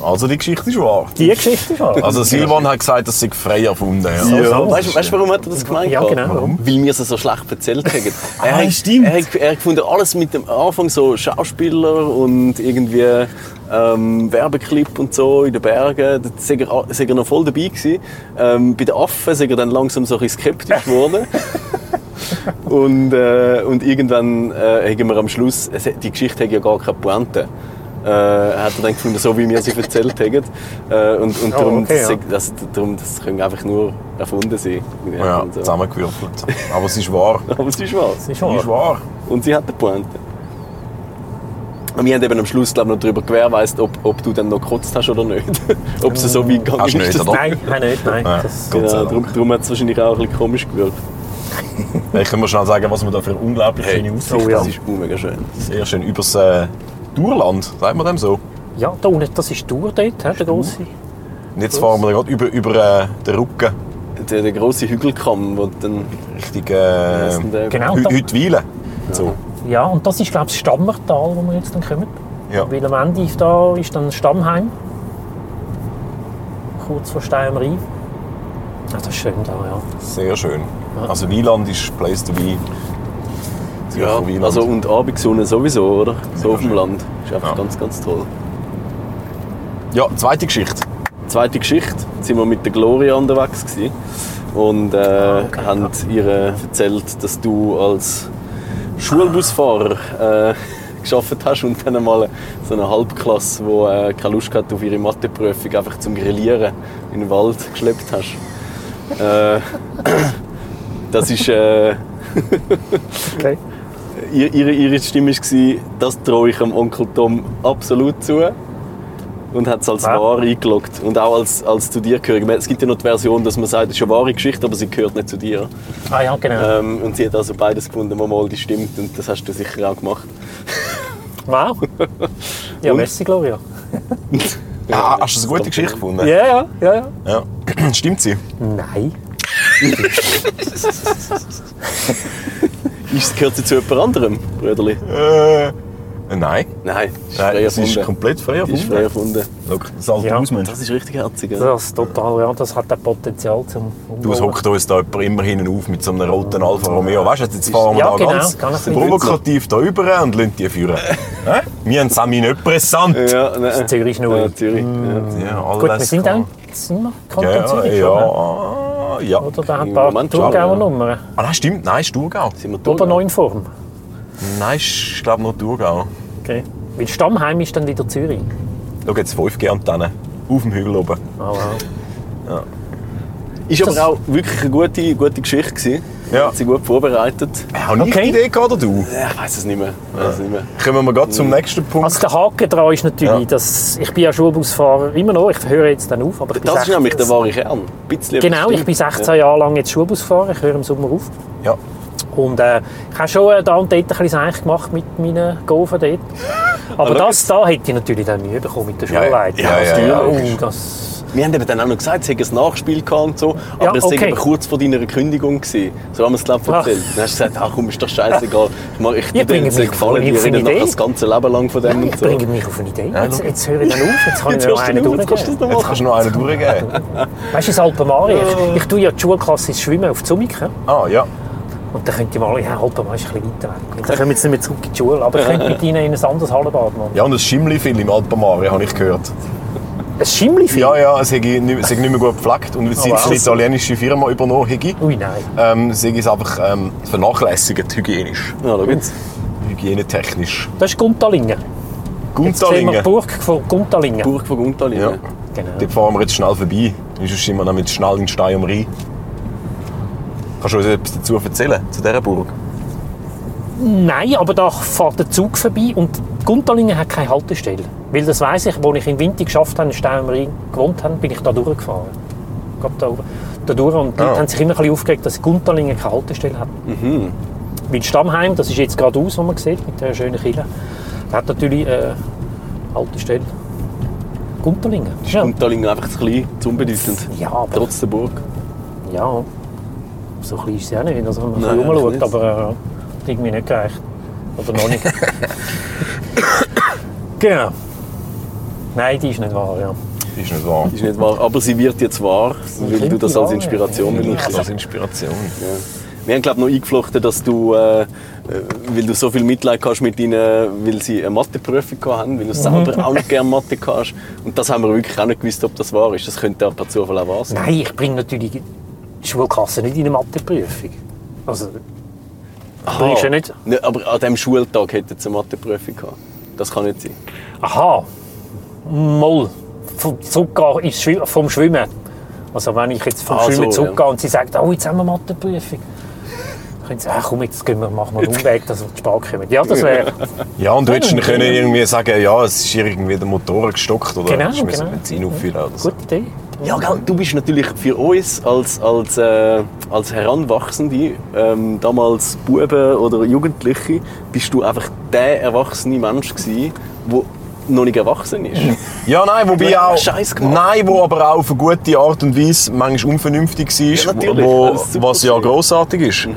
S1: Also die Geschichte ist wahr.
S4: Die Geschichte ist wahr.
S1: Also Silvan hat gesagt, das sei frei erfunden. Ja.
S2: Ja. Weißt du, weißt du, warum hat er das gemeint?
S4: Ja,
S2: gehabt?
S4: genau, warum?
S2: Weil wir es so schlecht erzählt haben. Er
S1: Ah,
S2: hat-
S1: stimmt.
S2: Er hat, er hat gefunden, alles mit dem Anfang, so Schauspieler und irgendwie ähm, Werbeclip und so in den Bergen, da sei er, sei er noch voll dabei gewesen. Ähm, bei den Affen sei er dann langsam so ein bisschen skeptisch geworden. und, äh, und irgendwann äh, haben wir am Schluss, es, hat- die Geschichte hat ja gar keine Pointe. Äh, hat er dann gefunden, so wie wir sie erzählt haben. Äh, und und
S4: Oh,
S2: darum,
S4: okay,
S2: das
S4: ja.
S2: sei- das, darum, das können einfach nur erfunden sein.
S1: Ja,
S2: Und so.
S1: zusammengewürfelt. Aber es ist wahr.
S2: Aber es ist was.
S4: Das ist
S1: Es
S4: wahr.
S1: ist wahr.
S2: Und sie hat eine Pointe. Und wir haben eben am Schluss glaub, ich, noch darüber gewährleistet, ob, ob du dann noch gekotzt hast oder nicht. ob es so wie gegangen
S1: Hast du nicht,
S2: dass-
S1: oder?
S4: Nein, nein, nicht, nein.
S1: Ja.
S4: Das,
S1: Gott sei
S2: Genau,
S1: Dank.
S2: darum, darum hat es wahrscheinlich auch ein bisschen komisch gewirkt.
S1: Ich kann mir schnell sagen, was wir da für eine unglaublich
S2: Hey.
S1: schöne Aussicht
S4: Oh ja.
S2: Das ist auch mega schön.
S1: Sehr schön. Übers äh, Durland, sagt man dem so.
S4: ja, da unten, das ist die Tour dort, hä, der grosse.
S1: Und jetzt fahren wir gerade über, über äh, den Rücken
S2: Der, der grosse Hügelkamm, wo
S1: Ähm,
S2: dann...
S1: Richtung äh,
S2: Weiss nicht, äh,
S4: Genau.
S1: Hü- Hütwilen. So.
S4: Ja, und das ist, glaube ich, das Stammertal, wo wir jetzt dann kommen.
S1: Ja.
S4: Weil am Ende ist da ist dann Stammheim. Kurz vor Steinrhein. Ah, das ist schön da, ja.
S1: Sehr schön. Also Wieland ist Place to be. Sicher
S2: Ja,
S1: Wieland.
S2: also und Abendsonne sowieso, oder? So auf dem Land. Ist einfach
S1: Ja.
S2: ganz, ganz toll.
S1: ja, zweite Geschichte.
S2: Zweite Geschichte sind wir mit der Gloria unterwegs gewesen und äh,
S4: okay,
S2: haben ihr äh, erzählt, dass du als Schulbusfahrer äh, geschafft hast und dann mal so eine Halbklasse, wo äh, keine Lust hatte auf ihre Matheprüfung, einfach zum Grillieren in den Wald geschleppt hast. äh, das ist. Äh,
S4: Okay.
S2: ihr- ihre, ihre Stimme war, das traue ich dem Onkel Tom absolut zu. Und hat es als
S4: Ja.
S2: wahr eingeloggt. Und auch als, als zu dir gehört. Es gibt ja noch die Version, dass man sagt, es ist eine wahre Geschichte, aber sie gehört nicht zu dir.
S4: Ah ja, genau.
S2: Ähm, und sie hat also beides gefunden, wo mal die stimmt. Und das hast du sicher auch gemacht.
S4: Wow. Ja,
S2: Und?
S4: merci, Gloria.
S1: Ah, hast du eine gute Geschichte gefunden?
S4: Ja, ja, ja, ja.
S1: Ja. Stimmt sie?
S4: Nein.
S2: Ist, gehört sie zu jemand anderem, Brüderli?
S1: Äh, nein.
S2: Nein, es ist frei
S1: Nein, sie ist
S2: erfunden.
S1: komplett frei
S2: Die ist
S1: erfunden.
S2: frei erfunden.
S1: Schau, das alte
S4: Ja.
S1: Hausmensch.
S2: Das ist richtig herzig. Ja.
S4: Das ist total, ja. Das hat ein Potenzial zum
S1: Du, es
S4: Umbauen.
S1: hockt uns da jemand immerhin auf mit so einem roten Alfa Romeo. Weißt du, jetzt fahren wir
S4: Ja,
S1: da
S4: genau,
S1: ganz
S4: kann ich nicht.
S1: provokativ da rüber und lassen die führen. Hä? wir haben Sammy nicht pressant.
S2: Ja, nein.
S4: Zürich nur.
S2: Ja, Zürich. Ja.
S1: Ja, alles
S4: Gut, wir sind
S1: klar.
S4: dann sind wir Kanton
S1: Ja,
S4: Zürich, oder?
S1: ja, ja. ja.
S4: Oder da haben ein
S2: Im
S4: paar
S2: Moment schon,
S4: Thurgauer
S2: ja.
S4: Nummern.
S1: Ah, nein, stimmt. Nein, ist Thurgau.
S2: Sind wir
S4: Oder
S2: durch?
S4: noch in Form.
S1: Nein, ist, glaube nur Thurgau.
S4: Okay. Weil Stammheim ist dann wieder Zürich.
S1: Schau, jetzt 5G-Antennen. Auf dem Hügel oben.
S4: Ah, wow.
S2: Ist
S4: Das-
S2: aber auch wirklich eine gute, gute Geschichte. Gewesen.
S1: Ja.
S2: Hat sie gut vorbereitet.
S1: Habe ich
S4: Okay.
S1: die Idee gehabt, oder du?
S2: Ja, ich weiß es nicht mehr. Ich Weiss es nicht mehr.
S1: Kommen wir gerade zum nächsten Punkt.
S4: Also der Haken daran ist natürlich,
S1: Ja.
S4: dass ich bin ja Schulbusfahrer immer noch, ich höre jetzt dann auf. Aber ich bin
S2: Das ist
S4: 16
S2: nämlich der wahre Kern. Ein bisschen
S4: Genau, ich bin
S2: bestimmt.
S4: 16 Jahre lang jetzt Schulbusfahrer, ich höre im Sommer auf.
S1: Ja.
S4: Und äh, ich habe schon äh, da und dort ein bisschen Seich gemacht mit meinen Gaufen dort. Aber
S2: Ah, schau
S4: das da hätte ich natürlich dann Mühe bekommen mit der
S1: Ja,
S4: Schulleitung.
S1: ja, ja,
S2: ja,
S4: oh, das,
S2: Wir haben eben dann auch noch gesagt, es hätte ein Nachspiel gehabt und so, aber
S4: Ja,
S2: es sei
S4: okay.
S2: eben kurz vor deiner Kündigung gewesen. So haben wir es glaube ich
S4: Ah.
S2: erzählt. Dann hast du gesagt, ach komm, ist doch scheißegal. Ich mache ich
S4: Ihr
S2: dir
S4: bringt
S2: jetzt
S4: mich
S2: gefallen, die
S4: auf eine
S2: reden nachher
S4: Idee.
S2: das ganze Leben lang von dem und
S4: das
S2: so.
S4: äh, bringt mich auf eine Idee. Jetzt,
S1: schau.
S4: jetzt höre ich dann auf, jetzt kann ich
S2: Jetzt
S4: mir noch
S2: hörst du
S4: einen
S2: auf, jetzt kannst du
S4: durchgeben.
S2: das noch
S1: Jetzt
S2: machen.
S1: kannst du noch einen durchgeben.
S4: Weißt du, das Alpenmari, ich, ich tue ja die Schulklasse ins Schwimmen auf Zumike.
S1: Ah, ja.
S4: Und dann könnt ihr mal, ja, Alpenmar ist ein bisschen weiter weg. Und dann kommen wir jetzt nicht mehr zurück in die Schule, aber ich könnte mit ihnen in ein anderes Hallenbad machen.
S1: Ja, und ein Schimmli-Film im Alpamare, habe ich gehört.
S4: Ein Schimmli
S1: Ja, ja, es sei nicht, sei nicht mehr gut gepflegt. Und weil sie
S4: Oh,
S1: jetzt eine
S4: wow.
S1: italienische Firma übernommen hätte,
S4: Ui, nein.
S1: ähm, sei es einfach ähm, vernachlässigt, hygienisch.
S2: Ja, schau jetzt.
S1: Hygienetechnisch.
S4: Das ist Guntalingen. Jetzt sehen wir
S1: Guntalingen.
S4: die Burg von Guntalingen.
S2: Burg von Guntalin.
S1: Ja.
S2: Ja.
S4: Genau.
S1: Dort fahren wir jetzt schnell vorbei. Sonst sind wir damit schnell in Stein am Rhein. Kannst du uns etwas dazu erzählen, zu dieser Burg?
S4: Nein, aber da fährt der Zug vorbei und Guntalingen hat keine Haltestelle. Weil das weiss ich, als ich im Winter geschafft habe, in Steinmarin gewohnt habe, bin ich da durchgefahren. Gerade da, oben. da durch. Und die
S1: Ah.
S4: Leute haben sich immer ein bisschen aufgeregt, dass Guntalingen keine Haltestelle hat. Weil Stammheim, das ist jetzt geradeaus, was man sieht, mit der schönen Kille, hat natürlich äh, Haltestelle. Guntalingen. Ja.
S2: Guntalin einfach zu klein, zu unbedeutend.
S4: ja, aber
S2: Trotz der Burg.
S4: ja, so klein ist sie auch nicht. Also, wenn man
S2: Nein,
S4: Nein, rumschaut,
S2: eigentlich nicht.
S4: aber äh, hat irgendwie nicht gereicht. Oder noch nicht. genau. Nein, die ist nicht wahr, ja.
S1: Ist nicht wahr.
S2: Ist nicht wahr. Aber sie wird jetzt wahr, weil du
S4: klingt
S2: das
S4: die
S2: als
S4: wahr,
S2: Inspiration
S4: ja.
S2: benutzt.
S1: Das ist Inspiration.
S2: Ja. Wir haben glaube noch eingeflochten, dass du, äh, äh, weil du so viel Mitleid hast mit ihnen, weil sie eine Matheprüfung gehabt haben, weil du
S4: Mhm.
S2: selber auch nicht gerne Mathe hast. Und das haben wir wirklich auch nicht gewusst, ob das wahr ist. Das könnte auch per Zufall auch wahr sein.
S4: Nein, ich bringe natürlich die Schulklasse nicht in eine Matheprüfung. Also,
S2: Aha.
S4: bringst du ja nicht.
S2: Ne, aber an diesem Schultag hätte sie eine Matheprüfung gehabt. Das kann nicht sein.
S4: Aha, moll. Vom- Zurückgehen ins Schwi- vom Schwimmen. Also, wenn ich jetzt vom
S2: Ah,
S4: Schwimmen
S2: so,
S4: zurückgehe und sie sagt, oh, jetzt haben wir Matheprüfung. Dann können sie sagen, komm, jetzt gehen wir, machen wir einen Umweg, dass wir zu spät kommen. Ja, das wäre.
S1: Ja, und du hättest dann können irgendwie sagen, ja, es ist irgendwie der Motor gestockt oder
S4: Genau,
S1: es müssen
S4: genau.
S1: Benzin auffüllen oder so.
S4: Gute Idee.
S2: Ja, gell, du bist natürlich für uns als, als, äh, als Heranwachsende, ähm, damals Buben oder Jugendliche, bist du einfach der erwachsene Mensch gewesen, der noch nicht erwachsen ist.
S1: Ja, nein,
S2: Du
S1: wobei
S2: hast
S1: auch.
S2: Scheiss gemacht.
S1: Nein, wo aber auch auf eine gute Art und Weise manchmal unvernünftig
S2: Ja,
S1: war,
S2: natürlich.
S1: wo,
S2: Das ist super
S1: was ja
S2: gewesen.
S1: grossartig ist.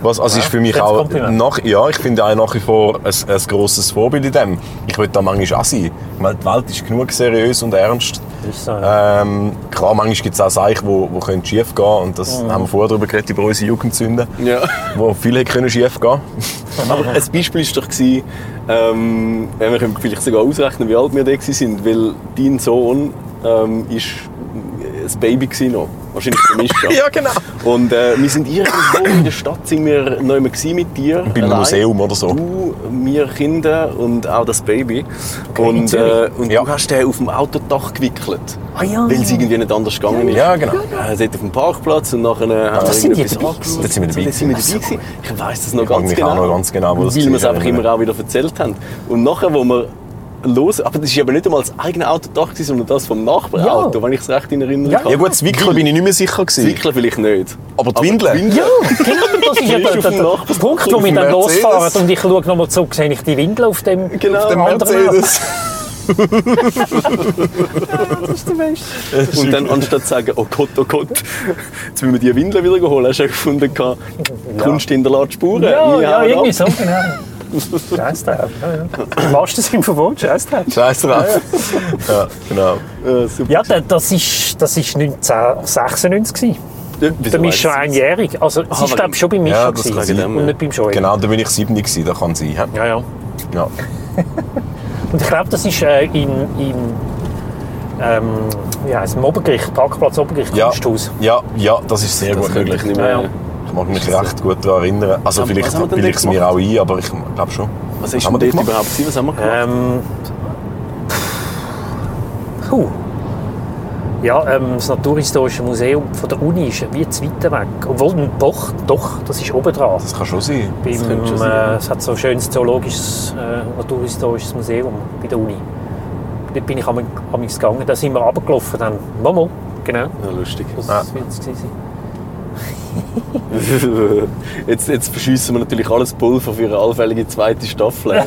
S1: Was, also ist für mich
S4: Schönes
S1: auch.
S4: Kompliment.
S1: Nach, ja, ich finde auch nach wie vor ein, ein grosses Vorbild in dem. Ich will da manchmal auch sein. Ich meine, die Welt ist genug seriös und ernst.
S4: Ist so, ja.
S1: Ähm, klar, manchmal gibt es auch Sachen, die wo, wo schief gehen können. Und das haben wir vorher darüber geredet, über unsere Jugendsünden,
S2: Ja.
S1: wo viele können schief gehen
S2: Aber ein Beispiel war doch, gewesen, ähm, wir können vielleicht sogar ausrechnen, wie alt wir da waren, weil dein Sohn ähm, ist ein Baby war noch. Wahrscheinlich der Mischa.
S1: Ja, genau.
S2: Und äh, wir sind irgendwo in der Stadt sind wir noch immer gewesen mit dir.
S1: Beim Museum oder so.
S2: Du, wir Kinder und auch das Baby. und äh,
S1: Zürich.
S2: und
S1: Ja.
S2: du hast den auf dem Autodach gewickelt.
S4: Ah ja.
S2: Weil es irgendwie nicht anders gegangen ist.
S1: Ja, genau.
S2: Äh, dort auf dem Parkplatz und nachher äh, haben
S4: das sind die
S2: irgendetwas
S4: dabei
S2: angeschaut.
S1: Dort sind wir dabei
S2: Dort sind wir dabei gewesen. Ich weiss das noch
S1: frag
S2: ganz
S1: mich
S2: genau.
S1: auch noch ganz genau, wo das
S2: Weil wir es
S1: war.
S2: einfach immer auch wieder erzählt haben. Und nachher, wo wir los... Aber das war aber nicht einmal das eigene Autodach, gewesen, sondern das vom Nachbarauto,
S4: Ja.
S2: wenn ich es recht in Erinnerung
S4: Ja.
S2: habe.
S1: Ja gut, das Wickel bin ich nicht mehr sicher gewesen.
S2: Zwickeln vielleicht nicht.
S1: Aber die Windeln?
S2: Windeln?
S4: Genau, das ist ja
S2: Frisch
S4: der,
S2: auf
S4: der,
S2: dem
S4: der
S2: Nachbarn-
S4: Punkt, wo
S1: auf
S4: wir
S1: dem
S4: dann
S1: Mercedes.
S4: losfahren und ich schaue nochmal zurück, sehe ich die Windel auf dem,
S2: Genau,
S4: auf
S1: Der
S4: dem anderen Auto.
S1: Mercedes.
S2: Und dann anstatt zu sagen, oh Gott, oh Gott, jetzt müssen wir die Windeln wieder holen, hast du gefunden, gehabt, Kunst hinterlässt Spuren.
S4: Ja,
S2: Wir
S4: ja,
S2: hauen
S4: irgendwie
S2: ab.
S4: so, genau. Scheiß drauf. Ja, ja. Lasst es ihm verwohnt, scheiß drauf.
S1: Scheiß drauf. ja, genau.
S2: Äh, super.
S4: Ja, da- das ist, das ist 1996 gewesen.
S2: Ja, wieso
S4: Der
S2: weiss
S4: Mischa
S2: ich's?
S4: einjährig. Also, es ist,
S2: wegen-
S4: glaube ich, schon beim Mischa
S1: Ja, das
S4: gewesen
S1: kann sein,
S4: und nicht beim Joel.
S1: Genau, da bin ich 7 gewesen, das kann sein. hä?
S4: Ja, ja.
S1: Ja.
S4: Und ich glaube, das ist äh, im, im, ähm, wie heisst, es, im Obergericht, Parkplatz Obergericht,
S1: Ja,
S4: Kunsthaus.
S1: ja, ja, das ist sehr
S2: Das
S1: gut
S2: könnte
S1: möglich.
S2: ich nicht
S4: Ja,
S2: mehr.
S4: ja.
S1: Ich mag mich recht gut daran erinnern. Also
S2: Was
S1: vielleicht
S2: haben wir denn
S1: bilde ich es
S2: dort
S1: mir auch ein, aber ich glaube schon.
S2: Was ist
S1: haben
S2: denn
S1: wir
S2: dort
S1: gemacht?
S2: überhaupt? gewesen? Was haben wir gemacht?
S4: Ähm, puh. Ja, ähm, das Naturhistorische Museum von der Uni ist wie zu weit weg. Obwohl, doch, doch das ist oben dran.
S1: Das kann schon sein.
S4: Beim,
S2: könnte schon sein, ja.
S4: äh, es hat so ein schönes zoologisches, äh, naturhistorisches Museum bei der Uni. Dort bin ich am gegangen, da sind wir runtergelaufen. Dann, Momo, genau.
S2: Ja, lustig.
S4: Das
S1: Ah.
S4: wird es gewesen sein.
S2: Jetzt, jetzt verschiessen wir natürlich alles Pulver für eine allfällige zweite Staffel.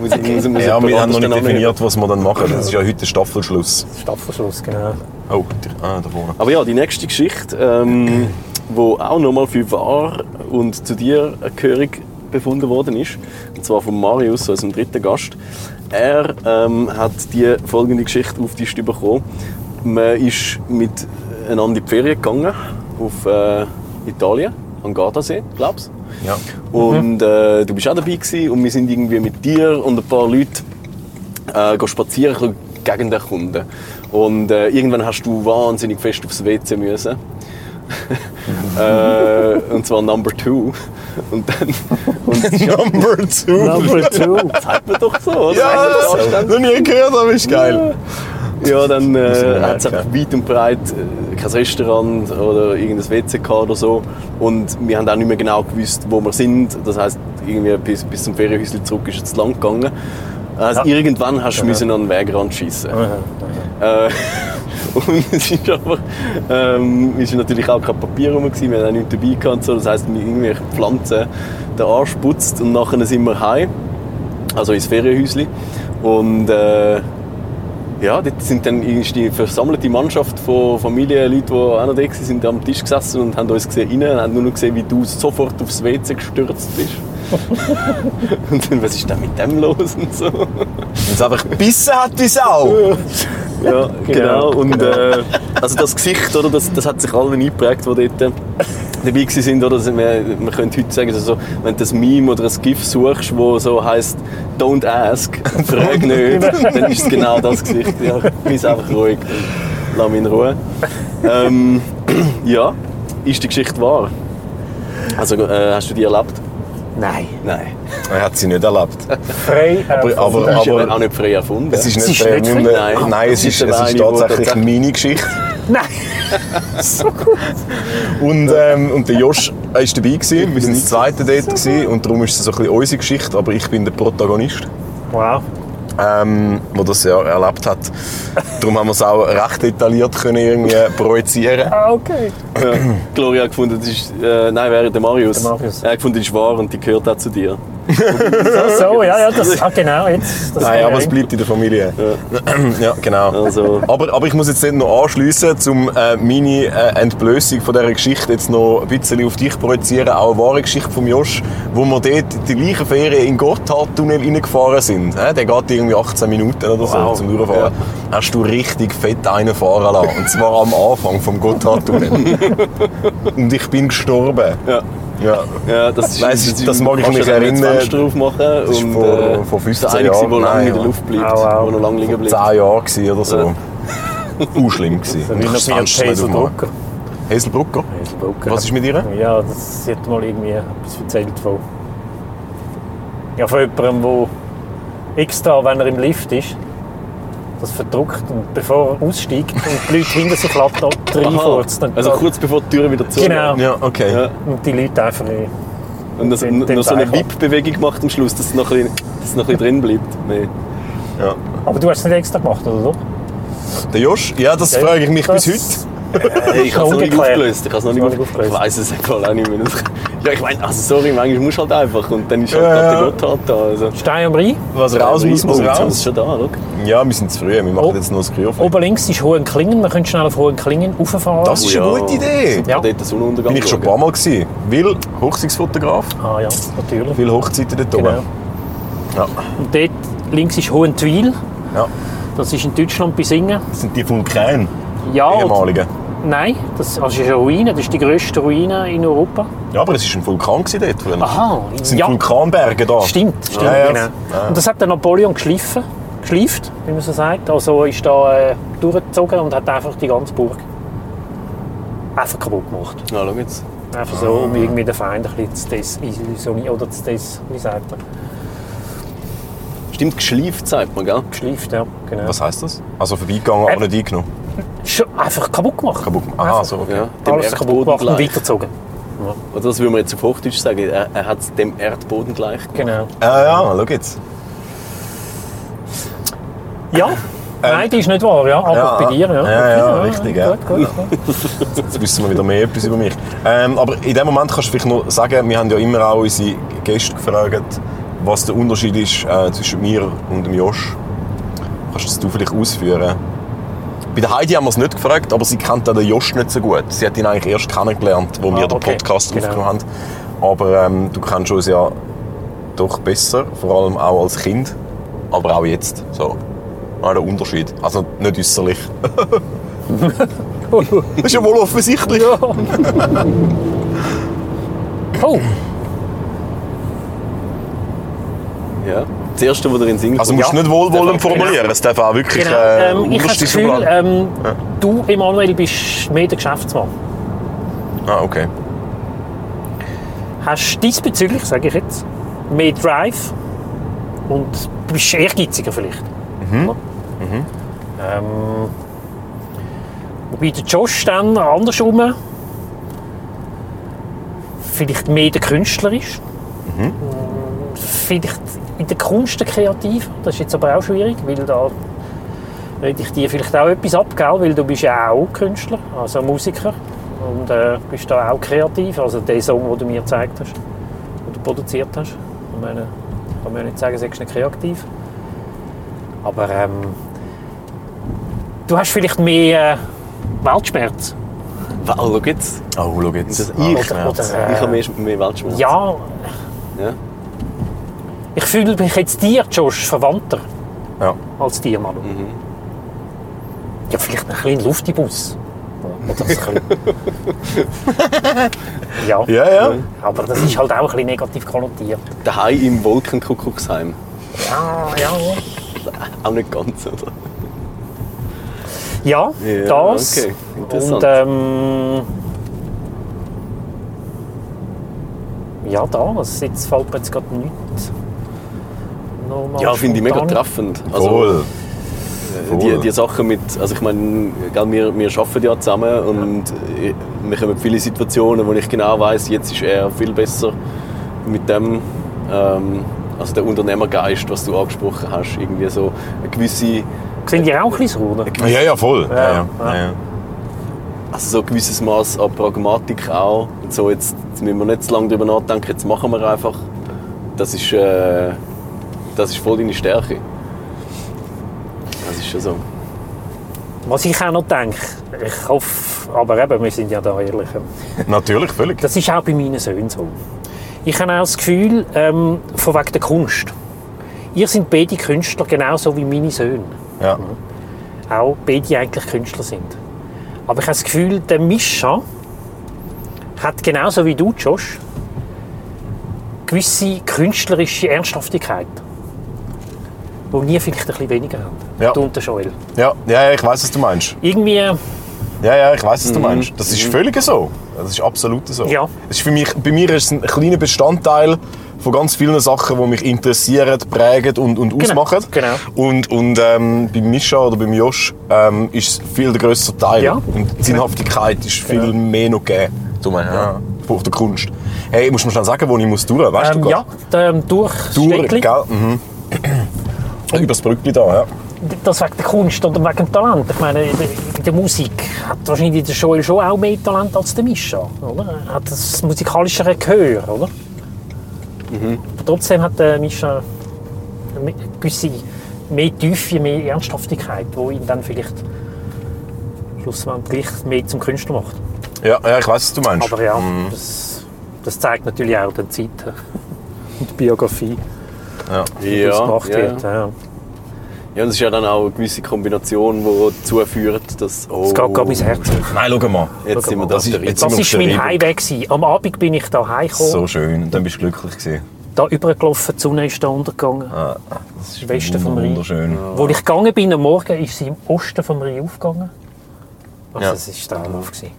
S2: muss ich, muss, muss
S1: Ja,
S2: jemand
S1: wir haben
S2: anders
S1: noch nicht
S2: dann anheben.
S1: definiert, was wir dann machen. Das ist ja heute Staffelschluss.
S4: Staffelschluss, genau.
S1: Oh, die- ah, da vorne.
S2: Aber ja, die nächste Geschichte, ähm, wo auch nochmal für wahr und zu dir gehörig befunden worden ist, und zwar von Marius, unserem dritten Gast. Er ähm, hat die folgende Geschichte auf die Liste bekommen. Man ist miteinander in die Ferien gegangen, auf äh, Italien, am Gardasee, glaubst
S1: Ja.
S2: und äh, du bist auch dabei gewesen, und wir sind irgendwie mit dir und ein paar Leuten äh, gehen spazieren ein bisschen gegen den Kunden. Und äh, irgendwann hast du wahnsinnig fest aufs WC müssen. äh, und zwar Number Two. Und dann und das
S1: Number two.
S4: Number two.
S2: hat man doch so, oder?
S1: Oh. Ja,
S2: Hat man
S1: das
S2: anständig.
S1: hab ich noch nie gehört, aber ist geil.
S2: Ja, dann
S1: Muss ich
S2: äh,
S1: merken.
S2: hat es einfach weit und breit äh, kein Restaurant oder irgendein WC gehabt oder so. Und wir haben auch nicht mehr genau gewusst, wo wir sind. Das heisst, irgendwie bis, bis zum Ferienhäuschen zurück ist es lang gegangen. Also
S4: Ja.
S2: Irgendwann hast du müssen an den Wegrand schiessen. Äh, und es ist aber, ähm, es ist natürlich auch kein Papier rum, gewesen, wir hatten auch nichts dabei gehabt und so. Das heisst, wir haben irgendwelche Pflanzen den Arsch putzt und nachher sind wir heim, also ins Ferienhäuschen. Und äh, ja, dort sind dann ist die versammelte Mannschaft von Familien, Leute, die auch noch da waren, sind am Tisch gesessen und haben uns gesehen rein und haben nur noch gesehen, wie du sofort aufs WC gestürzt bist. und dann, was ist denn mit dem los und so.
S1: Wenn es einfach gebissen hat, die Sau.
S2: Ja, genau.
S4: Genau.
S2: Und äh, also das Gesicht, oder, das, das hat sich allen eingeprägt, die dort äh, dabei gewesen sind. Oder? Also wir, wir können heute sagen, also so, wenn du ein Meme oder ein GIF suchst, wo so heisst «Don't ask, frag nicht», dann ist es genau das Gesicht. Ja, bist einfach ruhig, lass mich in Ruhe. Ähm, ja, ist die Geschichte wahr? Also äh, hast du die erlebt?
S4: Nein.
S2: Nein.
S1: Er hat sie nicht erlebt.
S4: Frei. Äh,
S1: Aber,
S4: von-
S1: aber,
S2: Das ist eben auch
S1: aber
S2: nicht frei erfunden.
S1: es ist
S4: Es
S1: nicht,
S4: ist nicht
S1: äh,
S4: frei.
S1: mehr-
S2: Nein.
S1: Nein, es
S2: Es
S1: ist, es ist
S2: ist alleine, wo
S1: tatsächlich
S2: tatsächlich-
S1: meine Geschichte.
S4: Nein.
S1: Und, ähm, und der Josh war dabei, gewesen. wir waren das zweite Date gewesen, und darum ist es so ein bisschen unsere Geschichte, aber ich bin der Protagonist,
S4: Wow.
S1: ähm, der das ja erlebt hat. Darum haben wir es auch recht detailliert können irgendwie projizieren.
S4: Ah, okay.
S2: Ja. Gloria hat gefunden, das ist, äh, nein, wäre der Marius.
S4: Der Marius.
S2: Er hat gefunden, das ist wahr und die gehört auch zu dir.
S4: So, so ja, ja, das, ah, genau, jetzt. Das
S1: Nein,
S4: kann
S1: aber
S4: ich-
S1: es bleibt in der Familie. Ja, genau.
S2: Also,
S1: Aber, aber ich muss jetzt nicht noch anschliessen, um äh, meine äh, Entblößung von dieser Geschichte jetzt noch ein bisschen auf dich projizieren. Auch eine wahre Geschichte von Josh, wo wir dort in die gleiche Ferien in den Gotthardtunnel reingefahren sind. Äh, der geht irgendwie 18 Minuten oder so
S2: Wow.
S1: zum Durchfahren. Hast du richtig fett einen fahren lassen. Und zwar am Anfang vom Gotthardtunnel. Und ich bin gestorben.
S2: ja.
S1: Ja.
S2: Ja, das, ist,
S1: Nein, es ist- das mag ich
S2: kannst
S1: mich
S2: du dann
S1: erinnern.
S2: Das Fenster aufmachen
S1: ist
S2: und, äh,
S1: vor- vor 15
S2: der Einige,
S1: Jahren.
S2: der lange
S1: Nein,
S2: in der
S1: ja.
S2: Luft bleibt,
S4: Au, au.
S2: der noch lange liegen
S1: Vor 10
S2: bleibt.
S1: Jahren gewesen oder so. Unschlimm gewesen.
S4: Erinnert mich an Jason Drucker.
S1: Heselbrucker.
S4: Heselbrücker.
S1: Was ist mit ihr?
S4: Ja, das sie hat mal irgendwie etwas erzählt von. Ja, von jemandem, der extra, wenn er im Lift ist, das verdruckt und bevor er aussteigt und die Leute hinter sich laden, reinfurzt. Und
S2: Also
S4: da-
S2: kurz bevor die Türen wieder zu.
S4: Genau.
S1: Ja, okay.
S2: Ja.
S4: Und die Leute einfach eh- nicht.
S2: Und das,
S4: Den- den
S2: noch so eine
S4: Zeichen.
S2: Wippbewegung gemacht am Schluss, dass es noch ein bisschen, dass es noch ein bisschen drin bleibt. Nee.
S1: Ja.
S4: Aber du hast es nicht extra gemacht, oder doch?
S1: Der Josch? Ja, das
S4: Ja,
S1: frage ich mich
S4: das-
S1: bis heute.
S2: Hey, ich
S4: Schon
S2: habe es noch nicht
S4: ungeklärt.
S2: aufgelöst. Ich, hab's noch nicht
S4: Noch
S2: auf...
S4: nicht aufgelöst.
S2: ich weiß es im Fall auch nicht mehr. Ja, ich meine, also sorry, manchmal musst du halt einfach. Und dann ist halt
S1: Ja,
S2: gerade
S1: ja.
S2: der Gotthard da. Also.
S4: Stein am Rhein.
S1: Was raus muss, muss
S2: Oh, jetzt haben wir
S1: raus.
S2: es schon da, schau.
S1: Ja, wir sind zu früh. Wir machen
S4: Oh.
S1: jetzt noch das Krüffel.
S4: Oben links ist Hohenklingen. Man könnte schnell auf Hohenklingen rauffahren.
S1: Das ist eine
S2: Ja.
S1: gute Idee.
S4: Ja.
S2: Ja. Dort den Sonnenuntergang
S1: Bin ich schon ein
S2: schauen.
S1: paar Mal gewesen. Weil Hochzeitsfotograf,
S4: Ah ja, natürlich.
S1: viele Hochzeiten dort
S4: Genau.
S1: oben. Ja.
S4: Und dort links ist Hohentwil.
S1: ja.
S4: Das ist in Deutschland bei Singen.
S1: Das sind die Vulkane,
S4: Ja, und-
S1: ehemaligen.
S4: Nein, das, also das ist eine Ruine. Das ist die grösste Ruine in Europa.
S1: Ja, aber es war ein Vulkan gewesen dort früher.
S4: Aha,
S1: Es sind
S4: ja.
S1: Vulkanberge da.
S4: Stimmt, stimmt.
S1: Ja, ja.
S4: Genau. Und das hat der Napoleon geschliffen, geschleift, wie man so sagt. Also ist da äh, durchgezogen und hat einfach die ganze Burg einfach kaputt gemacht.
S2: Ja, schau jetzt.
S4: Einfach so,
S1: Ah.
S4: um irgendwie den Feind ein bisschen zu desillusionieren oder zu des, wie sagt man,
S2: Stimmt, geschleift, sagt man, gell?
S4: geschleift, ja, genau.
S1: Was heisst das? Also vorbeigegangen, aber
S4: Ähm.
S1: nicht eingenommen.
S4: Schon einfach kaputt gemacht.
S1: Kaputt. Aha,
S4: Einfach
S1: so, okay.
S2: Ja,
S4: Alles kaputt gemacht und
S2: gleich.
S4: weitergezogen.
S2: Oder das würde man jetzt auf Hochdeutsch sagen, er, er hat es dem Erdboden gleich gemacht.
S4: Genau.
S1: Ja, Ah, ja, schau jetzt.
S4: Ja, nein, die ist nicht wahr, ja, aber
S1: Ehm, Ja,
S4: bei dir, ja.
S1: ja, ja, richtig, ja.
S4: Gut, gut, gut.
S1: Jetzt wissen wir wieder mehr etwas über mich. Ähm, aber in dem Moment kannst du vielleicht noch sagen, wir haben ja immer auch unsere Gäste gefragt, was der Unterschied ist äh, zwischen mir und dem Josch. Kannst das du vielleicht ausführen? Bei der Heidi haben wir es nicht gefragt, aber sie kennt auch den Josch nicht so gut. Sie hat ihn eigentlich erst kennengelernt, wo wir
S4: Ah,
S1: den
S4: okay.
S1: Podcast
S4: Genau.
S1: aufgenommen haben. Aber ähm, du kennst uns ja doch besser, vor allem auch als Kind, aber auch jetzt. So. Ah, der Unterschied. Also nicht äußerlich. das ist ja wohl offensichtlich.
S4: Oh,
S2: Ja. Das erste, was dir in den Sinn
S1: Also
S2: kommt.
S1: musst du nicht wohlwollend formulieren, es darf auch wirklich
S4: genau.
S1: äh,
S4: ähm, ich habe das
S1: unterste
S4: Gefühl,
S1: Schublade.
S4: ähm, du, Emanuel, bist mehr der Geschäftsmann. äh,
S1: Ah, okay.
S4: Hast diesbezüglich, sage ich jetzt, mehr Drive und bist ehrgeiziger vielleicht. Oder? Ähm, wobei der Josh dann andersrum vielleicht mehr der Künstler ist. Ähm, Vielleicht in der Kunst der Kreativ. Das ist jetzt aber auch schwierig, weil da rede ich dir vielleicht auch etwas ab, gell? weil du bist ja auch Künstler, also Musiker und äh, bist da auch kreativ. Also der Song, den du mir gezeigt hast, den du produziert hast, ich meine, kann man ja nicht sagen, du bist nicht kreativ. Aber ähm, du hast vielleicht mehr äh, Weltschmerz.
S2: Wow, schau jetzt.
S1: Oh, schau jetzt.
S2: Das
S1: Ah,
S2: ich-
S1: Schmerz.
S4: Oder, oder, äh,
S2: Ich habe mehr, mehr Weltschmerz.
S4: Ja,
S2: ja.
S4: ich fühle mich jetzt dir, Josh, verwandter
S1: Ja.
S4: als dir, Manu.
S2: Mhm.
S4: Ja, vielleicht ein kleiner Luftibus. Oder so ein bisschen- ja.
S1: ja, ja.
S4: Aber das ist halt auch ein bisschen negativ konnotiert.
S2: Daheim im Wolkenkuckucksheim.
S4: Ah, Ja, ja.
S2: Auch nicht ganz, oder?
S4: Ja,
S2: Ja,
S4: das.
S2: okay.
S4: Und
S2: Interessant.
S4: ähm, ja, das. Jetzt fällt mir jetzt gerade nichts. Nochmal
S2: ja, finde ich mega
S4: spontan.
S2: treffend. Also,
S1: Voll.
S2: die,
S1: Voll.
S2: die Sachen mit, also ich meine, gell, wir, wir arbeiten ja zusammen und äh, wir kommen in viele Situationen, wo ich genau weiß, jetzt ist er viel besser mit dem, ähm, also der Unternehmergeist, was du angesprochen hast, irgendwie so eine gewisse,
S4: Sind die auch ein bisschen sauer, oder?
S1: Ja, ja, voll. Ja, ja.
S4: ja.
S1: Ja, ja.
S2: also so ein gewisses Maß an Pragmatik auch. Und so jetzt, jetzt müssen wir nicht zu lange drüber nachdenken, jetzt machen wir einfach. Das ist, äh, das ist voll deine Stärke. Das ist schon so.
S4: Was ich auch noch denke, ich hoffe, aber eben, wir sind ja da ehrlich.
S1: Natürlich, völlig.
S4: Das ist auch bei meinen Söhnen so. Ich habe auch das Gefühl, ähm, von wegen der Kunst. Ihr sind beide Künstler, genauso wie meine Söhne.
S1: Ja.
S4: Auch beide eigentlich Künstler sind. Aber ich habe das Gefühl, der Mischa hat genauso wie du, Josh, gewisse künstlerische Ernsthaftigkeit, die wir vielleicht ein bisschen weniger haben.
S1: Ja.
S4: Du und der Joel.
S1: Ja, ja, ja, ich weiß, was du meinst.
S4: Irgendwie
S1: Ja, ja, ich weiß, was du meinst. Das ist völlig so. Das ist absolut so.
S4: Mhm. Ja.
S1: Es ist für mich, bei mir ist es ein kleiner Bestandteil von ganz vielen Sachen, die mich interessieren, prägen und, und ausmachen.
S4: genau.
S1: Und, und ähm, bei Mischa oder beim Josh ähm, ist es viel der grössere Teil.
S4: Ja. Genau.
S1: Und die Sinnhaftigkeit ist viel mehr noch gegeben. Du meinst, ja. Braucht der Kunst. Hey, musst du mir schnell sagen, wo ich muss durch, weißt
S4: Ähm,
S1: du?
S4: ja, ähm, durch
S1: Durch,
S4: Steckli.
S1: gell? Mhm. Oh, Über das Brückli da, ja.
S4: das wegen der Kunst und wegen dem Talent. Ich meine, in der- in der Musik hat wahrscheinlich der Joel schon auch mehr Talent als der Mischa, oder? Er hat das musikalischere Gehör, oder?
S2: Mhm.
S4: Aber trotzdem hat der Mischa eine gewisse mehr Tiefe, mehr Ernsthaftigkeit, die ihn dann vielleicht schlussendlich mehr zum Künstler macht.
S1: Ja, ja ich weiß, was du meinst.
S4: Aber ja,
S2: Mhm.
S4: das, das zeigt natürlich auch die Zeit und die Biografie, die
S2: Ja,
S4: gemacht
S2: ja.
S4: wird. Ja.
S2: Ja, und es ist ja dann auch eine gewisse Kombination, die dazu führt, dass... Oh,
S4: Es geht gerade mein Herz auf.
S1: Nein, schau mal.
S2: Jetzt sind wir
S1: Das
S2: das
S1: ist- jetzt-
S4: Das
S1: sind wir auf der
S4: war mein
S1: Reeperbahn.
S4: Heimweg. gewesen. Am Abend bin ich da heimgekommen,
S1: So schön. Und dann bist du glücklich gewesen.
S4: da übergelaufen, die Sonne ist da untergegangen,
S1: Ah, das ist
S4: Westen vom Rhein.
S1: Wunderschön.
S4: Wo ich gegangen bin am Morgen, ist sie im Osten vom Rhein aufgegangen. Also
S1: Ja.
S4: es ist traumhaft gewesen.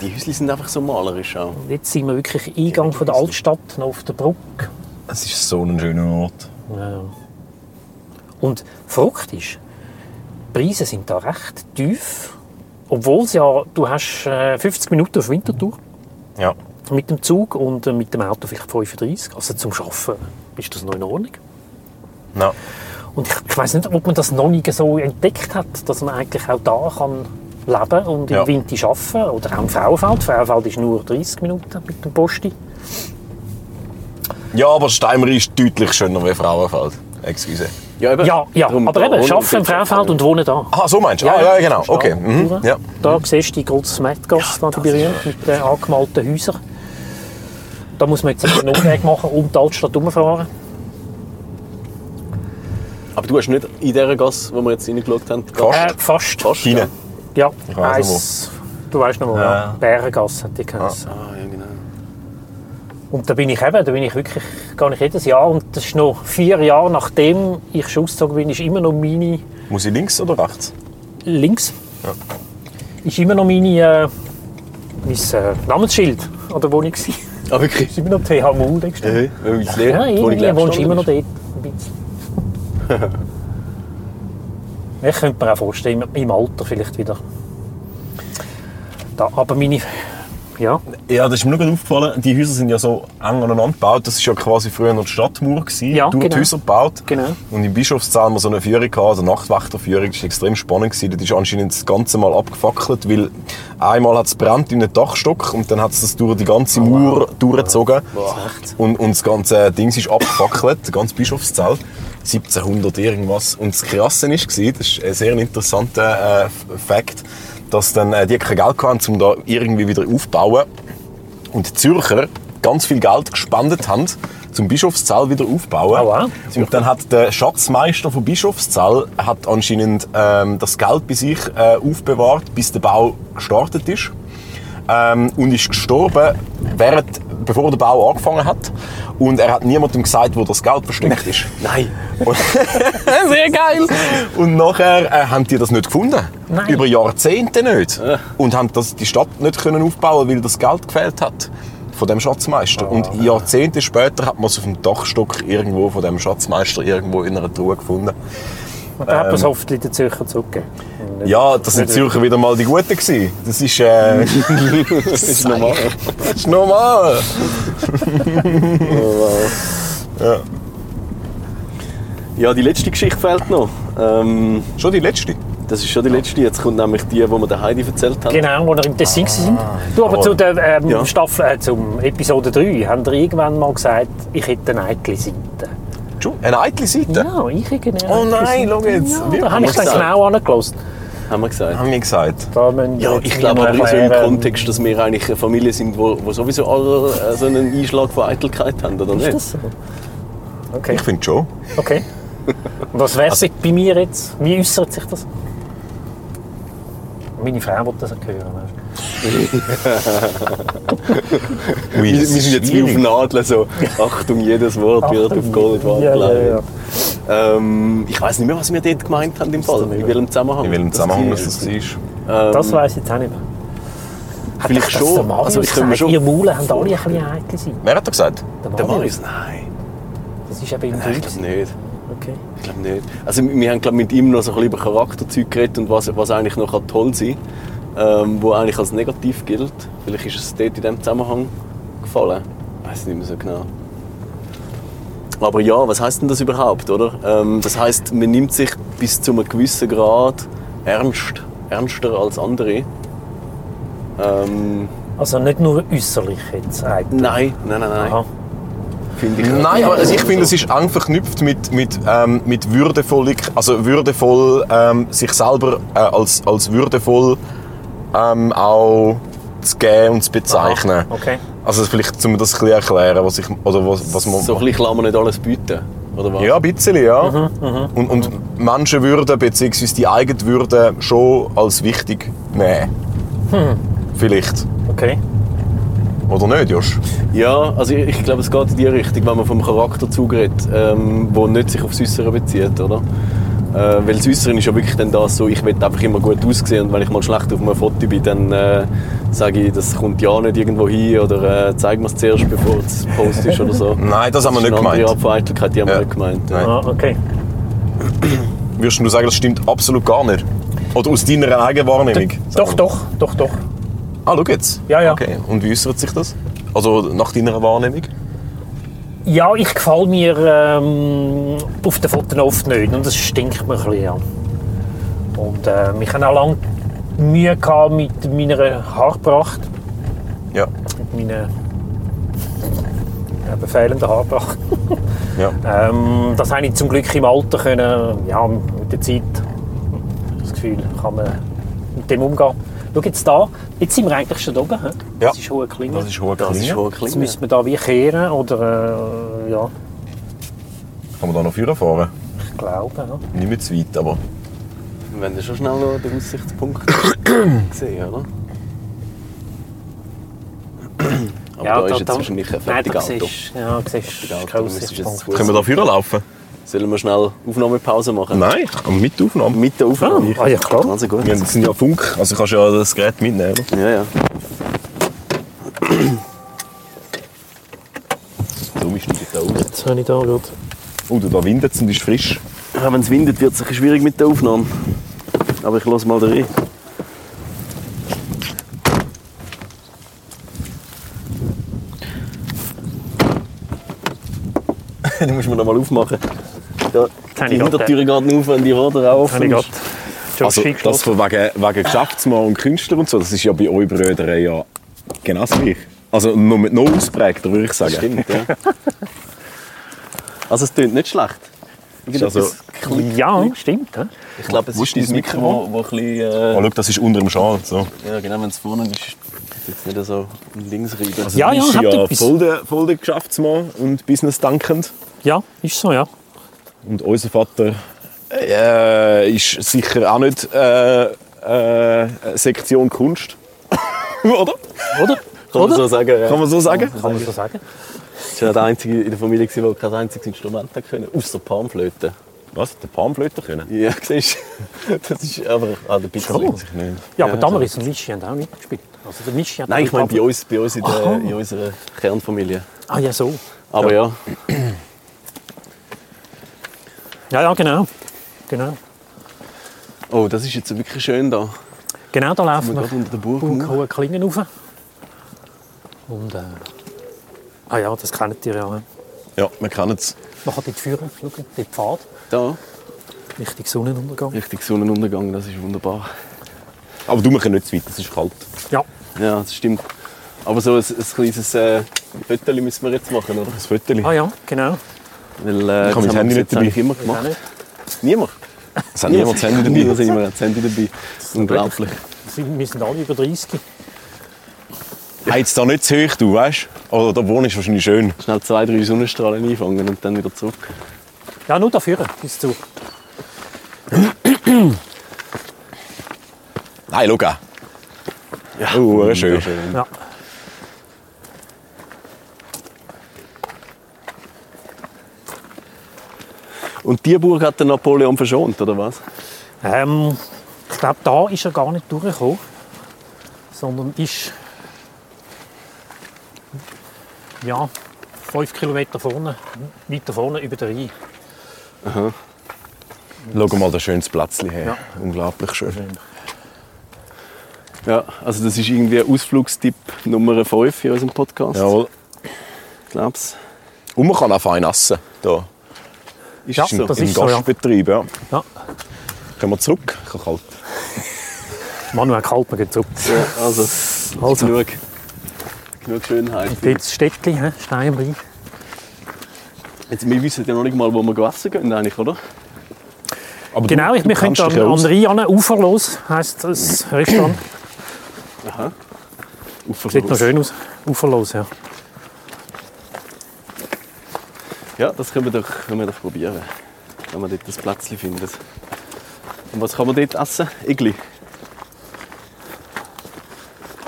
S2: Die Häuschen sind einfach so malerisch auch.
S4: Und Jetzt sind wir wirklich Eingang von der Altstadt, noch auf der Brücke.
S1: Es ist so ein schöner Ort.
S4: Ja. Und verrückt ist, die Preise sind da recht tief, obwohl es ja, du hast äh, 50 Minuten auf Winterthur
S1: Ja.
S4: mit dem Zug und äh, mit dem Auto vielleicht 35. Also zum Schaffen ist das noch in Ordnung.
S1: No.
S4: Und ich, ich weiß nicht, ob man das noch nie so entdeckt hat, dass man eigentlich auch da kann leben und im
S1: Ja.
S4: Winter arbeiten oder auch im Frauenfeld. Frauenfeld ist nur 30 Minuten mit dem Posti.
S1: Ja, aber Steimerie ist deutlich schöner wie Frauenfeld. Excuse.
S2: Ja, eben.
S4: Ja, ja.
S2: Darum
S4: aber
S2: da
S4: eben,
S2: wohnen
S4: arbeiten im
S2: und dort-
S4: Frauenfeld und wohnen da.
S1: Ah, so meinst du? Ja, ah, ja, genau. Okay. Mhm.
S4: Da,
S1: Ja.
S4: da siehst du die große Smetgasse, da, die berühmt, mit den angemalten Häusern. Da muss man jetzt einen Umweg machen, um die Altstadt herumfahren.
S2: Aber du hast nicht in dieser Gasse, wo wir jetzt reingeschaut haben...
S1: Fast.
S4: Äh, fast.
S2: Fast,
S1: China.
S4: Ja,
S1: Ich weiss noch wo.
S4: eins. Du weißt noch wo, ja.
S1: Ja.
S4: Bärengasse hat die geheißen.
S2: Ah, ja, genau.
S4: Und da bin ich eben, da bin ich wirklich, gehe ich jedes Jahr und das ist noch vier Jahre nachdem ich schon ausgezogen bin, ist immer noch meine,
S1: Muss ich links oder rechts?
S4: links,
S1: Ja.
S4: ist immer noch meine, äh, mein äh, Namensschild an der Wohnung gewesen. Ist
S2: Ah, wirklich?
S4: immer noch TH Maul, denkst du?
S2: Äh, weil ich lehre,
S4: Ja,
S2: wo ich
S4: irgendwie
S2: gelernt
S4: wohnst du
S2: habe,
S4: immer noch
S2: ist.
S4: dort. Ein bisschen. ich könnte mir auch vorstellen, im- im Alter vielleicht wieder. Da, aber meine, ja,
S1: Ja, das ist mir nur gerade aufgefallen. Die Häuser sind ja so eng aneinander gebaut. Das war ja quasi früher noch die Stadtmauer. Gewesen,
S4: Ja,
S1: durch
S4: genau.
S1: die Häuser gebaut.
S4: Genau.
S1: Und im Bischofszahl haben wir so eine Führung gehabt, also Nachtwächterführung. Das war extrem spannend. Gewesen. Das ist anscheinend das ganze Mal abgefackelt, weil einmal hat es brennt in einem Dachstock und dann hat es das durch die ganze Mauer durchgezogen. Und, und das ganze Ding ist abgefackelt, das ganze Bischofszell. 1700 irgendwas. Und das Krasse war, das ist ein sehr interessanter äh, Fakt, dass dann äh, die kein Geld hatten, um da irgendwie wieder aufzubauen und die Zürcher ganz viel Geld gespendet haben, zum Bischofszell wieder aufbauen.
S4: Ah, wow.
S1: Und dann hat der Schatzmeister von Bischofszell hat anscheinend ähm, das Geld bei sich äh, aufbewahrt, bis der Bau gestartet ist. Ähm, und ist gestorben, während, bevor der Bau angefangen hat. Und er hat niemandem gesagt, wo das Geld versteckt ist.
S2: Nein.
S1: Sehr geil! Und nachher äh, haben die das nicht gefunden.
S4: Nein.
S1: Über Jahrzehnte nicht. Und haben das, die Stadt nicht können aufbauen, weil das Geld gefehlt hat von dem Schatzmeister. Und
S2: Ah.
S1: Jahrzehnte später hat man es auf dem Dachstock irgendwo von dem Schatzmeister irgendwo in einer Truhe gefunden.
S4: da hat man es hoffentlich den Zürcher zurückgegeben.
S1: Ja, das sind die Zürcher wieder mal die Guten gewesen. Das ist, äh, das ist normal. Das ist normal.
S2: Ja, die letzte Geschichte fehlt noch. Ähm,
S1: Schon die letzte.
S2: das ist schon die letzte. Jetzt kommt nämlich die, die wir der Heidi erzählt haben.
S4: Genau, wo wir im Tessin sind. Du, aber
S1: jawohl.
S4: zu der ähm,
S2: Ja.
S4: Staffel, äh, zum Episode 3, haben ihr irgendwann mal gesagt, ich hätte eine eitle Seite.
S1: Schon Eine eitle Seite.
S4: Ja, ich hätte eine
S1: Oh nein,
S4: eitle Seite.
S1: schau jetzt.
S4: Ja,
S1: Wirklich?
S4: da habe ich dann
S2: Haben wir
S4: genau angelassen.
S2: Haben wir gesagt.
S1: Haben wir gesagt.
S4: Da müssen
S2: Ja,
S4: jetzt
S2: ich
S4: mir
S2: glaube
S4: mal
S2: aber so im
S4: erklären,
S2: Kontext, dass wir eigentlich eine Familie sind, wo, wo sowieso alle äh, so einen Einschlag von Eitelkeit haben, oder
S4: Ist
S2: nicht?
S4: das so? Okay.
S1: Ich finde schon.
S4: okay. Und was wäre es bei mir jetzt? Wie äußert sich das? Meine Frau wird das auch hören. weisst du.
S1: Ui,
S2: Wir, wir
S1: das ist
S2: sind jetzt wie auf
S1: schwierig.
S2: Nadeln so. Achtung, jedes Wort wird
S4: Achtung,
S2: auf Gold
S4: ja, ja, ja.
S2: angelegt. Ähm, ich weiß nicht mehr, was wir dort gemeint haben im Fall. In welchem Zusammenhang?
S1: In welchem
S2: das
S1: Zusammenhang
S2: war.
S1: das war?
S4: Das weiss ich jetzt auch nicht mehr. Hat
S2: Vielleicht
S4: euch das
S2: schon.
S4: der Marius
S2: Also, Ähm, ich kann mir
S4: gesagt?
S2: schon
S4: Ihr Maulen haben alle ein bisschen heikel sein.
S1: Wer hat das gesagt?
S2: Der Marius? Nein.
S4: Das ist eben im
S2: Nein, ich
S4: Bild.
S2: glaube nicht.
S4: Okay.
S2: Ich glaube nicht. Also wir haben glaub, mit ihm noch so ein bisschen über Charakterzeug geredet und was, was eigentlich noch kann toll sein kann, ähm, wo eigentlich als negativ gilt. Vielleicht ist es dort in diesem Zusammenhang gefallen. Ich weiß nicht mehr so genau. Aber ja, was heißt denn das überhaupt, oder? Ähm, das heißt, man nimmt sich bis zu einem gewissen Grad ernst, ernster als andere. Ähm,
S4: Also nicht nur äußerlich jetzt eigentlich.
S2: nein, nein, nein, nein.
S4: Aha.
S2: Finde ich
S1: Nein, aber also ich finde, es ist eng verknüpft mit, mit, ähm, mit würdevoll, also würdevoll ähm, sich selber äh, als, als würdevoll ähm, auch zu geben und zu bezeichnen.
S4: Aha, okay.
S1: Also vielleicht, um das ein bisschen erklären, was ich, oder was, was man...
S2: so ein bisschen kann man nicht alles bieten, oder was?
S1: ja, ein bisschen, ja. und, und Menschenwürde bzw. die eigene Würde schon als wichtig nehmen. Vielleicht.
S4: Okay.
S1: Oder nicht, Josch?
S2: Ja, also ich, ich glaube, es geht in die Richtung, wenn man vom Charakter zugeht, ähm, wo nicht sich aufs Äußere bezieht, oder? Äh, weil das Äußere ist ja wirklich dann das so, ich will einfach immer gut aussehen und wenn ich mal schlecht auf einem Foto bin, dann äh, sage ich, das kommt ja nicht irgendwo hin oder äh, zeig mir es zuerst, bevor es Post ist oder so.
S1: Nein, das haben wir
S2: ist
S1: nicht
S2: eine andere
S1: gemeint.
S2: Art von Eitelkeit, die haben
S1: Ja.
S2: wir nicht gemeint. ja.
S1: Nein.
S4: Ah, okay.
S1: Würdest du sagen, das stimmt absolut gar nicht? Oder aus deiner eigenen Wahrnehmung?
S4: Doch, doch, doch, doch.
S1: Ah, schau jetzt.
S4: Ja, ja.
S1: Okay. Und wie äußert sich das? Also nach deiner Wahrnehmung?
S4: Ja, ich gefalle mir ähm, auf den Fotos oft nicht und das stinkt mir ein bisschen an. Und ähm, ich hatte auch lange Mühe gehabt mit meiner Haarpracht,
S1: Ja.
S4: mit meiner eben fehlenden Haarpracht.
S1: ja.
S4: Ähm, das habe ich zum Glück im Alter können, ja, mit der Zeit, das Gefühl, kann man mit dem umgehen. Schau jetzt da, jetzt sind wir eigentlich schon da oben. hä?
S1: Ja.
S4: Das ist hohe Klinge.
S1: Das ist hohe
S2: Das ist
S1: Klinge.
S2: schon
S4: jetzt
S2: klingt.
S4: müssen wir da wie kehren oder, äh, ja,
S1: Kann man da noch Führer fahren?
S4: ich glaube. Ja.
S1: Nicht mehr zu weit, aber...
S2: Wir werden schon schnell noch den Aussichtspunkt sehen, oder? Aber da, ist jetzt wahrscheinlich ein
S4: Nein, da
S2: fertiges Auto.
S4: siehst du- Ja, da siehst
S2: Fertiges
S4: du
S2: Auto,
S4: keinen
S2: da müsstest du jetzt
S4: Aussichtspunkt.
S2: Fuß-
S1: Können wir da Führer laufen?
S2: Sollen wir schnell Aufnahmepause machen?
S1: Nein, aber mit der Aufnahme.
S2: Mit der Aufnahme?
S4: Ah, ja, klar.
S2: Also gut.
S1: Wir sind ja Funk, also kannst du ja das Gerät mitnehmen. oder?
S2: Ja, ja.
S1: Darum ist nicht da aus.
S4: Jetzt habe ich da gerade...
S1: Oh, da windet es und ist frisch.
S2: Wenn es Ah, windet, wird es ein bisschen schwierig mit der Aufnahme. Aber ich lasse mal da rein. Die muss man noch mal aufmachen. Da,
S4: habe
S2: die
S4: ich gerade-
S2: Hintertür geht nicht auf, wenn die Roder auch offen ist.
S1: Also das von wegen, wegen Geschäftsmann und Künstler und so, das ist ja bei euch Brüdern ja genau das gleiche. Also noch, mit- noch ausprägter, würde ich sagen.
S2: Stimmt, ja. Also es tönt nicht schlecht.
S1: also-
S2: Irgendetwas klickt.
S4: Ja, stimmt. hä?
S2: Ich glaube, es
S1: Wo
S2: ist
S1: ist dein
S2: dein Mikro, wo ein bisschen...
S1: Oh, schau, das ist unter dem Schal. So.
S2: Äh, ja, genau, wenn es vorne ist, ist es jetzt nicht so links reiben.
S1: Also
S4: Ja,
S1: du
S4: ja,
S1: bist
S4: habt
S1: ja
S4: etwas.
S1: voll der, voll der Geschäftsmann und Business dankend.
S4: Ja, ist so, ja.
S1: Und unser Vater äh, ist sicher auch nicht äh, äh, Sektion Kunst. Oder?
S4: Oder?
S2: Kann man so sagen, ja.
S1: Kann man so sagen?
S4: Kann man so sagen.
S2: Ich war der Einzige in der Familie, gewesen, der kein einziges Instrument hat können, außer Palmflöte.
S1: Was? Der Palmflöte können?
S2: Ja, siehst du? Das ist aber ah, ein bisschen...
S4: Ja, aber Damaris und Mischi haben auch mitgespielt. Also der Mischi hat
S2: Nein, ich meine bei
S4: Pablo-
S2: uns, bei uns in, der, in unserer Kernfamilie.
S4: Ah ja, so.
S2: Aber ja,
S4: Ja, ja, genau. Genau,
S2: oh, das ist jetzt wirklich schön da.
S4: genau da
S2: Wir
S4: laufen wir.
S2: gerade unter der Burg.
S4: Burg
S2: hoch.
S4: hohe Klingen rauf. Und, äh... Ah ja, das kennt ihr ja. hä?
S1: Ja, wir kennen es.
S4: Man kann dort führen, schauen, dort Pfad.
S2: Da,
S4: Richtung Sonnenuntergang.
S2: Richtung Sonnenuntergang, das ist wunderbar.
S1: Aber du, wir können nicht zu weit, es ist kalt.
S4: Ja.
S2: Ja, das stimmt. Aber so ein, ein kleines äh, Foto müssen wir jetzt machen, oder?
S1: Das Foto.
S4: Ah ja, genau.
S2: Weil, äh,
S1: Ich habe mein
S2: das haben
S1: Handy
S2: wir
S1: nicht
S2: bis jetzt
S1: dabei.
S2: eigentlich immer gemacht. Niemand.
S1: Es hat niemand das Handy dabei.
S2: Niemand hat immer das Handy dabei. Unglaublich.
S4: Sie- Wir sind alle über 30.
S1: Heizt da nicht zu hoch, du weißt? Oder da wohnst du wahrscheinlich schön.
S2: Schnell zwei, drei Sonnenstrahlen einfangen und dann wieder zurück.
S4: Ja, nur dafür bis zu.
S1: Nein, schau an.
S2: Ja,
S1: Oh, äh, schön.
S2: wunderschön.
S4: Ja.
S2: Und Und die Burg hat der Napoleon verschont, oder was?
S4: Ähm, ich glaube, da ist er gar nicht durchgekommen, sondern ist ja, fünf Kilometer vorne, weiter vorne über den Rhein.
S1: Schau mal, das schönes Plätzchen her. Unglaublich schön.
S2: Ja, also das ist irgendwie Ausflugstipp Nummer 5 in unserem Podcast.
S1: Jawohl.
S2: Glaub's.
S1: Und man kann auch fein essen. Hier. Ist
S4: Ja,
S1: im,
S4: das
S1: im
S4: ist so, ja.
S1: Gastbetrieb. ja.
S4: Ja.
S1: Gehen wir zurück. Ich habe halt kalt.
S4: Manuel Kaltmann geht zurück.
S2: Ja, also,
S4: Also.
S2: genug. Genug Schönheit.
S4: Dort das Städtchen, hä? Stein am Rhein.
S2: Jetzt, wir wissen ja noch nicht mal, wo wir essen gehen, eigentlich, oder?
S1: Aber du-
S4: Genau, ich,
S1: du
S4: wir können
S1: kennst dich
S4: an,
S1: ja
S4: an
S1: aus.
S4: den Rhein hin, uferlos heisst das Restaurant. Sieht noch schön aus. Uferlos, ja.
S2: Ja, das können wir doch, können wir doch probieren. Wenn wir dort das Plätzchen finden. Und was kann man dort essen? Igli.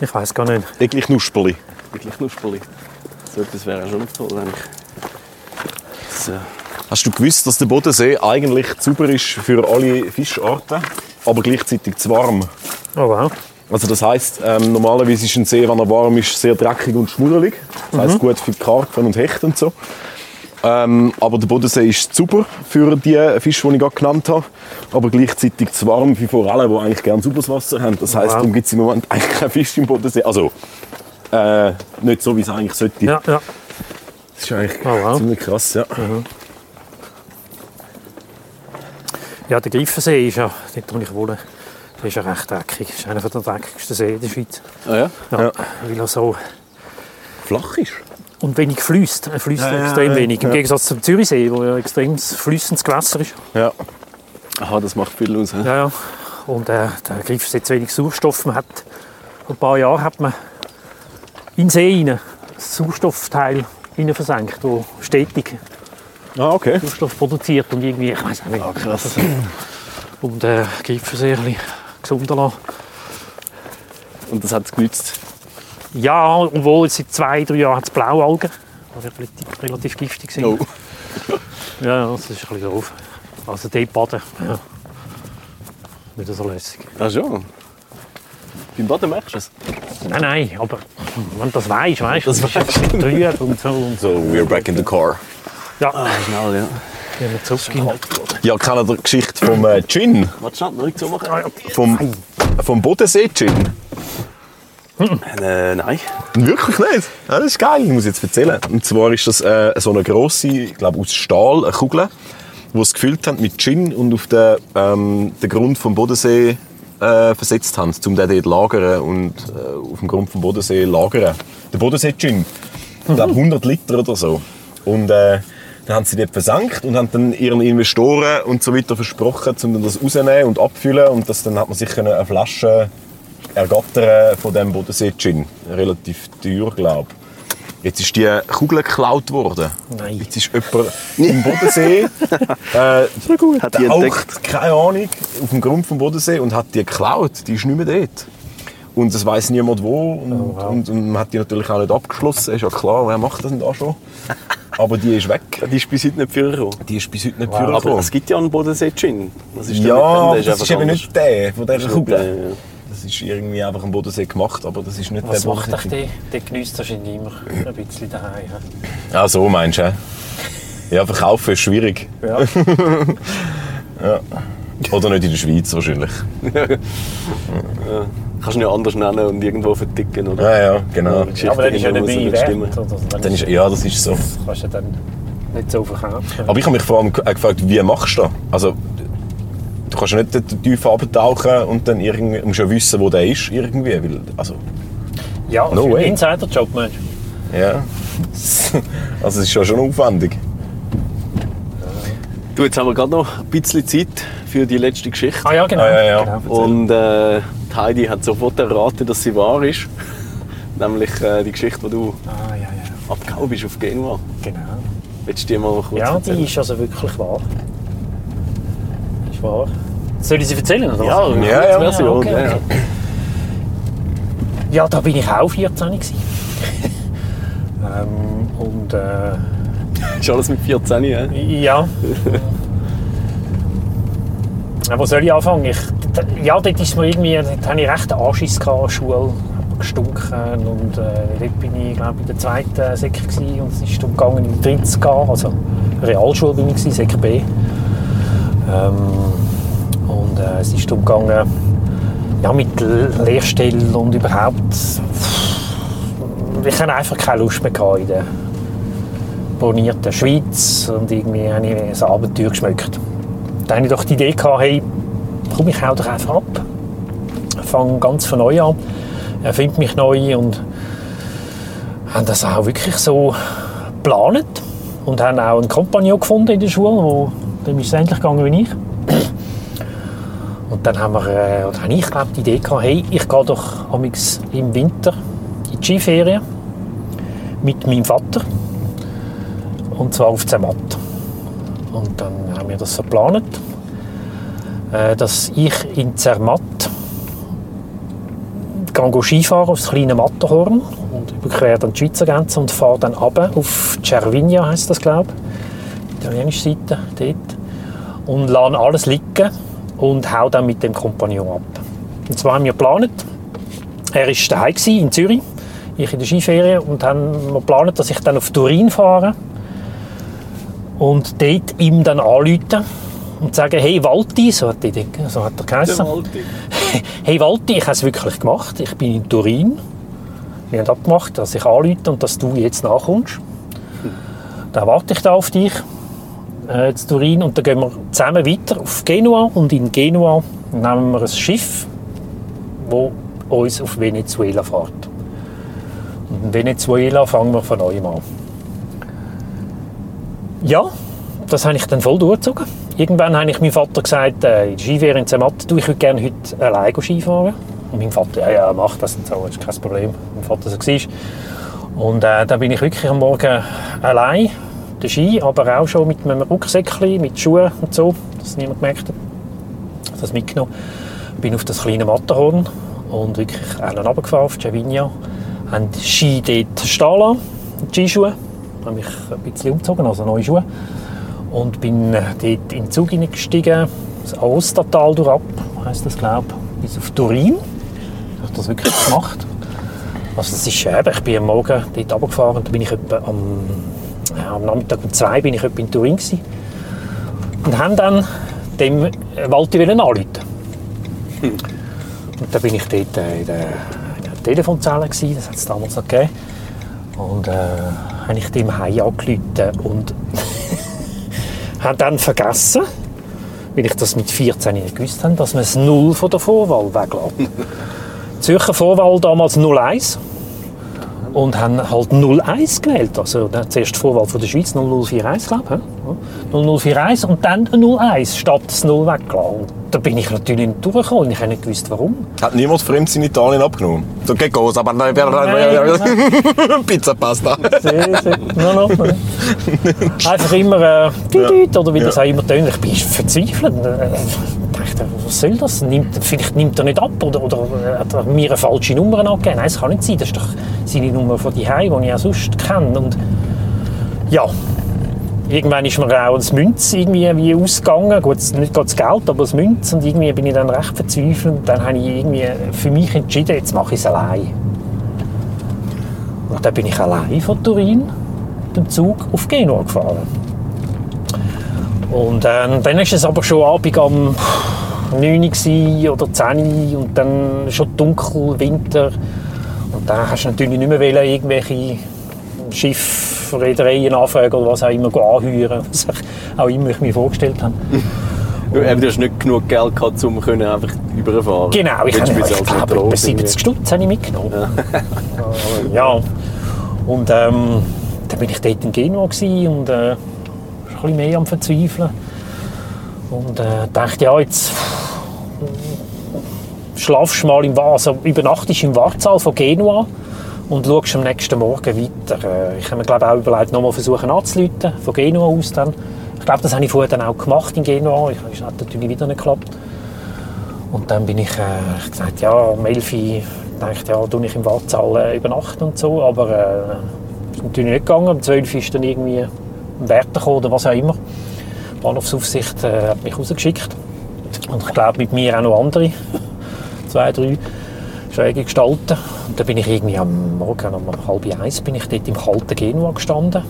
S4: Ich weiß gar nicht.
S1: Egli Knusperli.
S2: Igli Knusperli. So etwas wäre auch schon noch toll, eigentlich. So.
S1: Hast du gewusst, dass der Bodensee eigentlich zu sauber ist für alle Fischarten, aber gleichzeitig zu warm?
S4: Oh wow.
S1: Also das heißt, ähm, normalerweise ist ein See, wenn er warm ist, sehr dreckig und schmuddelig. Das
S4: Mhm.
S1: heißt gut für die Karpfen und Hechten und so. Ähm, aber der Bodensee ist super für die Fische, die ich gerade genannt habe, aber gleichzeitig zu warm für Forellen, die eigentlich gerne sauberes Wasser haben. Das heißt,
S4: Wow.
S1: darum gibt es im Moment eigentlich keinen Fisch im Bodensee. Also äh, nicht so, wie es eigentlich sollte.
S4: Ja, ja.
S1: Das ist eigentlich
S4: Oh, wow.
S1: ziemlich krass, ja.
S4: Ja, der Griffensee ist ja, dort wo ich wohne, der ist ja recht dreckig. Das ist einer der dreckigsten Seen in der Schweiz.
S2: Ah ja?
S4: Ja,
S1: Ja.
S4: Weil er so...
S1: Flach ist.
S4: Und wenig fließt. Er fließt
S1: ja,
S4: extrem
S1: ja,
S4: wenig. Im
S1: ja.
S4: Gegensatz zum Zürichsee, wo ja extrem fließendes Gewässer ist.
S1: Ja.
S2: Aha, das macht viel aus. hä?
S4: Ja, ja. Und äh, der Griffensee zu wenig Sauerstoff. Man hat, vor ein paar Jahren hat man in den See rein das Sauerstoffteil rein versenkt, wo stetig
S1: Ah, okay.
S4: Sauerstoff produziert und irgendwie, ich weiß nicht,
S2: Ah, krass.
S4: um den Griffensee ein bisschen gesunder lassen.
S2: Und das hat es genützt.
S4: Ja, obwohl seit zwei, drei Jahren hat es Blaualgen, die relativ, relativ giftig sind.
S2: Oh.
S4: Ja, ja, das ist ein bisschen doof. Also dort baden, ja. Nicht so lässig.
S2: Ah schon? Beim Baden merkst du es?
S4: Nein, nein, aber wenn du das weißt, weißt du,
S2: Das
S4: das ist
S2: weisst
S4: jetzt trüb und so. Und so.
S1: So, we're back in the car.
S4: Ja,
S2: Ah, schnell, ja.
S4: gehen wir zurück in
S1: Ja, kennt ihr die Geschichte vom äh, Gin?
S2: Warte, schnell, noch nicht so
S4: Ah,
S2: machen.
S1: Vom, vom Bodensee-Gin?
S2: Äh, nein.
S1: Wirklich nicht? Ja, das ist geil, ich muss jetzt erzählen. Und zwar ist das äh, so eine grosse, ich glaube aus Stahl, eine Kugel, die es gefüllt haben mit Gin und auf den, ähm, den Grund vom Bodensee äh, versetzt haben, um den dort lagern und äh, auf dem Grund vom Bodensee lagern. Der Bodensee-Gin. Ich glaube 100 Liter oder so. Und äh, dann haben sie dort versenkt und haben dann ihren Investoren und so weiter versprochen, um das rauszunehmen und abfüllen und das, dann hat man sich können eine Flasche ergattern äh, von dem Bodensee-Gin. Relativ teuer, glaube ich. Jetzt ist die Kugel geklaut worden.
S4: Nein.
S1: Jetzt ist jemand im Bodensee, äh,
S2: Hat die entdeckt?
S1: taucht, keine Ahnung, auf dem Grund vom Bodensee und hat die geklaut. Die ist nicht mehr dort. Und das weiß niemand wo. Und,
S4: Oh,
S1: und, und man hat die natürlich auch nicht abgeschlossen. Ist ja klar, wer macht das denn da schon? Aber die ist weg.
S2: Die ist bis heute nicht vorgekommen.
S1: Die ist bis heute nicht
S4: Wow.
S1: wow.
S2: Aber es gibt ja einen Bodensee-Gin. Das ist der
S1: Ja,
S2: mit-
S1: aber
S2: der
S1: das ist
S2: einfach
S1: eben
S2: anders.
S1: nicht der von dieser
S2: nicht der, ja.
S1: Kugel. Das ist irgendwie einfach am Bodensee gemacht, aber das ist nicht
S4: Was
S1: der
S4: macht euch
S1: Bodensee.
S4: der? Der geniesst wahrscheinlich immer ein bisschen daheim. hä?
S1: Ah, so meinst du, hä? Ja, verkaufen ist schwierig.
S4: Ja.
S1: Oder nicht in der Schweiz wahrscheinlich.
S2: Kannst du ihn ja anders nennen und irgendwo verticken, oder?
S1: Ja, ja, genau.
S2: Geschichte
S4: aber dann ist ja
S2: hinterher muss
S4: nicht mehr
S2: nicht stimmen.
S4: wert. oder? Dann
S1: Dann
S4: ist,
S1: ist, ja, das ist so.
S4: kannst du dann nicht so verkaufen.
S1: Aber ich habe mich vor allem ge- äh, gefragt, wie machst du das? Also, du kannst ja nicht dort tief abtauchen und dann irgendwie, musst ja wissen, wo der ist irgendwie, weil, also,
S4: Ja,
S1: No
S4: no
S1: way.
S4: Insider-Job, Mensch.
S1: ja. Also, es ist ja schon aufwendig.
S2: Du, jetzt haben wir gerade noch ein bisschen Zeit für die letzte Geschichte.
S4: Ah ja, genau.
S1: Ah, ja, ja.
S4: genau.
S2: Und äh, die Heidi hat sofort erraten, dass sie wahr ist. Nämlich äh, die Geschichte, die du
S4: Ah, ja, ja.
S2: abgehauen bist auf Genua.
S4: genau.
S2: Willst du die mal kurz
S4: Ja,
S2: erzählen?
S4: die ist also wirklich wahr. Ist wahr. Soll ich sie erzählen? Oder was?
S2: ja,
S1: Ja, ja.
S2: ja, Version.
S4: Ah, okay,
S2: ja, ja.
S4: Ja, da bin ich auch 14 gewesen. ähm, und äh,
S2: Ehm, Ist alles mit 14, ja?
S4: ja, Ja, wo soll ich anfangen? Ich, d- ja, dort ist mir irgendwie, dort hatte ich recht einen Anschiss gehabt, an die Schule, Hab gestunken und äh, dort bin ich, glaube ich, in der zweiten Sek gewesen und es ist darum gegangen, in die dritte zu gehen, also Realschule bin ich gewesen, Sek B. Ähm, und äh, es ist darum gegangen, ja, mit L- Lehrstellen und überhaupt, ich hatte einfach keine Lust mehr gehabt in der bonierten Schweiz und irgendwie habe ich ein Abenteuer geschmückt. Da hatte ich doch die Idee, gehabt, hey, komm, ich hau doch einfach ab. Fange ganz von neu an, erfinde mich neu und haben das auch wirklich so geplant und haben auch einen Kompagnon gefunden in der Schule, wo, dem ist es ähnlich gegangen wie ich. Und dann haben wir, äh, oder habe ich glaube die Idee gehabt, hey, ich gehe doch amix im Winter in die Skiferien mit meinem Vater und zwar auf Zermatt. um Und dann haben wir das so geplant, äh, dass ich in Zermatt gehe go Skifahren aufs kleine Matterhorn und überquere dann die Schweizer Grenze und fahre dann runter auf Cervinia, heisst das, glaube ich, italienische Seite, dort. Und lasse alles liegen und hau dann mit dem Kompagnon ab. Und zwar haben wir geplant, er war daheim gewesen, in Zürich, ich in der Skiferie, und haben wir geplant, dass ich dann auf Turin fahre und dort ihm dann anrufen und sagen, hey Walti, so hat, die, Dicke- so hat er geheißen. Hey Walti, ich habe es wirklich gemacht. Ich bin in Turin. Wir haben abgemacht, dass ich anrufe und dass du jetzt nachkommst. Dann warte ich da auf dich äh, in Turin und dann gehen wir zusammen weiter auf Genua und in Genua nehmen wir ein Schiff, wo uns auf Venezuela fährt. Und in Venezuela fangen wir von neuem an. Ja, das habe ich dann voll durchgezogen. Irgendwann habe ich meinem Vater gesagt, äh, in der Skiferie in Zermatt, du, ich würde gerne heute alleine Skifahren. Und mein Vater, ja, ja, mach das und so, ist kein Problem. Mein Vater so war. Und äh, dann bin ich wirklich am Morgen allein, der Ski, aber auch schon mit einem Rucksäckchen, mit Schuhen und so, dass niemand gemerkt hat. Das mitgenommen. Bin auf das kleine Matterhorn und wirklich einen runtergefahren auf Cervinia. Haben die Ski dort stehen lassen, die Skischuhe. Habe mich ein bisschen umgezogen, also neue Schuhe. Und bin äh, dort in den Zug hineingestiegen, das Ostertal durchab, heisst das, glaube ich, bis auf Turin. Ich habe das wirklich gemacht. Also das ist eben, ich bin am Morgen dort runtergefahren und dann bin ich etwa am, ja, am Nachmittag um zwei bin ich etwa in Turin gewesen. und haben dann dem äh, Walti wollen anrufen. Und dann bin ich dort äh, in der, in der Telefonzelle gewesen, das hat es damals noch gegeben. Und äh, habe ich dem Hai angerufen und habe dann vergessen, weil ich das mit 14 nicht gewusst habe, dass man das Null von der Vorwahl weglässt. Zürcher Vorwahl damals 01 und haben halt 01 gewählt. Also dann zuerst die Vorwahl von der Schweiz 0041, glaube ich. hä? 0041 und dann 01 statt das 0 weggelassen. Und da bin ich natürlich nicht durchgekommen und ich habe nicht gewusst, warum.
S1: Hat niemand Fremds in Italien abgenommen? So, geht los, aber nein, Pizza Pasta.
S4: no, no. Einfach immer äh, tüt, oder wie das auch immer tönt. Ich bin verzweifelt. Äh, Ich dachte, was soll das? Nimmt, vielleicht nimmt er nicht ab oder, oder äh, hat er mir eine falsche Nummer angegeben. Nein, das kann nicht sein. Das ist doch seine Nummer von die Hause, die ich auch sonst kenne. Und ja, irgendwann ist mir auch das Münz irgendwie wie ausgegangen. Gut, es- nicht gerade das Geld, aber das Münz. Und irgendwie bin ich dann recht verzweifelt. Und dann habe ich irgendwie für mich entschieden, jetzt mache ich es allein. Und dann bin ich allein von Turin mit dem Zug auf Genua gefahren. Und ähm, dann ist es aber schon Abend am 9 Uhr gsi oder 10 Uhr und dann schon dunkel, Winter. Und dann hast du natürlich nicht mehr wollen, irgendwelche Schiffreedereien anfragen oder was auch immer, anheuern, was ich auch immer ich mir vorgestellt habe.
S2: Er hat nicht genug Geld gehabt, um können einfach überfahren.
S4: Genau, ich
S2: Willst
S4: habe
S2: du mich also
S4: ich
S2: als
S4: glaube,
S2: Matrose
S4: etwa 70 Stutz habe ich mitgenommen. Ja. Und ähm, dann bin ich dort in Genua gsi und äh, war ein bisschen mehr am Verzweifeln. Und äh, dachte, ja, jetzt äh, schlafst du mal im Wa- also übernachtest im Wartsaal von Genua und schaust am nächsten Morgen weiter. Äh, ich habe mir glaube auch überlegt, nochmal versuchen anzuleuten, von Genua aus dann. Ich glaube, das habe ich vorher dann auch gemacht in Genua. Ich, das hat natürlich wieder nicht geklappt. Und dann bin ich, äh, ich gesagt, ja, um 11 Uhr dachte ja, tue ich im Wartsaal äh, übernachten und so, aber äh, ist natürlich nicht gegangen. Um 12 Uhr ist dann irgendwie ein Wärter gekommen oder was auch immer. Die Bahnhofsaufsicht äh, hat mich rausgeschickt. Und ich glaube, mit mir auch noch andere. Zwei, drei schräge Gestalten. Und dann bin ich irgendwie am Morgen um halb eins bin ich dort im kalten Genua gestanden.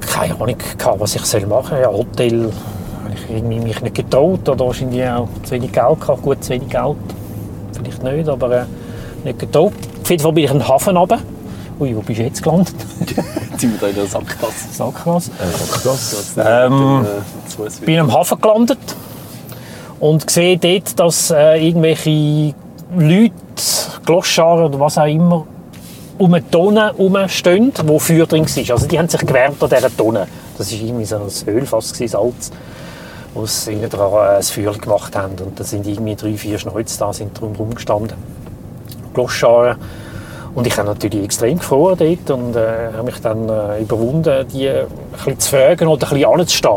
S4: Keine Ahnung, gehabt, was ich soll machen soll. Ja, Hotel habe ich irgendwie mich nicht getraut. Oder wahrscheinlich auch zu wenig Geld gehabt. Gut, zu wenig Geld. Vielleicht nicht, aber äh, nicht getraut. Auf jeden Fall bin ich in den Hafen runter. Ui, wo bist du jetzt gelandet?
S2: Jetzt sind wir da in der Sackgasse.
S4: Sackgasse.
S2: Sackgasse.
S4: Ähm,
S2: äh,
S4: bin am Hafen gelandet und sehe dort, dass äh, irgendwelche Leute, Gloscharen oder was auch immer, um eine Tonne herumstehen, wo Feuer drin war. Also die haben sich gewärmt an dieser Tonne. Das war irgendwie so ein Ölfass, gewesen, Salz, wo sie innen dran äh, das Feuer gemacht haben. Und da sind irgendwie drei, vier Schnäuze da, sind drum rumgestanden. Gloscharen. Und ich habe natürlich extrem gefroren dort und äh, habe mich dann äh, überwunden, die ein bisschen zu fragen oder ein bisschen anzustehen.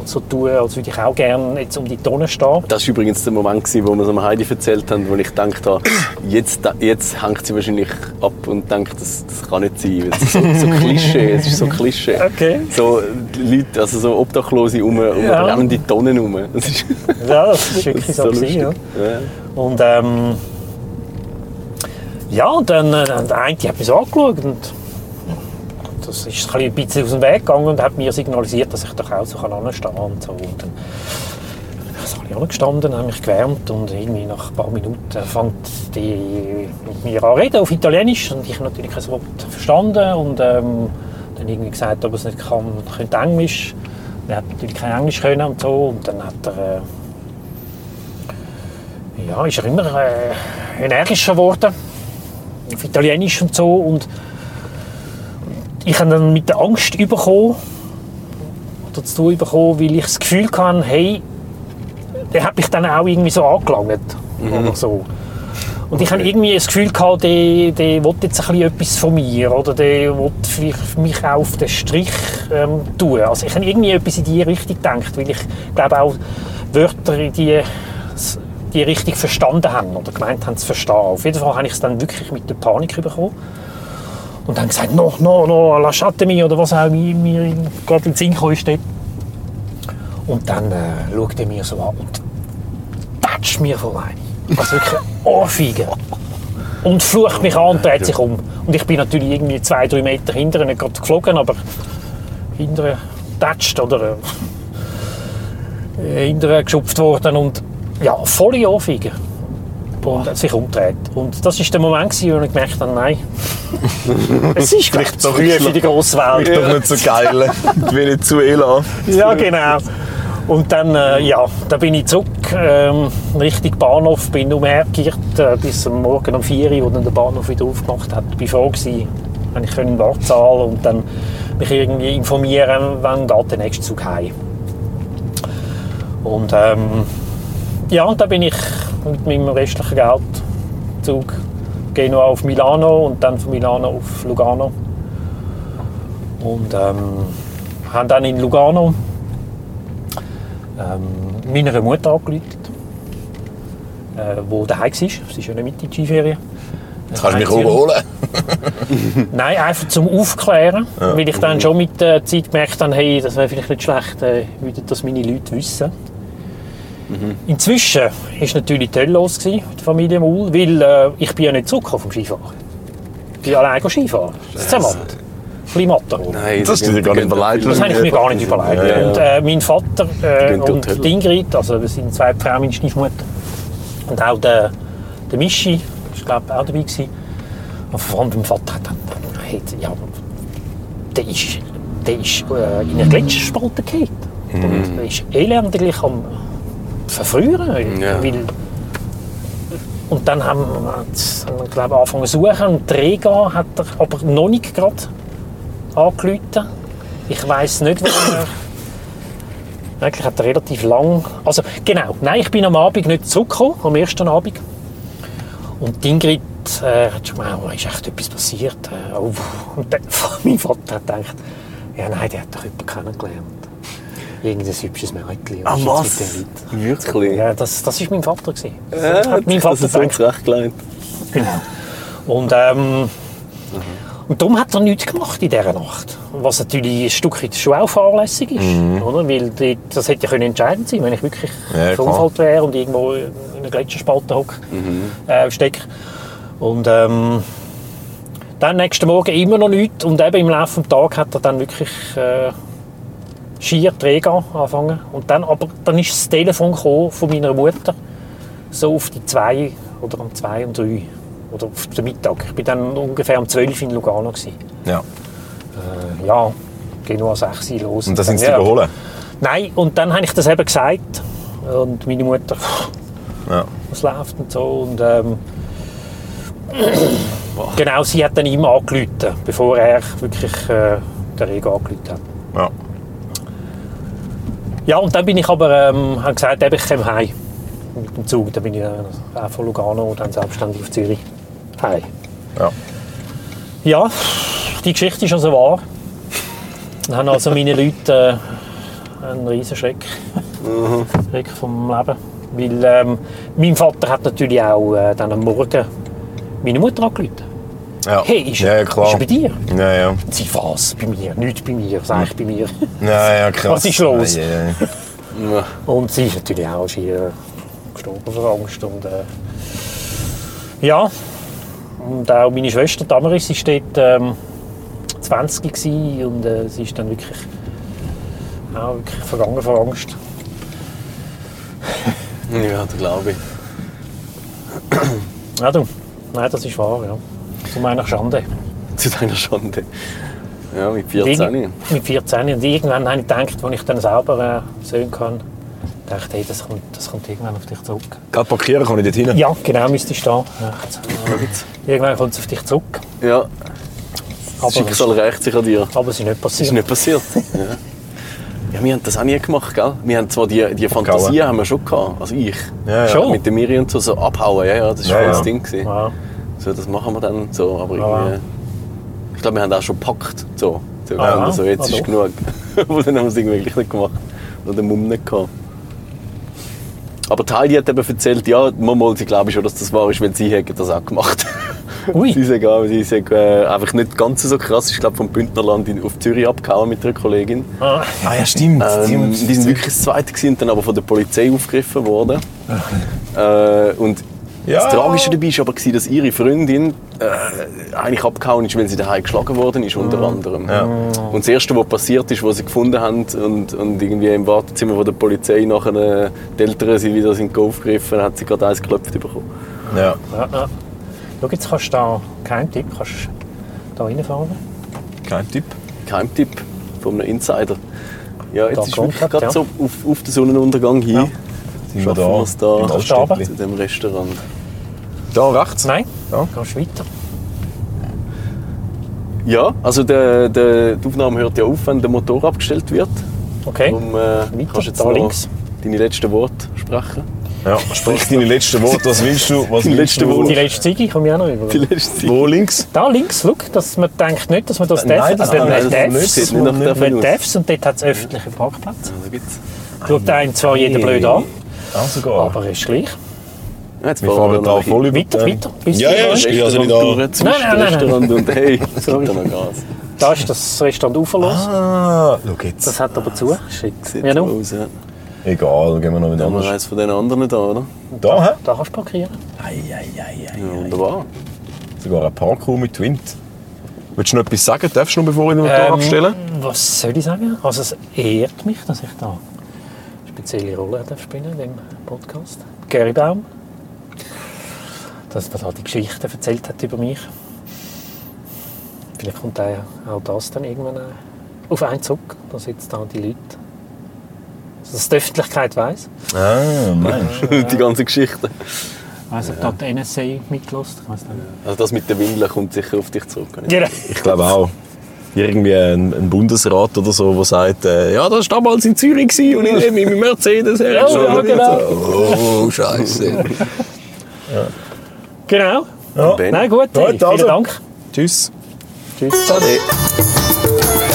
S4: Und so tun, als würde ich auch gerne jetzt um die Tonne stehen.
S2: Das war übrigens der Moment, gewesen, wo wir es am Heidi erzählt haben, wo ich gedacht habe, jetzt, jetzt hängt sie wahrscheinlich ab und denkt, das, das kann nicht sein. Es ist so, so Klischee, es ist so Klischee.
S4: Okay.
S2: So die Leute, also so Obdachlose um, um
S4: Ja.
S2: brennende Tonnen rum. Das ist,
S4: Ja, das war wirklich
S2: das ist
S4: so. gewesen,
S2: lustig.
S4: ja.
S2: Ja.
S4: Und ähm, ja, und dann äh, der eine hat mich so angeschaut und das ist ein bisschen aus dem Weg gegangen und hat mir signalisiert, dass ich doch auch so anstehen kann. Und so. und dann so ein bisschen angestanden, habe mich gewärmt und irgendwie nach ein paar Minuten fand die mit mir an reden auf Italienisch und ich natürlich kein Wort verstanden und ähm, dann irgendwie gesagt, ob er es nicht kann, könnte Englisch. Er hat natürlich kein Englisch können und so und dann hat er äh, ja, ist er immer äh, energischer geworden. Auf Italienisch und so. Und ich habe dann mit der Angst bekommen, oder zu tun bekommen, weil ich das Gefühl hatte, hey, der hat mich dann auch irgendwie so angelangt. Oder so. Und ich habe irgendwie das Gefühl gehabt, der, der will jetzt ein bisschen etwas von mir oder der will vielleicht mich auch auf den Strich ähm, tun. Also ich habe irgendwie etwas in die Richtung gedacht, weil ich glaube auch Wörter in die, die Richtung verstanden haben oder gemeint haben zu verstehen. Auf jeden Fall habe ich es dann wirklich mit der Panik bekommen und dann gesagt, no, no, no, lasciatemi oder was auch mir, mir gerade in den Sinn gekommen ist dort. Und dann äh, schaut er mir so an und tätscht mir voll ein. Also wirklich eine Ohrfeige. Und flucht mich an und dreht sich um. Und ich bin natürlich irgendwie zwei, drei Meter hinter ihm, nicht gerade geflogen, aber hinter ihm getatscht oder äh, hinter ihm geschupft worden und ja, volle Ohrfeige. Und hat sich umgedreht. Und das war der Moment, gewesen, wo ich gemerkt habe, nein, es ist vielleicht zu
S1: doch
S4: früh
S1: nicht so-
S4: für die grosse Welt.
S1: Doch nicht so geil. Venezuela.
S4: Ja, genau. Und dann, äh, ja, dann bin ich zurück ähm, Richtung Bahnhof, bin umhergekehrt äh, bis am Morgen um 4 Uhr, wo dann der Bahnhof wieder aufgemacht hat. Ich war froh, gewesen, wenn ich einen Wart zahlen und dann mich irgendwie informieren, wann geht der nächste Zug heim. Und ähm, ja, und dann bin ich mit meinem restlichen Geld Zug Genua auf Milano und dann von Milano auf Lugano. Und ähm, haben dann in Lugano ähm, meiner Mutter angerufen, äh, die daheim war. Sie ist ja nicht mit in die Skiferien.
S1: Jetzt kannst du mich überholen.
S4: Nein, einfach zum Aufklären, weil ich dann schon mit der Zeit gemerkt habe, hey, das wäre vielleicht nicht schlecht, äh, würden das meine Leute wissen. Inzwischen war natürlich toll los gewesen mit der Familie Maul, weil äh, ich bin ja nicht zurückgekommen vom Skifahren. Ich bin alleine Skifahren. Das Zermatt. Ein bisschen Matterhorn.
S2: Nein,
S1: Das tut dir gar nicht überleid.
S4: Das habe ich mir gar nicht überlegt.
S1: Ja, ja.
S4: Und äh, mein Vater äh,
S2: gehen dort
S4: und die Ingrid, also wir sind zwei Frauen, meine Stiefmutter, und auch der, der Mischi, ich glaube auch dabei gewesen. Und vor allem mein Vater hat dann, hat, ja, der ist, der ist äh, in einer Gletscherspalte gefallen.
S1: Hmm.
S4: Und er ist elendiglich am verfrühren,
S2: Ja.
S4: weil und dann haben wir, jetzt haben wir glaube ich, angefangen zu suchen. Und Rega hat er aber noch nicht gerade angerufen. Ich weiß nicht, wo er... Eigentlich hat er relativ lang... Also genau, nein, ich bin am Abend nicht zurückgekommen, am ersten Abend. Und die Ingrid äh, hat schon gemeint, oh, ist echt etwas passiert. Äh, oh. Und dann, mein Vater hat gedacht, ja nein, der hat doch jemanden kennengelernt. Irgendein hübsches Mädchen. Und
S2: Ah,
S4: ist jetzt mit
S2: was?
S4: dem weiter.
S2: Wirklich?
S4: Ja, das, das ist mein Vater. gewesen. Das
S2: Ja,
S4: hat mein Vater
S2: das ist so
S4: gedacht.
S2: zurechtgelegt.
S4: Und ähm, Und darum hat er nichts gemacht in dieser Nacht. Was natürlich ein Stückchen schon auch fahrlässig ist. Oder? Weil die, das hätte ja können entscheidend sein wenn ich wirklich
S1: Mhm. Ja, klar.
S4: verunfallt wäre und irgendwo in einer Gletscherspalte hock,
S1: Mhm.
S4: äh, stecke. Und ähm, dann nächsten Morgen immer noch nichts. Und eben im Laufe des Tages hat er dann wirklich äh, schier Träger angefangen. Und dann, aber dann ist das Telefon gekommen von meiner Mutter so auf die zwei oder um zwei und drei oder auf den Mittag. Ich bin dann ungefähr um 12 in Lugano gewesen.
S1: Ja.
S4: Äh, Ja, genau um 6 Uhr los.
S1: Und da sind sie
S4: ja.
S1: überholen.
S4: Nein, und dann habe ich das eben gesagt und meine Mutter, «Puh,
S1: Ja.
S4: was läuft und so und ähm, genau, sie hat dann ihm angerufen, bevor er wirklich äh, den Regen angerufen hat.
S1: ja.
S4: Ja, und dann bin ich aber, ähm, habe gesagt, eben, ich komme heim mit dem Zug. Dann bin ich dann auch von Lugano und dann selbstständig auf Zürich heim.
S1: Ja.
S4: Ja, die Geschichte ist also wahr. Dann haben also meine Leute äh, einen riesen Schreck.
S1: Mhm.
S4: Schreck vom Leben. Weil ähm, mein Vater hat natürlich auch äh, dann am Morgen meine Mutter angerufen.
S1: ja.
S4: Hey, ist
S1: ja,
S4: er,
S1: ja, klar.
S4: ist er bei dir?
S1: Ja, ja.
S4: Und Sie, was? Bei mir? Nichts bei mir, sag ich bei mir.
S1: Ja, ja, krass.
S4: Was ist los?
S1: Ja, ja, ja.
S2: Ja.
S4: Und sie ist natürlich auch schier gestorben vor Angst. Und, äh, ja, und auch meine Schwester Damaris, sie steht ähm, 20 gewesen und äh, sie ist dann wirklich, auch wirklich vergangen vor Angst.
S2: Ja, das glaube ich.
S4: Ja, du, nein, das ist wahr, ja. Zu meiner Schande.
S2: Zu deiner Schande. Ja, mit
S4: Irgend-
S2: 14.
S4: Mit 14. Und irgendwann habe ich gedacht, als ich dann selber äh, sehen kann, dachte ich, hey, das kommt, das kommt irgendwann auf dich zurück.
S1: Gerade parkieren kann ich dort hin.
S4: Ja, genau, müsste ich da. Rechts. Irgendwann kommt es auf dich zurück.
S2: Ja, das Schicksal rächt sich an dir.
S4: Aber es ist nicht
S2: Das
S4: passiert.
S2: ist nicht passiert. Ja. ja, wir haben das auch nie gemacht, gell? Wir haben zwar die, die Fantasie haben wir schon gehabt, also ich.
S1: Ja, ja.
S4: Schon?
S2: Mit dem Miri und so, so abhauen, ja, ja, das war
S1: Ja,
S2: voll das
S1: ja.
S2: Ding. Gewesen.
S4: Ja.
S2: So, das machen wir dann so, aber
S4: Ah.
S2: irgendwie... Ich glaube, wir haben auch schon gepackt, so. so
S4: Ah,
S2: also, jetzt
S4: ah,
S2: ist
S4: doch.
S2: genug. Aber dann haben wir es irgendwie gleich nicht gemacht. Oder den Mumm nicht gehabt. Aber Tali hat eben erzählt, ja, manchmal, sie glaube ich schon, dass das wahr ist, weil sie hätten das auch gemacht.
S4: Ui.
S2: Sie sagen, auch, sie sagen äh, einfach nicht ganz so krass. Ich glaube, vom Bündnerland in, auf Zürich abgehauen mit einer Kollegin.
S4: Ah,
S1: Ah, ja, stimmt.
S2: Ähm,
S1: stimmt.
S2: die sind wirklich das Zweite gewesen, dann aber von der Polizei aufgegriffen worden. äh, und
S1: Ja.
S2: das Tragische dabei war aber, gewesen, dass ihre Freundin äh, eigentlich abgehauen ist, weil sie daheim geschlagen worden ist, unter
S1: Mhm.
S2: anderem. Und das Erste, was passiert ist, was sie gefunden haben und, und irgendwie im Wartezimmer von der Polizei nachher äh, die Eltern sie wieder sind aufgegriffen, hat sie gerade eins geklopft bekommen.
S1: Ja.
S4: ja, ja. Schau, jetzt kannst du da, kein Tipp, kannst da reinfahren.
S1: Kein Tipp.
S2: Geheimtipp von einem Insider. Ja, jetzt
S4: Da
S2: ist
S4: kommt
S2: wirklich gerade
S4: ja.
S2: so auf, auf den Sonnenuntergang hin.
S1: Sind
S2: Schaffen wir es da.
S1: im Altstädtli.
S2: Zu dem Restaurant.
S1: Da rechts?
S4: Nein,
S1: Ja.
S4: kannst weiter.
S2: Ja, also der, der, die Aufnahme hört ja auf, wenn der Motor abgestellt wird.
S4: Okay.
S2: Darum äh,
S4: Weiter,
S2: kannst du jetzt
S4: da
S2: noch
S4: links.
S2: deine letzten Worte sprechen.
S1: Ja. Sprich deine letzten Worte. Was willst du? Was
S2: Deine
S1: willst
S2: letzten
S1: du?
S2: Worte.
S4: Die letzte Ziege komme ich auch noch
S2: Die
S4: über.
S2: letzte
S1: Wo links?
S4: Da links, schau, dass man denkt nicht, dass man das darf.
S1: Nein, das
S4: also,
S1: nein,
S4: man
S1: das
S4: darf's.
S2: sieht nicht nach der
S4: Man
S2: aus.
S4: darf's und dort hat es öffentliche Parkplätze.
S2: Also gibt's.
S4: Schaut einen zwar jeder blöd an,
S1: Ah, sogar.
S4: aber ist gleich.
S2: Ja, Jetzt
S1: Wir fahren drauf voll über.
S4: Weiter, weiter. Bis
S1: Ja, ja,
S4: zum
S1: ist also nicht da.
S2: Restaurant
S4: Nein, nein, nein, nein.
S2: Restaurant und hey, es gibt da noch Gas.
S4: Da ist das Restaurant uferlos.
S1: Ah, schau jetzt.
S4: Das hat aber zu.
S2: Sieht
S4: Ja,
S2: so
S4: nun.
S2: aus. Ja.
S1: Egal, gehen wir noch mit
S2: Haben wir
S1: anders.
S2: eins von den anderen da, oder?
S1: Da, hä?
S4: Da kannst du parkieren.
S2: Ja, wunderbar.
S1: Sogar ein Parkour mit Wind. Willst du noch etwas sagen? Darfst du noch, bevor ich den Motor
S4: Ähm,
S1: abstelle?
S4: Was soll ich sagen? Also es ehrt mich, dass ich da eine spezielle Rolle darf spielen in dem Podcast. Gary Baum, dass man da die Geschichte erzählt hat über mich. Vielleicht kommt auch auch das dann irgendwann äh, auf einen zurück, dass jetzt da die Leute, dass die Öffentlichkeit weiß.
S1: Ah, Mensch.
S2: Die ganze Geschichte.
S4: Weiß ob da die NSA mitlässt. Ich weiß nicht.
S2: Also das mit den Windeln kommt sicher auf dich zurück. oder?
S4: Genau.
S1: Ich glaube auch. Irgendwie ein, ein Bundesrat oder so, der sagt, äh, ja, das war damals in Zürich gewesen und in dem im Mercedes her.
S4: Ja, ja,
S1: Oh, Scheiße.
S4: genau.
S1: Ja.
S2: Ben.
S4: Nein, gut.
S1: Gut,
S4: Hey,
S1: also.
S4: Vielen Dank.
S1: Tschüss.
S4: Tschüss.
S2: Ade.